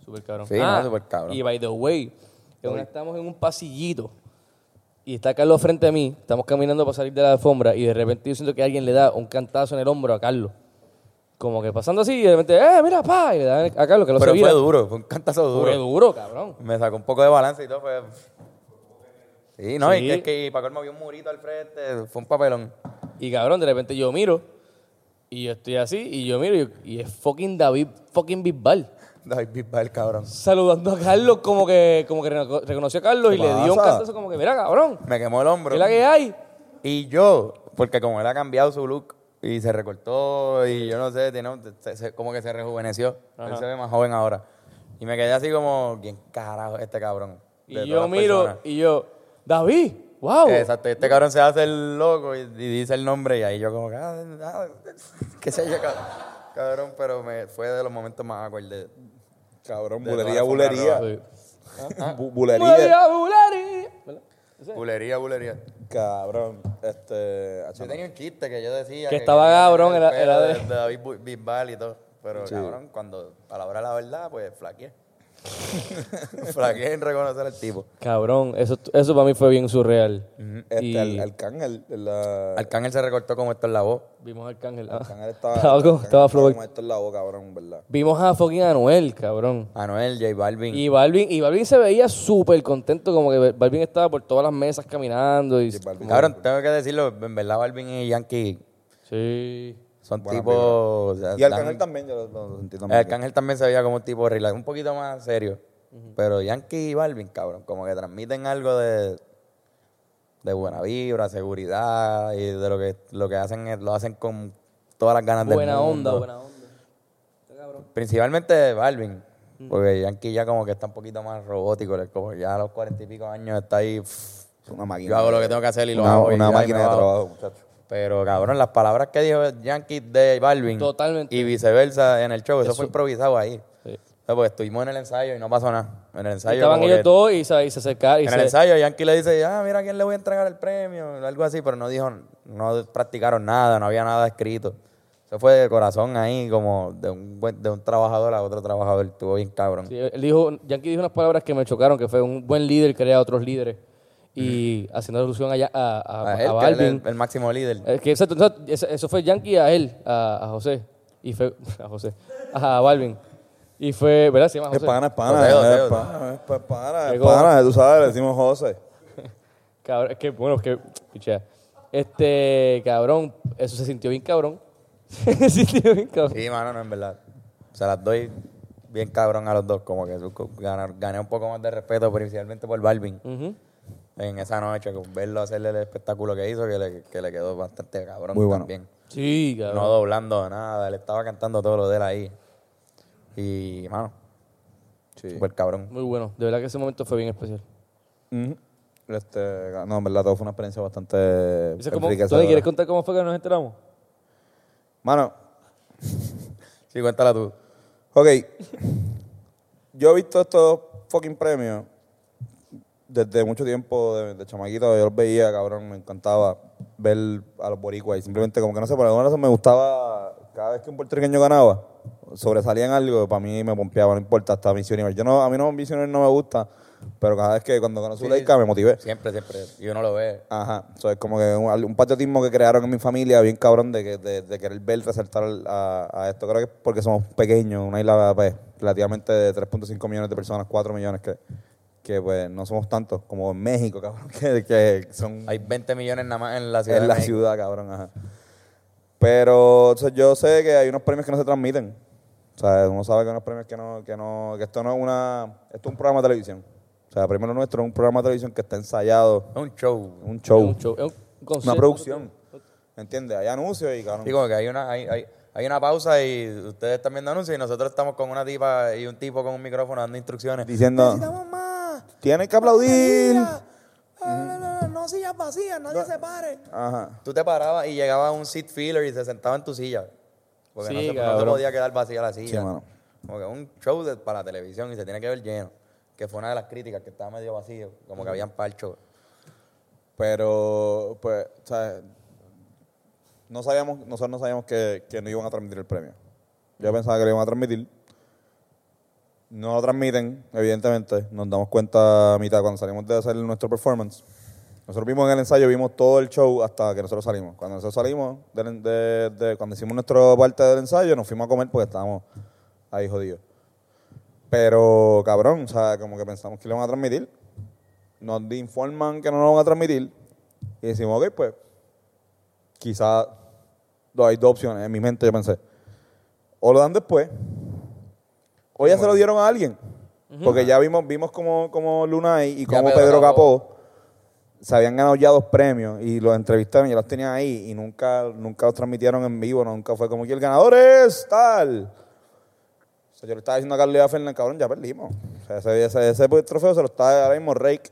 Speaker 3: Súper cabrón.
Speaker 2: Sí, no, súper cabrón.
Speaker 3: Y by the way, que una- estamos en un pasillito y está Carlos frente a mí. Estamos caminando para salir de la alfombra y de repente yo siento que alguien le da un cantazo en el hombro a Carlos. Como que pasando así y de repente, ¡eh, mira, pa! Y le dan a Carlos que lo
Speaker 2: Pero
Speaker 3: se
Speaker 2: fue
Speaker 3: vira.
Speaker 2: duro, fue un cantazo duro.
Speaker 3: Fue duro, cabrón.
Speaker 2: Me sacó un poco de balance y todo. Fue... Sí, no,
Speaker 3: Sí.
Speaker 2: y que, que para colmo había un murito al frente. Fue un papelón.
Speaker 3: Y cabrón, de repente yo miro y yo estoy así y yo miro y, y es fucking David fucking Bisbal.
Speaker 2: David Bisbal, cabrón.
Speaker 3: Saludando a Carlos como que, como que recono- reconoció a Carlos y
Speaker 1: ¿Qué
Speaker 3: le dio un
Speaker 1: pasa?
Speaker 3: cantazo como que, mira, cabrón,
Speaker 2: Me quemó el hombro.
Speaker 3: ¿qué es la que hay?
Speaker 2: Y yo, porque como él ha cambiado su look y se recortó y yo no sé, tiene, se- se- como que se rejuveneció. Él se ve más joven ahora. Y me quedé así como, ¿quién carajo es este cabrón? De
Speaker 3: Y
Speaker 2: todas
Speaker 3: yo
Speaker 2: las
Speaker 3: miro
Speaker 2: personas.
Speaker 3: y yo, David, wow.
Speaker 2: Exacto, y este cabrón se hace el loco y, y dice el nombre y ahí yo como, ah, ah, qué sé yo, cabrón. Cabrón, pero me, fue de los momentos más acordes.
Speaker 1: Cabrón,
Speaker 2: De
Speaker 1: bulería,
Speaker 2: todas las formas
Speaker 1: bulería.
Speaker 3: Sí.
Speaker 1: Bu- Bulería.
Speaker 3: Bulería, bulería. ¿Verdad?
Speaker 2: Bulería, bulería.
Speaker 1: Cabrón. Este.
Speaker 2: Yo tenía un chiste que yo decía.
Speaker 3: Que estaba cabrón,
Speaker 2: el
Speaker 3: era-
Speaker 2: pelo
Speaker 3: era de-
Speaker 2: de David Bu- Bisbal y todo. Pero cabrón, cuando, a la hora de la verdad, pues flaqueé. flaqueé en reconocer al tipo.
Speaker 3: Cabrón, eso, eso para mí fue bien surreal.
Speaker 1: Este,
Speaker 3: Y
Speaker 1: al, Arcángel, la-
Speaker 2: Arcángel se recortó como esto en la voz.
Speaker 3: vimos a Arcángel. ah.
Speaker 1: Arcángel estaba.
Speaker 3: Estaba como-
Speaker 1: Arcángel
Speaker 3: estaba flojo.
Speaker 1: como esto en la boca, cabrón, ¿verdad?
Speaker 3: Vimos a fucking Anuel, cabrón.
Speaker 2: Anuel, J Balvin.
Speaker 3: Y Balvin, y Balvin se veía súper contento, como que Balvin estaba por todas las mesas caminando. Y,
Speaker 1: J Balvin.
Speaker 2: Cabrón, tengo que decirlo, en verdad Balvin y Yankee
Speaker 3: sí.
Speaker 2: son
Speaker 1: Buena
Speaker 2: tipos... o sea,
Speaker 1: Y Arcángel
Speaker 2: dan- Eh,
Speaker 1: también, yo lo, lo sentí también.
Speaker 2: Arcángel también se veía como un tipo relax, un poquito más serio. Pero Yankee y Balvin, cabrón, como que transmiten algo de, de buena vibra, seguridad y de lo que, lo que hacen, es- lo hacen con todas las ganas del
Speaker 3: Buena
Speaker 2: mundo.
Speaker 3: onda, buena onda. Está cabrón.
Speaker 2: Principalmente Balvin. Porque Yankee ya como que está un poquito más robótico. le- Como ya a los cuarenta y pico años está ahí. pff,
Speaker 1: Es una máquina.
Speaker 2: yo hago lo que tengo que hacer y lo
Speaker 1: Una,
Speaker 2: hago. y
Speaker 1: una
Speaker 2: ya, y
Speaker 1: máquina
Speaker 2: me
Speaker 1: de
Speaker 2: bajo.
Speaker 1: trabajo, muchachos.
Speaker 2: Pero cabrón, las palabras que dijo Yankee de Balvin.
Speaker 3: Totalmente.
Speaker 2: Y viceversa en el show. Eso,
Speaker 3: Eso-
Speaker 2: fue improvisado ahí.
Speaker 3: Sí.
Speaker 2: O sea, pues estuvimos en el ensayo y no pasó nada. En el ensayo.
Speaker 3: Estaban
Speaker 2: como
Speaker 3: ellos
Speaker 2: que-
Speaker 3: dos y se, y se acercaron. Y
Speaker 2: en
Speaker 3: se,
Speaker 2: el ensayo, Yankee le dice, ah, mira a quién le voy a entregar el premio, o algo así, pero no dijo, no practicaron nada, no había nada escrito. Eso fue de corazón ahí, como de un buen- de un trabajador a otro trabajador, estuvo bien cabrón.
Speaker 3: Sí, él dijo, Yankee dijo unas palabras que me chocaron, que fue un buen líder crea otros líderes. Y haciendo alusión a, Ya- a, a,
Speaker 2: a
Speaker 3: a
Speaker 2: él, que él es
Speaker 3: Balvin.
Speaker 2: el, el máximo líder.
Speaker 3: Eh, que exacto, exacto, eso, eso fue Yankee a él, a, a José. Y fue, a José, a Balvin. Y fue, ¿verdad? Se llama
Speaker 1: Es
Speaker 3: José.
Speaker 1: pana, es pana,
Speaker 2: José, José,
Speaker 1: es pana, es pa- pana, es
Speaker 3: Llegó.
Speaker 1: pana, tú sabes, le decimos José.
Speaker 3: Cabrón, es que, bueno, es que, pichea. Este, cabrón, eso se sintió bien cabrón. se sintió bien cabrón.
Speaker 2: Sí, mano, no, en verdad. Se las doy bien cabrón a los dos, como que su- ganar- gané un poco más de respeto, principalmente por Balvin.
Speaker 3: Mm.
Speaker 2: En esa noche, con verlo hacerle el espectáculo que hizo, que le, que le quedó bastante cabrón
Speaker 1: Muy bueno.
Speaker 2: también.
Speaker 3: Sí, cabrón.
Speaker 2: No doblando nada, le estaba cantando todo lo de él ahí. Y, mano, súper cabrón.
Speaker 3: Muy bueno. De verdad que ese momento fue bien especial.
Speaker 1: Ujú. Este, no, en verdad, todo fue una experiencia bastante
Speaker 3: Dice, ¿cómo,
Speaker 1: enriquecedora.
Speaker 3: Tony, ¿quieres contar cómo fue que nos enteramos?
Speaker 1: Mano,
Speaker 2: Sí, cuéntala tú.
Speaker 1: ok. Yo he visto estos fucking premios desde mucho tiempo, de, de chamaquito, yo los veía, cabrón, me encantaba ver a los boricuas y simplemente como que no sé, por alguna razón me gustaba, cada vez que un puertorriqueño ganaba, sobresalía en algo, para mí me pompeaba, no importa, hasta Miss Universe. Yo no, a mí no, Miss Universe no me gusta, pero cada vez que cuando conocí a Leica me motivé.
Speaker 2: Siempre, siempre. Y uno lo ve.
Speaker 1: Ajá, eso es como que un, un patriotismo que crearon en mi familia, bien cabrón, de, que- de, de querer ver resaltar a, a esto. Creo que es porque somos pequeños, una isla pues, relativamente de 3.5 millones de personas, 4 millones, que, que pues no somos tantos, como en México, cabrón, que, que son
Speaker 2: Hay 20 millones nada más en la ciudad.
Speaker 1: en
Speaker 2: de
Speaker 1: la
Speaker 2: México.
Speaker 1: ciudad, cabrón, ajá. Pero o sea, yo sé que hay unos premios que no se transmiten. O sea, uno sabe que hay unos premios que no, que no, que esto no es una, esto es un programa de televisión. O sea, primero nuestro es un programa de televisión que está ensayado,
Speaker 2: Es un show.
Speaker 1: un show.
Speaker 3: Es un show, es un concepto.
Speaker 1: Una producción. ¿Entiendes? Hay anuncios y cabrón.
Speaker 2: Sí, como que hay una, hay, hay, hay una pausa y ustedes están viendo anuncios y nosotros estamos con una tipa y un tipo con un micrófono dando instrucciones.
Speaker 1: diciendo,
Speaker 2: Necesitamos más. Ah,
Speaker 1: tienes que aplaudir.
Speaker 2: Mm. No sillas vacías, nadie se pare.
Speaker 1: Ajá.
Speaker 2: Tú te parabas y llegaba un seat filler y se sentaba en tu silla. Porque
Speaker 3: Sí,
Speaker 2: no, se, no se
Speaker 3: cabrón.
Speaker 2: podía quedar vacía la silla.
Speaker 1: Sí, mano.
Speaker 2: Como que un show de- para la televisión y se tiene que ver lleno. Que fue una de las críticas, que estaba medio vacío, como
Speaker 1: Mm.
Speaker 2: que habían parchos.
Speaker 1: Pero, pues, ¿sabes? No sabíamos, nosotros no sabíamos que, que no iban a transmitir el premio. Yo pensaba que lo iban a transmitir. No lo transmiten, evidentemente. Nos damos cuenta a mitad cuando salimos de hacer nuestro performance. Nosotros vimos en el ensayo, vimos todo el show hasta que nosotros salimos. Cuando nosotros salimos, del- de- de- cuando hicimos nuestra parte del ensayo, nos fuimos a comer porque estábamos ahí jodidos. Pero, cabrón, o sea, como que pensamos que lo iban a transmitir. Nos informan que no lo van a transmitir. Y decimos, ok, pues, quizás hay dos opciones. En mi mente yo pensé, o lo dan después, o ya se lo dieron a alguien. Porque ya vimos, vimos como, como Luna y, y
Speaker 2: Ya
Speaker 1: como
Speaker 2: Pedro
Speaker 1: Pedro
Speaker 2: Capó.
Speaker 1: Capó se habían ganado ya dos premios y los entrevistaron y los tenían ahí y nunca, nunca los transmitieron en vivo, nunca fue como que el ganador es tal. O sea, yo le estaba diciendo a Carlos y a Fernández, cabrón, ya perdimos. O sea, ese, ese- ese pues, trofeo se lo está ahora mismo Rake.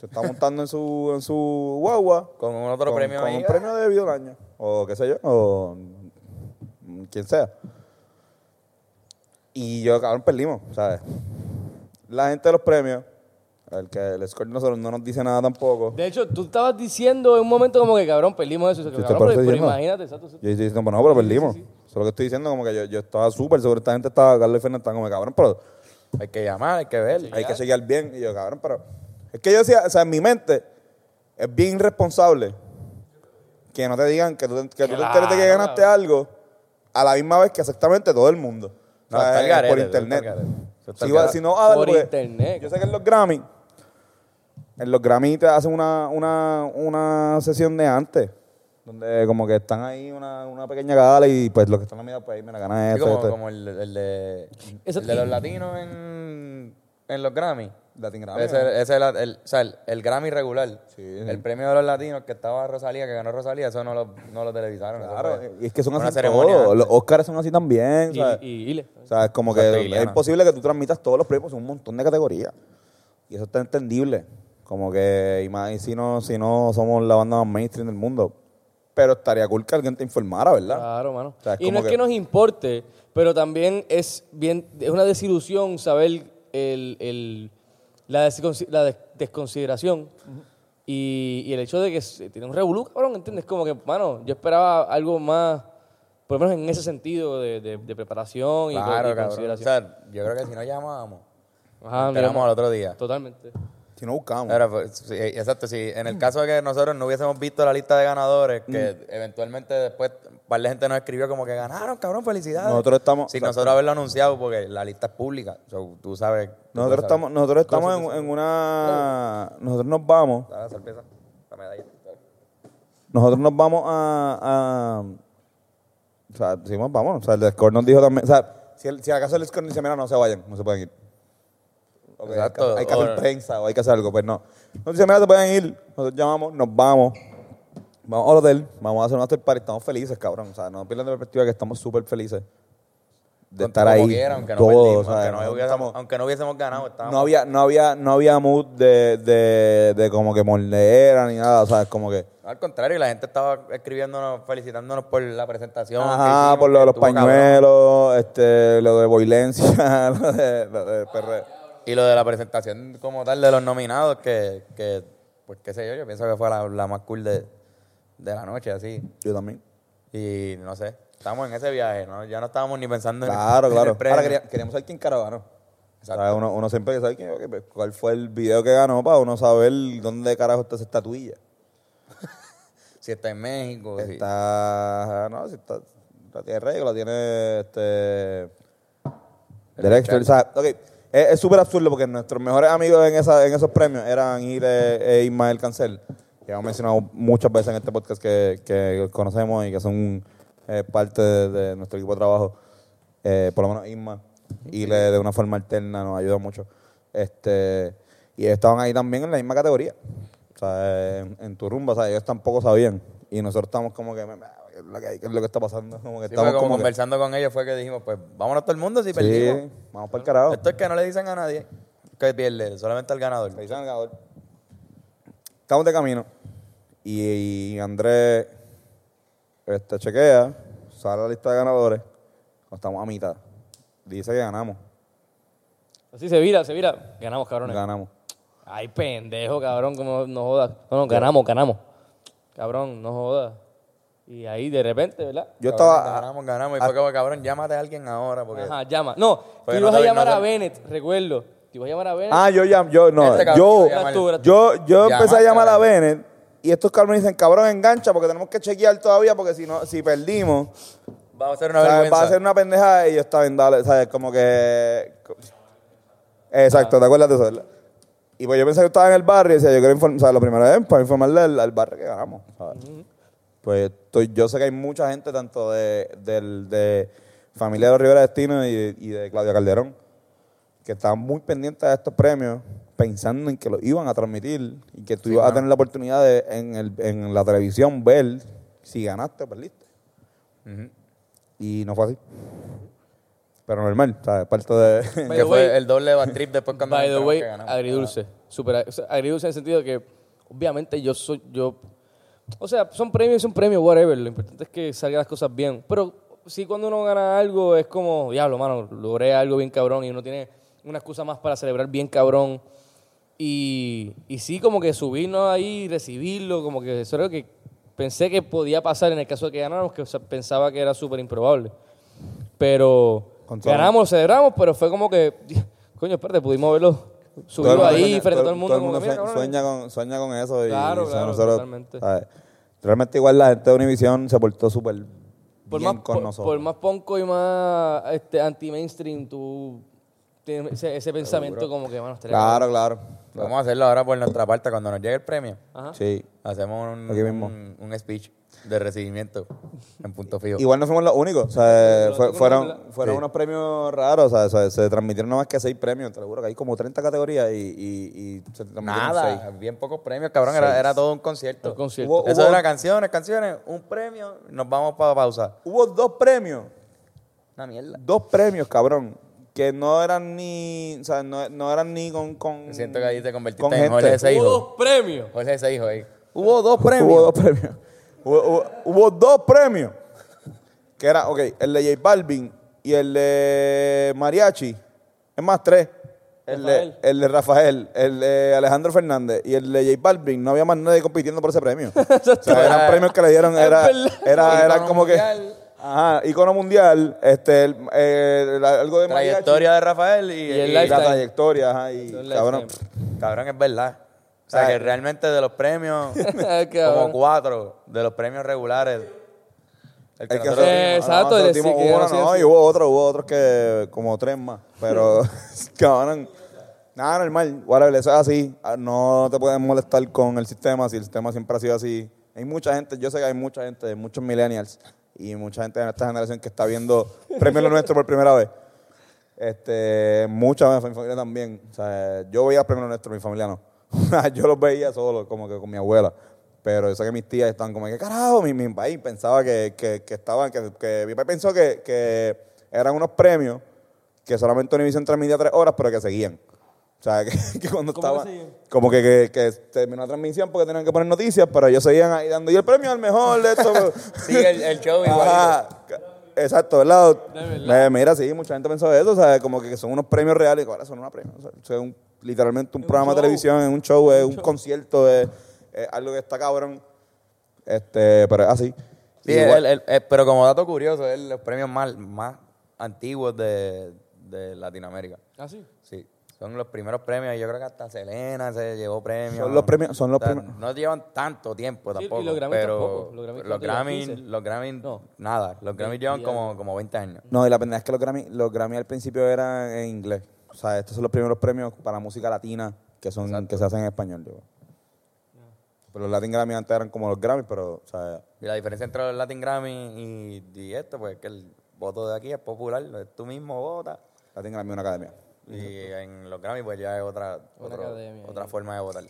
Speaker 1: Se está montando en su, en su guagua.
Speaker 2: Con un otro
Speaker 1: con-
Speaker 2: premio
Speaker 1: con
Speaker 2: ahí.
Speaker 1: un premio de video del año. O qué sé yo. O mm, quien sea. Y yo, cabrón, perdimos, ¿sabes? La gente de los premios, el que el score de nosotros no nos dice nada tampoco.
Speaker 3: De hecho, tú estabas diciendo en un momento como que, cabrón, perdimos eso. Y yo,
Speaker 1: Sí, te
Speaker 3: cabrón,
Speaker 1: parece
Speaker 3: pero, pero
Speaker 1: bien, ¿no?
Speaker 3: imagínate, exacto. exacto.
Speaker 1: Yo estoy diciendo, bueno, pero perdimos. Eso es lo que estoy diciendo, como que yo, yo estaba súper seguro. Esta gente estaba, Carlos y Fernández estaban como, cabrón, pero
Speaker 2: Hay que llamar, hay que ver.
Speaker 1: hay que seguir bien. Y yo, cabrón, pero. Es que yo decía, o sea, en mi mente es bien irresponsable que no te digan que tú, te- que tú te enteres de que
Speaker 3: Claro,
Speaker 1: ganaste algo a la misma vez que exactamente todo el mundo. eh,
Speaker 2: No, está el garete,
Speaker 1: por
Speaker 2: está el
Speaker 1: internet.
Speaker 2: garete. Está el
Speaker 1: Si, va-
Speaker 2: garete.
Speaker 1: si no, hágalo,
Speaker 3: Por
Speaker 1: porque
Speaker 3: internet.
Speaker 1: Yo sé que en los Grammy, en los Grammy te hacen una, una, una sesión de antes. Donde como que están ahí una, una pequeña gala y pues los que están en la mitad pues ahí me la gana
Speaker 2: Sí,
Speaker 1: esto,
Speaker 2: como,
Speaker 1: esto.
Speaker 2: como el, el de,
Speaker 3: Eso-
Speaker 2: el de los latinos en, en en los Grammy.
Speaker 1: Latin Grammy.
Speaker 2: Ese, ese es el, el- o sea, el, el Grammy regular.
Speaker 1: Sí.
Speaker 2: El premio de los latinos que estaba Rosalía, que ganó Rosalía, eso no lo, no lo televisaron. eso
Speaker 1: Claro,
Speaker 2: fue
Speaker 1: y es que son
Speaker 2: Pues, una
Speaker 1: así
Speaker 2: ceremonia
Speaker 1: todos.
Speaker 2: antes.
Speaker 1: Los Oscars son así también.
Speaker 3: Y,
Speaker 1: ¿sabes?
Speaker 3: y, y le-
Speaker 1: O sea, es como
Speaker 2: Exacto,
Speaker 1: que es
Speaker 2: Liliana.
Speaker 1: imposible que tú transmitas todos los premios, son un montón de categorías. Y eso está entendible. Como que, y más y si no, si no somos la banda más mainstream del mundo. Pero estaría cool que alguien te informara, ¿verdad?
Speaker 3: Claro, mano.
Speaker 1: ah. O sea, es
Speaker 3: y
Speaker 1: como
Speaker 3: no es que... nos importe, pero también es bien es una desilusión saber el, el- la, desconsi- la des- desconsideración y, y el hecho de que se- tiene un revolú, cabrón, ¿entiendes? Como que, mano, yo esperaba algo más, por lo menos en ese sentido de, de- de preparación y, co- y
Speaker 2: Claro, cabrón. O
Speaker 3: consideración.
Speaker 2: sea, yo creo que si no llamábamos,
Speaker 3: Ajá,
Speaker 2: esperamos
Speaker 3: digamos,
Speaker 2: al otro día.
Speaker 3: Totalmente.
Speaker 1: Si no buscamos.
Speaker 2: Ahora, pues, sí, exacto, si en el caso de que nosotros no hubiésemos visto la lista de ganadores, que
Speaker 1: Mm.
Speaker 2: eventualmente después un par de gente nos escribió como que ganaron, cabrón, felicidades.
Speaker 1: Nosotros estamos-
Speaker 2: Sin
Speaker 1: exacto.
Speaker 2: nosotros haberlo anunciado, porque la lista es pública. so, tú sabes. tú
Speaker 1: nosotros
Speaker 2: sabes.
Speaker 1: estamos, nosotros estamos en, en una. Nosotros nos vamos.
Speaker 2: Ah, la sorpresa, la medalla.
Speaker 1: Nosotros nos vamos a. a- o sea, decimos, vamos. O sea, el Discord nos dijo también. O sea, si, el- si acaso el Discord dice, mira, no se vayan, no se pueden ir. Ok, hay que-
Speaker 2: Exacto,
Speaker 1: Hay que hacer
Speaker 2: o-
Speaker 1: prensa o hay que hacer algo, pues no. Nos dice, mira, se pueden ir. Nosotros llamamos, nos vamos. Vamos al hotel, vamos a hacer un after party. Estamos felices, cabrón. O sea, no pierdan de perspectiva que estamos súper felices de
Speaker 2: Con-
Speaker 1: estar
Speaker 2: como
Speaker 1: ahí.
Speaker 2: quiera, aunque no
Speaker 1: todos,
Speaker 2: perdimos,
Speaker 1: o sea,
Speaker 2: aunque, no
Speaker 1: no
Speaker 2: hubiésemos,
Speaker 1: estamos-
Speaker 2: aunque no hubiésemos ganado, estábamos.
Speaker 1: no había, no había, no había mood de, de, de como que mordeera ni nada, o sea, es como que.
Speaker 2: Al contrario, la gente estaba escribiéndonos, felicitándonos por la presentación. que
Speaker 1: Ajá,
Speaker 2: hicimos,
Speaker 1: por lo de
Speaker 2: que
Speaker 1: los
Speaker 2: estuvo cabrón.
Speaker 1: pañuelos, este, lo de violencia, lo de, lo de perreo.
Speaker 2: Y lo de la presentación como tal de los nominados, que, que pues qué sé yo, yo pienso que fue la, la más cool de, de la noche, así.
Speaker 1: Yo también.
Speaker 2: Y no sé, estamos en ese viaje, ¿no? Ya no estábamos ni pensando en-
Speaker 1: Claro,
Speaker 2: en
Speaker 1: claro.
Speaker 2: el premio.
Speaker 1: Ahora quería- queríamos saber quién cara ganó.
Speaker 2: Exacto.
Speaker 1: ¿Sabes? Uno, uno siempre sabe quién, ok, pues, cuál fue el video que ganó para uno saber dónde carajo está esa estatuilla.
Speaker 2: Si está en México, si-
Speaker 1: Está, ajá, no, si está, la tiene Rey, la tiene este, Drexler, o sea, ok, es es súper absurdo porque nuestros mejores amigos en, esa, en esos premios eran Ir e, e Ismael Cancel, que hemos mencionado muchas veces en este podcast que, que conocemos y que son eh, parte de, de nuestro equipo de trabajo, eh, por lo menos Isma, y le- de una forma alterna nos ayuda mucho. Este, y ellos estaban ahí también en la misma categoría, o sea, en, en tu rumba, o sea, ellos tampoco sabían. Y nosotros estamos como que, "¿Qué es lo que, hay? ¿Qué es lo que está pasando? Como que
Speaker 2: sí, fue
Speaker 1: estamos
Speaker 2: como
Speaker 1: como que,
Speaker 2: conversando con ellos fue que dijimos, pues vámonos todo el mundo si
Speaker 1: sí,
Speaker 2: perdimos.
Speaker 1: vamos para el carajo.
Speaker 2: Esto es que no le dicen a nadie que pierde, solamente al ganador.
Speaker 1: Feliz San Salvador. Estamos de camino. Y, y Andrés este, chequea, sale la lista de ganadores. Estamos a mitad. Dice que ganamos.
Speaker 3: Así se vira, se vira. Ganamos, cabrones.
Speaker 1: Ganamos.
Speaker 3: Ay, pendejo, cabrón, como no jodas. No, no, ganamos, ganamos. Cabrón, no jodas. Y ahí de repente, ¿verdad?
Speaker 1: Yo
Speaker 2: Cabrón,
Speaker 1: estaba.
Speaker 2: Ganamos, ganamos. Y fue como, cabrón, llámate a alguien ahora. Porque este
Speaker 3: Ajá, llama. No,
Speaker 2: Porque
Speaker 3: tú
Speaker 2: no
Speaker 3: ibas a
Speaker 2: te-
Speaker 3: llamar
Speaker 2: no te-
Speaker 3: a Bennett, recuerdo. Tú ibas a llamar a Bennett.
Speaker 1: Ah, yo llam- yo no.
Speaker 2: Este cabrón
Speaker 1: yo,
Speaker 2: iba a llamar.
Speaker 3: Tú, tú.
Speaker 1: yo, yo empecé a
Speaker 2: Llama,
Speaker 1: llamar a
Speaker 2: cabrón.
Speaker 1: Bennett. Y estos cabrones dicen, cabrón, engancha porque tenemos que chequear todavía porque si no, si perdimos,
Speaker 2: va a ser una
Speaker 1: ¿sabes?
Speaker 2: vergüenza.
Speaker 1: va a ser una pendeja y yo estaba en dale, ¿sabes? Como que... Exacto, ¿te acuerdas de eso? verdad? Y pues yo pensé que estaba en el barrio y decía, yo quiero informar, o sea, lo primero es para informarle al, al barrio que ganamos, ¿sabes? Pues estoy- yo sé que hay mucha gente, tanto de, del- de familia de los Rivera Destino y de, y de Claudia Calderón, que estaban muy pendientes de estos premios, pensando en que los iban a transmitir y que tú ibas a tener la oportunidad de en, el- en la televisión ver si ganaste pues, o perdiste. Y no fue así. Pero normal, ¿sabes? Parte de...
Speaker 3: By
Speaker 2: Que
Speaker 3: the way-
Speaker 2: fue el doble de trip después cuando
Speaker 3: By the
Speaker 2: entramos
Speaker 3: way,
Speaker 2: que ganamos.
Speaker 3: agridulce. Super, o sea, agridulce en el sentido de que, obviamente, yo soy. yo O sea, son premios, son premios, whatever. Lo importante es que salgan las cosas bien. Pero sí, cuando uno gana algo, es como, diablo, mano, logré algo bien cabrón y uno tiene una excusa más para celebrar bien cabrón. Y, y sí, como que subirnos ahí, recibirlo, como que eso era lo que pensé que podía pasar en el caso de que ganáramos, que o sea, pensaba que era súper improbable. Pero
Speaker 1: Con todo.
Speaker 3: ganamos, celebramos, pero fue como que, coño, espérate, pudimos verlo, subirlo
Speaker 1: Todo el mundo
Speaker 3: ahí
Speaker 1: sueña-
Speaker 3: frente a todo el mundo. como que,
Speaker 1: sueña,
Speaker 3: mira, cabrones.
Speaker 1: sueña con, sueña con eso. Y,
Speaker 3: Claro,
Speaker 1: y
Speaker 3: claro,
Speaker 1: nosotros,
Speaker 3: totalmente.
Speaker 1: ¿sabes? Realmente igual la gente de Univision se portó súper bien
Speaker 3: por más,
Speaker 1: con
Speaker 3: por,
Speaker 1: nosotros.
Speaker 3: por más ponco y más este, anti-mainstream, tú tiene ese, ese pensamiento como que, este bueno, estaría
Speaker 1: Claro, claro.
Speaker 2: Vamos a hacerlo ahora por nuestra parte cuando nos llegue el premio.
Speaker 3: Ajá.
Speaker 1: Sí.
Speaker 2: Hacemos un,
Speaker 1: Aquí mismo.
Speaker 2: un, un speech de recibimiento en punto fijo.
Speaker 1: Igual no fuimos los únicos. O sea,
Speaker 3: Pero
Speaker 1: fue-
Speaker 3: tú
Speaker 1: fueron
Speaker 3: conoces
Speaker 1: fueron unos premios raros. O sea, se, se transmitieron nada más que seis premios. Te lo juro que hay como 30 categorías y, y, y se transmitieron seis.
Speaker 2: Nada, bien pocos premios, cabrón. Era, era todo un concierto.
Speaker 3: Un concierto.
Speaker 1: Hubo-
Speaker 2: Eso
Speaker 1: hubo-
Speaker 2: era canciones, canciones, un premio, nos vamos para pausa.
Speaker 1: Hubo dos premios.
Speaker 2: Una mierda.
Speaker 1: Dos premios, cabrón. Que no eran ni. O sea, no, no eran ni con. con
Speaker 2: Siento que ahí te convertiste
Speaker 1: con
Speaker 2: en
Speaker 1: gente.
Speaker 2: Jorge Seijo.
Speaker 3: Hubo dos premios.
Speaker 2: Jorge Seijo ahí.
Speaker 1: Hubo dos premios. Hubo dos premios. Hubo, hubo- hubo dos premios. Que era, ok, el de J Balvin y el de Mariachi. Es más, tres. El de,
Speaker 3: Rafael.
Speaker 1: el de Rafael, el de Alejandro Fernández y el de J Balvin. No había más nadie compitiendo por ese premio. o sea, eran premios que le dieron.
Speaker 3: Es
Speaker 1: Era,
Speaker 3: verdad.
Speaker 1: era, era
Speaker 2: Ícono
Speaker 1: como que.
Speaker 2: mundial.
Speaker 1: Ajá, icono mundial. Este, el- eh, la- algo de Mariachi.
Speaker 2: Trayectoria de Rafael y,
Speaker 3: el
Speaker 2: y-
Speaker 1: La
Speaker 3: Lifetime.
Speaker 1: trayectoria, ajá. Y,
Speaker 3: Son
Speaker 1: cabrón.
Speaker 3: lifetime.
Speaker 2: Cabrón, es verdad. O sea, que realmente de los premios,
Speaker 3: Ah, cabrón.
Speaker 2: como cuatro de los premios regulares. El que
Speaker 1: El que
Speaker 2: nosotros-
Speaker 3: se-
Speaker 1: nosotros dimos,
Speaker 3: Exacto,
Speaker 1: nosotros
Speaker 3: el sí
Speaker 1: dimos
Speaker 3: que
Speaker 1: uno,
Speaker 3: no sé
Speaker 1: no,
Speaker 3: así.
Speaker 1: y hubo otro, hubo otros que como tres más, pero cabrón, nada normal, whatever, eso es así, Ah, no te puedes molestar con el sistema, si el sistema siempre ha sido así. Hay mucha gente, yo sé que hay mucha gente, muchos millennials y mucha gente de nuestra generación que está viendo Premio Lo Nuestro por primera vez. Este, mucha de mi familia también. O sea, yo veía Premio Lo Nuestro, mi familia no. yo los veía solo, como que con mi abuela. Pero yo sé que mis tías estaban como, ¿qué carajo? Mi, mi país pensaba que, que, que estaban, que, que mi país pensó que, que eran unos premios que solamente Univision transmitía tres horas, pero que seguían. O sea, que, que cuando
Speaker 3: ¿Cómo que
Speaker 1: estaba.
Speaker 3: seguían?
Speaker 1: como que, que, que terminó la transmisión porque tenían que poner noticias, pero ellos seguían ahí dando. Y el premio al mejor de esto.
Speaker 2: Sí, el, el show igual.
Speaker 1: Ajá. Exacto, ¿verdad?
Speaker 3: De
Speaker 1: Eh, mira, sí, mucha gente pensó eso, ¿sabes? Como que son unos premios reales, ahora son unos premios. o sea, o sea, un- literalmente
Speaker 3: Es
Speaker 1: un
Speaker 3: un
Speaker 1: programa de
Speaker 3: show.
Speaker 1: televisión, es un show, es un concierto, es, es algo que está cabrón. Este, pero es así.
Speaker 2: Sí,
Speaker 1: Igual-
Speaker 2: el- el- el- pero como dato curioso, es los premios más, más antiguos de, de Latinoamérica.
Speaker 3: Ah, sí.
Speaker 2: Sí, son los primeros premios. Yo creo que hasta Selena se llevó premios.
Speaker 1: Son los premios- son los premios.
Speaker 2: No llevan tanto tiempo
Speaker 3: Sí, y
Speaker 2: tampoco.
Speaker 3: los Grammys
Speaker 2: pero
Speaker 3: tampoco. Los Grammys,
Speaker 2: los
Speaker 3: ¿cuánto llevan?
Speaker 2: Grammys,
Speaker 3: 15.
Speaker 2: los Grammys,
Speaker 3: No.
Speaker 2: nada. Los Grammys llevan
Speaker 3: y
Speaker 2: como, como 20 años.
Speaker 1: No, y la pendeja es que los Grammy, los Grammy al principio eran en inglés. O sea, estos son los primeros premios para música latina que son que se hacen en español, yo. Pero los Latin Grammy antes eran como los Grammy, pero, o sea,
Speaker 2: Y la diferencia entre los Latin Grammy y, y esto, pues es que el voto de aquí es popular. es Tú mismo votas.
Speaker 1: Latin Grammy es una academia.
Speaker 2: Y en los Grammy, pues ya es otra,
Speaker 3: Una
Speaker 2: otro-
Speaker 3: academia
Speaker 2: otra
Speaker 3: ahí.
Speaker 2: forma de votar.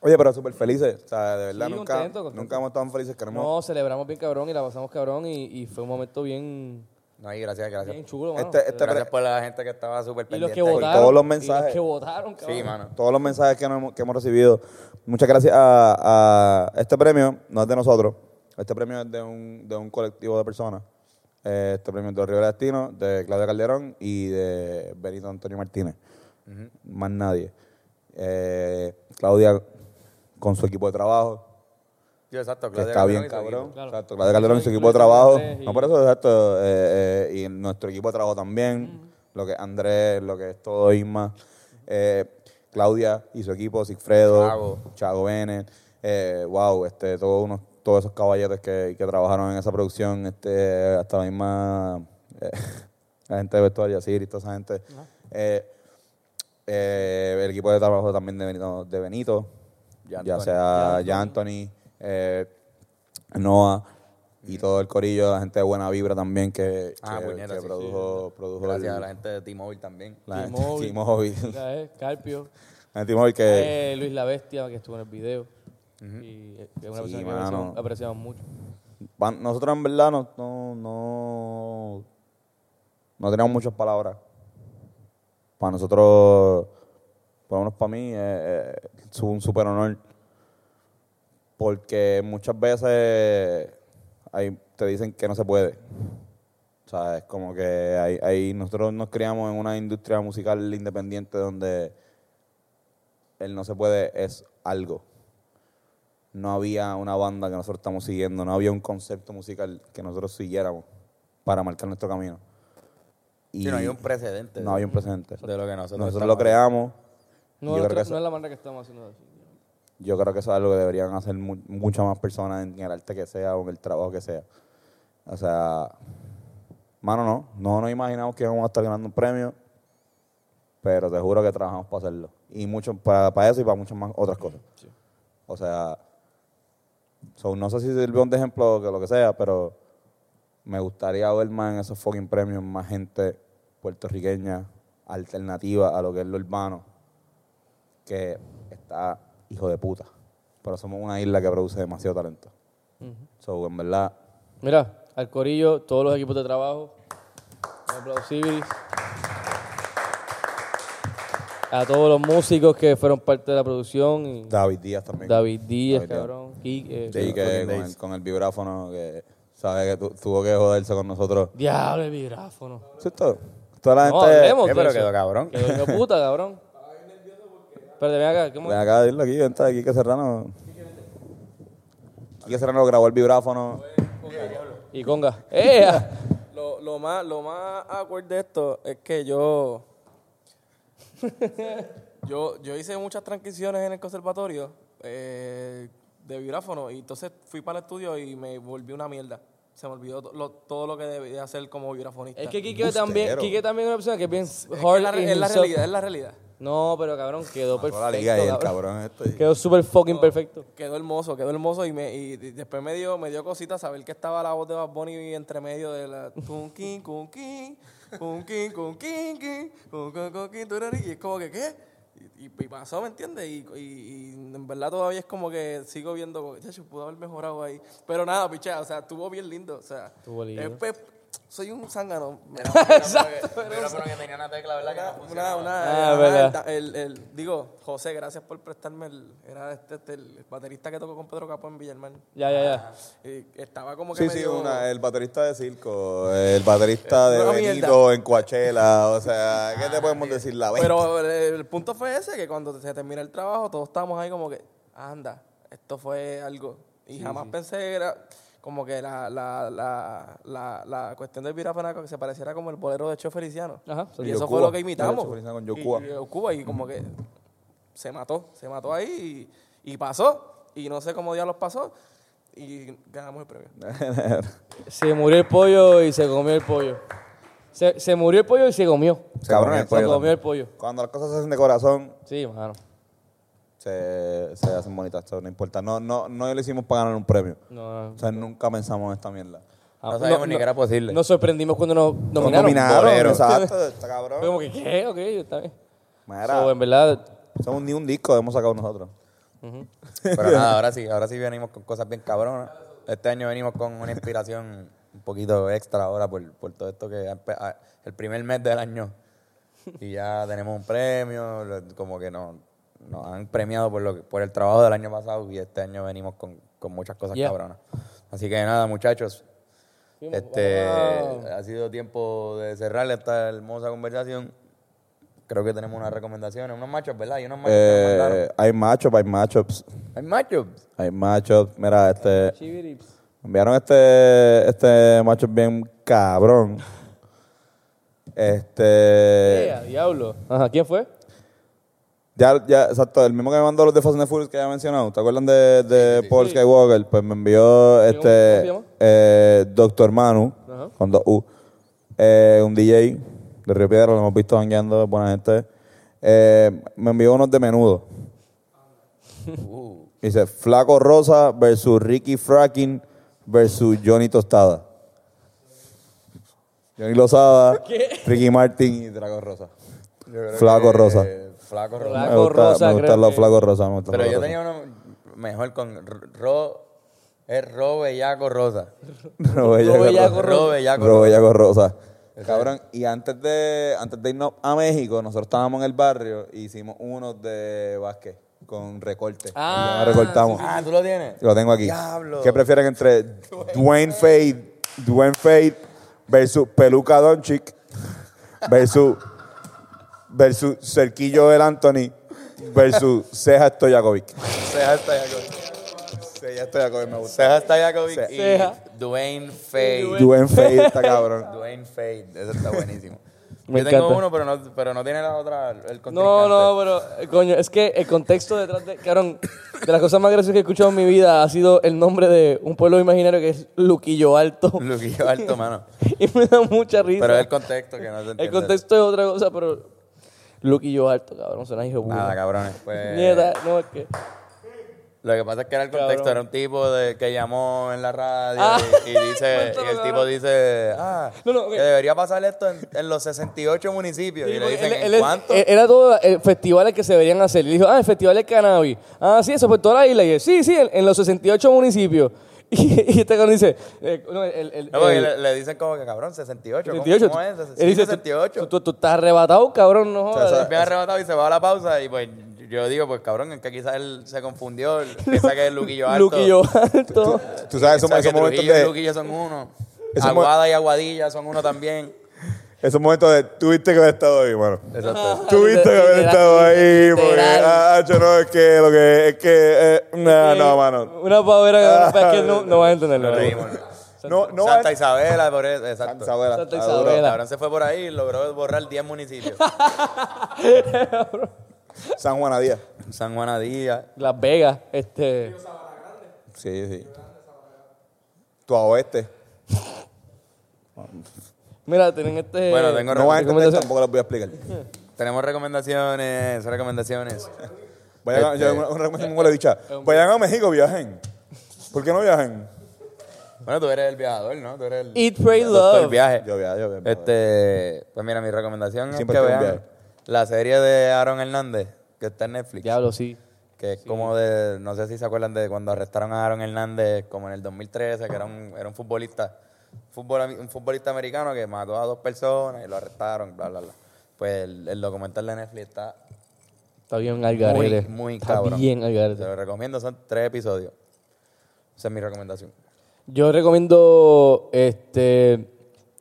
Speaker 1: Oye, pero súper felices. O sea, de verdad,
Speaker 3: Sí,
Speaker 1: nunca,
Speaker 3: contento, contento.
Speaker 1: nunca hemos estado tan felices que no hemos-
Speaker 3: No, celebramos bien cabrón y la pasamos cabrón y, y fue un momento bien,
Speaker 2: No, hay gracias, gracias.
Speaker 3: bien chulo, mano.
Speaker 1: Este, este
Speaker 2: gracias
Speaker 1: pre-
Speaker 2: por la gente que estaba súper
Speaker 3: y
Speaker 2: pendiente.
Speaker 3: los que
Speaker 2: ahí.
Speaker 3: votaron.
Speaker 1: todos los
Speaker 3: y
Speaker 1: mensajes.
Speaker 3: que votaron, cabrón.
Speaker 2: Sí, mano.
Speaker 1: todos los mensajes que, nos hemos- que hemos recibido. Muchas gracias a, a este premio, no es de nosotros, este premio es de un, de un colectivo de personas. Eh, Este premio es de Rivera Destino, de Claudia Calderón y de Benito Antonio Martínez. Más nadie. Eh, Claudia con su equipo de trabajo,
Speaker 2: Sí, exacto,
Speaker 1: que
Speaker 2: Claudia
Speaker 1: está bien
Speaker 2: Calderón y su
Speaker 1: cabrón.
Speaker 2: equipo.
Speaker 3: Claro.
Speaker 1: Exacto, Claudia Calderón y su
Speaker 3: Incluye
Speaker 1: equipo de
Speaker 3: también
Speaker 1: trabajo.
Speaker 3: Andrés y-
Speaker 1: No, por eso, exacto. eh, eh, y nuestro equipo de trabajo también. Lo que es Andrés, lo que es todo Isma. eh, Claudia y su equipo, Sigfredo,
Speaker 2: Chago.
Speaker 1: Chago Bennett. eh, wow, este, todos, unos, todos esos caballeros que, que trabajaron en esa producción. Este, hasta la misma. eh, la gente de vestuario, Siri, toda esa gente. Eh, eh, el equipo de trabajo también de Benito, de Benito
Speaker 2: Jan
Speaker 1: ya
Speaker 2: Tony.
Speaker 1: sea Jan Anthony, eh, Noah y todo el corillo, la gente de Buena Vibra también que,
Speaker 2: Ah,
Speaker 1: que-
Speaker 2: puñeta,
Speaker 1: que
Speaker 2: sí,
Speaker 1: produjo, produjo
Speaker 2: Gracias
Speaker 1: el-
Speaker 2: a la gente de T-Mobile también.
Speaker 1: la gente de
Speaker 3: T-Mobile.
Speaker 1: T-Mobile.
Speaker 3: Mira, eh, Carpio.
Speaker 1: La gente de T-Mobile que
Speaker 3: eh, Luis la Bestia, que estuvo en el video. Y eh, es una
Speaker 1: Sí,
Speaker 3: persona que
Speaker 1: mano.
Speaker 3: apreciamos, apreciamos mucho.
Speaker 1: van- nosotros en verdad no no no, no tenemos muchas palabras. Para nosotros, por lo menos para mí, eh, eh, es un super honor porque muchas veces hay- te dicen que no se puede. O sea, es como que ahí, ahí nosotros nos criamos en una industria musical independiente donde el no se puede es algo. No había una banda que nosotros estamos siguiendo, no había un concepto musical que nosotros siguiéramos para marcar nuestro camino.
Speaker 2: Sí, no hay un precedente.
Speaker 1: no había un precedente.
Speaker 2: De lo que nosotros
Speaker 1: Nosotros
Speaker 2: estamos
Speaker 1: lo creamos.
Speaker 3: No,
Speaker 1: yo,
Speaker 3: no,
Speaker 1: creo que
Speaker 3: no
Speaker 1: eso,
Speaker 3: es la manera que estamos haciendo así.
Speaker 1: yo creo que eso es algo que deberían hacer mu- muchas más personas en el arte que sea o en el trabajo que sea. O sea, mano, no. No nos imaginamos que íbamos a estar ganando un premio. Pero te juro que trabajamos para hacerlo. Y mucho para, para eso y para muchas más otras cosas. O sea, so, no sé si sirvió de ejemplo o que lo que sea, pero me gustaría ver más en esos fucking premios más gente puertorriqueña alternativa a lo que es lo urbano que está hijo de puta. Pero somos una isla que produce demasiado talento. So, en verdad,
Speaker 3: Mira, al corillo, todos los equipos de trabajo. Un aplausibilis. A todos los músicos que fueron parte de la producción. y
Speaker 1: David Díaz también.
Speaker 3: David Díaz,
Speaker 1: David
Speaker 3: cabrón. Kik, eh,
Speaker 1: Sí, que con el, con el vibráfono que sabe que tu- tuvo que joderse con nosotros.
Speaker 3: Diablo, el vibráfono.
Speaker 1: ¿Sí, todo? Toda la
Speaker 3: No,
Speaker 1: gente.
Speaker 3: hablemos
Speaker 2: Eh,
Speaker 3: de
Speaker 2: pero
Speaker 3: eso.
Speaker 2: quedó cabrón.
Speaker 3: Quedó hijo de puta, cabrón. Pero ven acá, ¿cómo?
Speaker 1: Ven acá a decirlo aquí, vente aquí que Serrano. Quique Serrano grabó el vibráfono.
Speaker 3: Y conga. ¡Eh!
Speaker 5: Lo, lo más, lo más awkward de esto es que yo, yo, yo hice muchas transiciones en el conservatorio eh, de vibráfono y entonces fui para el estudio y me volví una mierda. Se me olvidó to- lo- todo lo que debía hacer como vibrafonista.
Speaker 3: Es que Kike también, Kike también es una persona que es bien
Speaker 5: Es que
Speaker 3: hard.
Speaker 5: es la, re-
Speaker 3: in
Speaker 5: es la
Speaker 3: himself.
Speaker 5: realidad, es la realidad.
Speaker 3: No, pero cabrón, quedó
Speaker 1: Toda
Speaker 3: perfecto.
Speaker 1: la liga y el
Speaker 3: cabrón.
Speaker 1: cabrón este. y-
Speaker 3: Quedó súper fucking perfecto.
Speaker 5: Quedó hermoso, quedó hermoso y, me, y, y después me dio, me dio cosita saber que estaba la voz de Bad Bunny entre medio de la cunquín, cunquín, cunquín, cunquín, quín, cunquín, cunquín, turari, y es como que ¿qué? Y, y- y pasó, ¿me entiendes? Y, y- y en verdad todavía es como que sigo viendo, como, "Chacho, pudo haber mejorado ahí. Pero nada, picha, o sea, estuvo bien lindo, o sea.
Speaker 3: Estuvo lindo.
Speaker 5: es pe- soy un zángano.
Speaker 2: pero que tenía una tecla, ¿verdad?
Speaker 5: Una,
Speaker 3: Ah,
Speaker 5: una, ajá,
Speaker 3: verdad.
Speaker 5: el- el- el- digo, José, gracias por prestarme el, era este, este, el baterista que tocó con Pedro Capó en Villarman.
Speaker 3: Ya, ya, ya.
Speaker 5: Y estaba como que
Speaker 1: Sí, sí,
Speaker 5: medio-
Speaker 1: una, el baterista de circo, el baterista de
Speaker 5: Una
Speaker 1: Benito en Coachella, o sea, ¿qué te
Speaker 3: Ah,
Speaker 1: podemos decir? La vez.
Speaker 5: Pero el, el punto fue ese, que cuando se termina el trabajo, todos estábamos ahí como que, anda, esto fue algo. Y jamás pensé que era como que la, la, la, la, la cuestión del virafanaco que se pareciera como el bolero de Cho Feliciano.
Speaker 3: Ajá.
Speaker 5: Y,
Speaker 1: Y
Speaker 5: eso
Speaker 1: Yocuba.
Speaker 5: fue lo que
Speaker 1: El
Speaker 5: imitamos.
Speaker 1: Cho Feliciano con
Speaker 5: Y-
Speaker 1: Yocuba.
Speaker 5: Y, Yocuba, y como que se mató, se mató ahí y, y pasó. Y no sé cómo diablos pasó. Y ganamos el premio.
Speaker 3: Se murió el pollo y se comió el pollo. Se, se murió el pollo y se comió.
Speaker 1: Cabrón, el
Speaker 3: Se
Speaker 1: pollo
Speaker 3: comió
Speaker 1: también.
Speaker 3: el pollo.
Speaker 1: Cuando las cosas se hacen de corazón,
Speaker 3: Sí, mano.
Speaker 1: se, se hacen bonitas, eso no importa. No, no, no lo hicimos para ganar un premio.
Speaker 3: No, no.
Speaker 1: O sea, nunca pensamos en esta mierda.
Speaker 2: No sabíamos ni que era posible.
Speaker 3: Nos sorprendimos cuando nos nominaron.
Speaker 1: Nominaron,
Speaker 2: bolero.
Speaker 1: exacto, está cabrón.
Speaker 3: Fue como que, ¿qué? Ok, está bien.
Speaker 1: Mira,
Speaker 3: So, en verdad,
Speaker 1: somos ni un disco hemos sacado nosotros.
Speaker 2: Pero nada, ahora sí, ahora sí venimos con cosas bien cabronas. Este año venimos con una inspiración un poquito extra ahora por, por todo esto que ha empe- ha- el primer mes del año. Y ya tenemos un premio, lo- como que nos, nos han premiado por lo que- por el trabajo del año pasado y este año venimos con, con muchas cosas
Speaker 3: Yeah.
Speaker 2: cabronas. Así que nada, muchachos.
Speaker 3: Sí,
Speaker 2: Este
Speaker 3: vamos
Speaker 2: ha sido tiempo de cerrar esta hermosa conversación. Creo que tenemos unas recomendaciones, unos machos, ¿verdad? Y unos machos que nos mandaron.
Speaker 1: Eh, hay matchups, hay matchups.
Speaker 2: Hay machos.
Speaker 1: Hay matchups. Mira, este.
Speaker 3: chivirips.
Speaker 1: Me enviaron este, este macho bien cabrón. Este.
Speaker 3: Ea, diablo. Ajá, ¿quién fue?
Speaker 1: Ya, ya, exacto, el mismo que me mandó los de Fast and the Furious que ya he mencionado. ¿Te acuerdan de, de Paul Skywalker? Pues me envió
Speaker 3: ¿Cómo- cómo se
Speaker 1: este.
Speaker 3: llama?
Speaker 1: eh, Doctor Manu,
Speaker 3: Ajá.
Speaker 1: con dos U. Eh, un DJ de Río Piedra, lo hemos visto bangueando, buena gente. Eh, me envió unos de menudo. Dice: Flaco Rosa versus Ricky Fracking versus Johnny Tostada. Johnny Lozada, Ricky Martin y Draco Rosa. Flaco Rosa.
Speaker 2: Flaco Rosa.
Speaker 1: Me
Speaker 3: Flaco
Speaker 1: gusta-
Speaker 3: Rosa,
Speaker 1: me
Speaker 3: creo
Speaker 1: gustan los
Speaker 3: que-
Speaker 1: flacos rosas. me gustan
Speaker 2: Pero
Speaker 1: los
Speaker 2: yo
Speaker 1: flacos
Speaker 2: tenía uno mejor con R- Ro. Es Ro Bellaco Rosa.
Speaker 1: rosas. No, bellaco
Speaker 3: Bellaco
Speaker 1: rosa.
Speaker 2: Ro Bellaco
Speaker 1: Ro
Speaker 2: Rosa.
Speaker 1: bellaco rosa. Cabrón, y antes de, antes de irnos a México, nosotros estábamos en el barrio y hicimos uno de básquet con recorte.
Speaker 3: Ah,
Speaker 1: Lo recortamos.
Speaker 2: Ah, ¿tú lo tienes?
Speaker 1: Lo tengo aquí.
Speaker 2: Diablo.
Speaker 1: ¿Qué prefieren entre Dwayne Fade, Dwayne Fade versus Peluca Doncic versus versus Cerquillo del Anthony versus Ceja Stojakovic?
Speaker 2: Ceja Stojakovic.
Speaker 1: Ceja Stojakovic me gusta.
Speaker 2: Ceja Stojakovic y
Speaker 3: Ceja.
Speaker 2: Dwayne Fade.
Speaker 1: Dwayne Fade está cabrón.
Speaker 2: Dwayne Fade. Eso está buenísimo.
Speaker 3: Me
Speaker 2: yo tengo
Speaker 3: encanta.
Speaker 2: uno, pero no, pero no tiene la otra. El
Speaker 3: No, no, pero, eh, coño, es que el contexto detrás de. Cabrón, de las cosas más graciosas que he escuchado en mi vida ha sido el nombre de un pueblo imaginario que es Luquillo Alto.
Speaker 2: Luquillo alto, mano.
Speaker 3: y me da mucha risa.
Speaker 2: Pero es el contexto que no se entiende.
Speaker 3: El contexto es otra cosa, pero. Luke y yo alto, cabrón, suena hijo de puta.
Speaker 2: Nada, cabrones. Pues,
Speaker 3: Nieta, no, es que.
Speaker 2: Lo que pasa es que era el
Speaker 3: Cabrón.
Speaker 2: contexto, era un tipo de, que llamó en la radio
Speaker 3: Ah,
Speaker 2: y, y dice,
Speaker 3: cuéntalo,
Speaker 2: y el tipo
Speaker 3: cabrón.
Speaker 2: dice, ah,
Speaker 3: No, no, ok.
Speaker 2: que debería pasar esto en, en los 68 municipios.
Speaker 3: Sí,
Speaker 2: y le
Speaker 3: porque
Speaker 2: dicen,
Speaker 3: él-
Speaker 2: ¿en
Speaker 3: él-
Speaker 2: cuánto?
Speaker 3: él- Era todo eh, festivales que se deberían hacer. Y dijo, ah, el festival de cannabis. Ah, sí, eso fue toda la isla. Y él, sí, sí, en, en los 68 municipios. Y, y este cabrón dice, eh, no, el, el,
Speaker 2: no, porque
Speaker 3: el-
Speaker 2: le, le dicen como que, cabrón, 68, ¿cómo-
Speaker 3: 68.
Speaker 2: ¿cómo, es?
Speaker 3: Él dice,
Speaker 2: 68.
Speaker 3: Tú, tú- tú estás arrebatado, cabrón, no
Speaker 1: sea,
Speaker 3: jodas.
Speaker 1: esa-
Speaker 2: Se me ha arrebatado y se va a la pausa y pues yo digo, pues cabrón, es que quizás él se confundió, él piensa que es Luquillo Alto.
Speaker 3: Luquillo alto.
Speaker 1: Tú sabes,
Speaker 2: Piensa
Speaker 1: esos, esos
Speaker 2: que
Speaker 1: momentos
Speaker 2: Trujillo y
Speaker 1: de,
Speaker 2: Luquillo son uno.
Speaker 1: Esos mo-
Speaker 2: Aguada y Aguadilla son uno también.
Speaker 1: esos momentos de, tuviste que haber estado ahí, mano.
Speaker 2: Exacto.
Speaker 1: Tuviste que haber
Speaker 3: Literal,
Speaker 1: estado ahí, porque,
Speaker 3: literal.
Speaker 1: ah, yo no, es que, lo que, es que, eh, no,
Speaker 2: Ah,
Speaker 1: no, mano.
Speaker 3: Una pavera
Speaker 1: Ah,
Speaker 3: es que no, no vas a entenderlo.
Speaker 2: Nos
Speaker 3: ¿verdad?
Speaker 2: reímos.
Speaker 1: No, no,
Speaker 2: Santa
Speaker 1: es-
Speaker 2: Isabela, por eso,
Speaker 1: Santa
Speaker 2: exacto.
Speaker 1: Isabela.
Speaker 3: Santa
Speaker 1: Ah,
Speaker 3: Isabela.
Speaker 1: duro.
Speaker 2: El cabrón se fue por ahí y logró borrar 10 municipios.
Speaker 1: San Juan a Díaz.
Speaker 2: San Juan Adía,
Speaker 3: Las Vegas, este.
Speaker 1: Sí, sí. Tu oeste.
Speaker 3: Mira, tienen este.
Speaker 2: Bueno, tengo-
Speaker 1: No vas a entender,
Speaker 3: recomendación.
Speaker 1: tampoco les voy a explicar.
Speaker 2: Tenemos recomendaciones, recomendaciones.
Speaker 1: Vayan a,
Speaker 2: Este-
Speaker 1: yo, una, una recomendación como le he dicho. Vayan a México, viajen. ¿Por qué no viajen?
Speaker 2: Bueno, tú eres el viajador, ¿no? Tú eres el,
Speaker 3: Eat, Pray,
Speaker 2: el doctor
Speaker 3: Love.
Speaker 2: viaje.
Speaker 1: Yo viajo, yo viajo.
Speaker 2: Eh, Este, pues mira, mi recomendación
Speaker 1: Siempre
Speaker 2: es que
Speaker 1: estoy en
Speaker 2: vean
Speaker 1: viaje.
Speaker 2: la serie de Aaron Hernández, que está en Netflix.
Speaker 3: Diablo, sí.
Speaker 2: Que es como de, no sé si se acuerdan de cuando arrestaron a Aaron Hernández, como en el 2013, que era un, era un futbolista, futbol- un futbolista americano que mató a dos personas y lo arrestaron, bla, bla, bla. Pues el, el documental de Netflix está
Speaker 3: Está bien al garete.
Speaker 2: muy, muy
Speaker 3: Está
Speaker 2: cabrón.
Speaker 3: bien al
Speaker 2: Te
Speaker 3: garete.
Speaker 2: lo recomiendo, son tres episodios. Esa es mi recomendación.
Speaker 3: Yo recomiendo este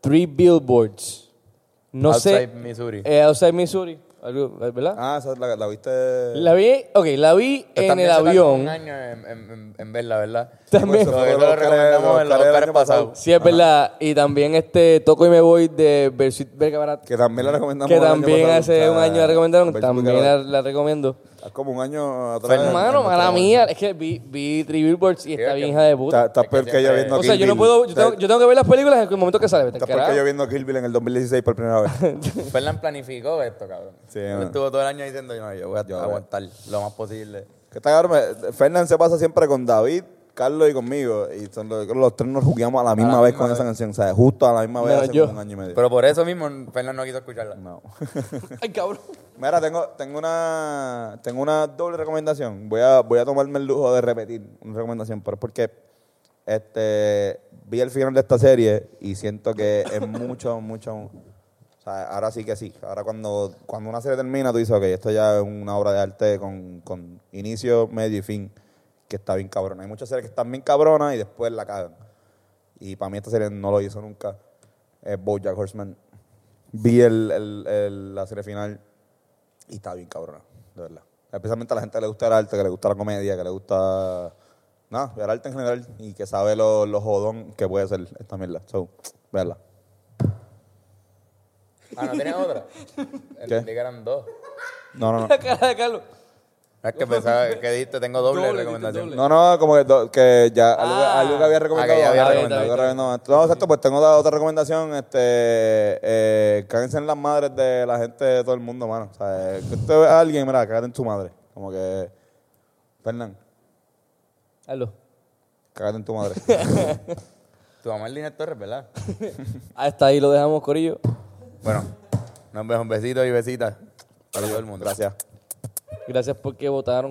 Speaker 3: Three Billboards. No sé.
Speaker 2: Outside Missouri.
Speaker 3: Eh, outside Missouri. Algo, ¿Verdad?
Speaker 1: Ah, esa es la, la viste.
Speaker 3: La vi, ok, la vi en el avión.
Speaker 2: Un año en, en, en, en verla, ¿verdad? Pues,
Speaker 3: También.
Speaker 1: Eso
Speaker 2: Lo
Speaker 1: fue
Speaker 2: que
Speaker 1: los
Speaker 2: lo
Speaker 1: Oscars-
Speaker 2: recomendamos en
Speaker 1: los
Speaker 2: los
Speaker 1: Oscars del
Speaker 2: Oscars
Speaker 1: año pasado.
Speaker 2: pasados.
Speaker 3: Sí, es verdad. Y también este Toco y me voy de Versuit Vergara.
Speaker 1: Que también la recomendamos.
Speaker 3: Que
Speaker 1: el año
Speaker 3: también
Speaker 1: pasado. Ah,
Speaker 3: hace un año la recomendaron.
Speaker 1: Versuit
Speaker 3: También la,
Speaker 1: Vergara.
Speaker 3: la recomiendo.
Speaker 1: Como un año atrás.
Speaker 3: Hermano,
Speaker 1: En- en-
Speaker 3: mala mía. Es que vi, vi Three Billboards y está
Speaker 2: es
Speaker 3: bien
Speaker 2: que-
Speaker 3: hija de
Speaker 1: Está,
Speaker 3: puta.
Speaker 1: está
Speaker 2: Es que
Speaker 1: peor que yo
Speaker 2: siempre-
Speaker 1: viendo
Speaker 3: O sea,
Speaker 1: Kill
Speaker 3: yo no
Speaker 1: Bill.
Speaker 3: puedo. Yo
Speaker 1: Está-
Speaker 3: tengo, yo tengo que ver las películas en el momento que sale. vete al
Speaker 1: Está peor que
Speaker 3: carajo.
Speaker 1: yo viendo Kill Bill en el 2016 por primera vez.
Speaker 2: Fernan planificó esto, cabrón.
Speaker 1: Sí,
Speaker 2: Él
Speaker 1: no.
Speaker 2: Estuvo todo el año diciendo, no, yo voy a aguantar lo más posible.
Speaker 1: Que está cabrón. Fernan se pasa siempre con David, Carlos y conmigo. Y son los, los tres nos jugueamos a la misma
Speaker 2: la
Speaker 1: vez
Speaker 2: misma
Speaker 1: con esa canción. O sea, justo a la misma vez
Speaker 3: No,
Speaker 1: hace
Speaker 3: yo-
Speaker 1: como un año y medio.
Speaker 2: Pero por eso mismo Fernan no quiso escucharla.
Speaker 1: no.
Speaker 3: Ay, cabrón.
Speaker 1: Mira, tengo, tengo una tengo una doble recomendación. Voy a, voy a tomarme el lujo de repetir una recomendación, pero es porque este, vi el final de esta serie y siento que es mucho, mucho... o sea, ahora sí que sí. Ahora cuando, cuando una serie termina, tú dices, ok, esto ya es una obra de arte con, con inicio, medio y fin, que está bien cabrona. Hay muchas series que están bien cabronas y después la cagan. Y para mí esta serie no lo hizo nunca. Es Bojack Horseman. Vi el, el- el- la serie final y está bien cabrona, de verdad. Especialmente a la gente que le gusta el arte, que le gusta la comedia, que le gusta... Nada, el arte en general y que sabe lo, lo jodón que puede ser esta mierda. So, verla.
Speaker 2: Ah, ¿no tienes otra? Entendí que eran dos.
Speaker 1: No, no, no.
Speaker 3: La cara de Carlos.
Speaker 2: No, Es que pensaba que diste, tengo doble,
Speaker 3: Doble,
Speaker 2: recomendación.
Speaker 3: diste
Speaker 1: No, no, como que, do- que ya algo,
Speaker 3: Ah.
Speaker 1: algo que había recomendado.
Speaker 2: Ah, que ya había
Speaker 1: algo
Speaker 2: recomendado.
Speaker 1: que recomendado. No, exacto, pues tengo otra, otra recomendación. Este, eh, cáguense en las madres de la gente de todo el mundo, mano. O sea, eh, que usted ve a alguien, mira, cágate en tu madre. Como que, Fernán,
Speaker 3: Carlos.
Speaker 1: cágate en tu madre.
Speaker 2: Tu mamá es Linet Torres, ¿verdad?
Speaker 3: Hasta Ah, ahí lo dejamos, Corillo.
Speaker 2: bueno, nos vemos. Besitos y besitas. Para todo el mundo.
Speaker 1: Gracias.
Speaker 3: Gracias porque votaron.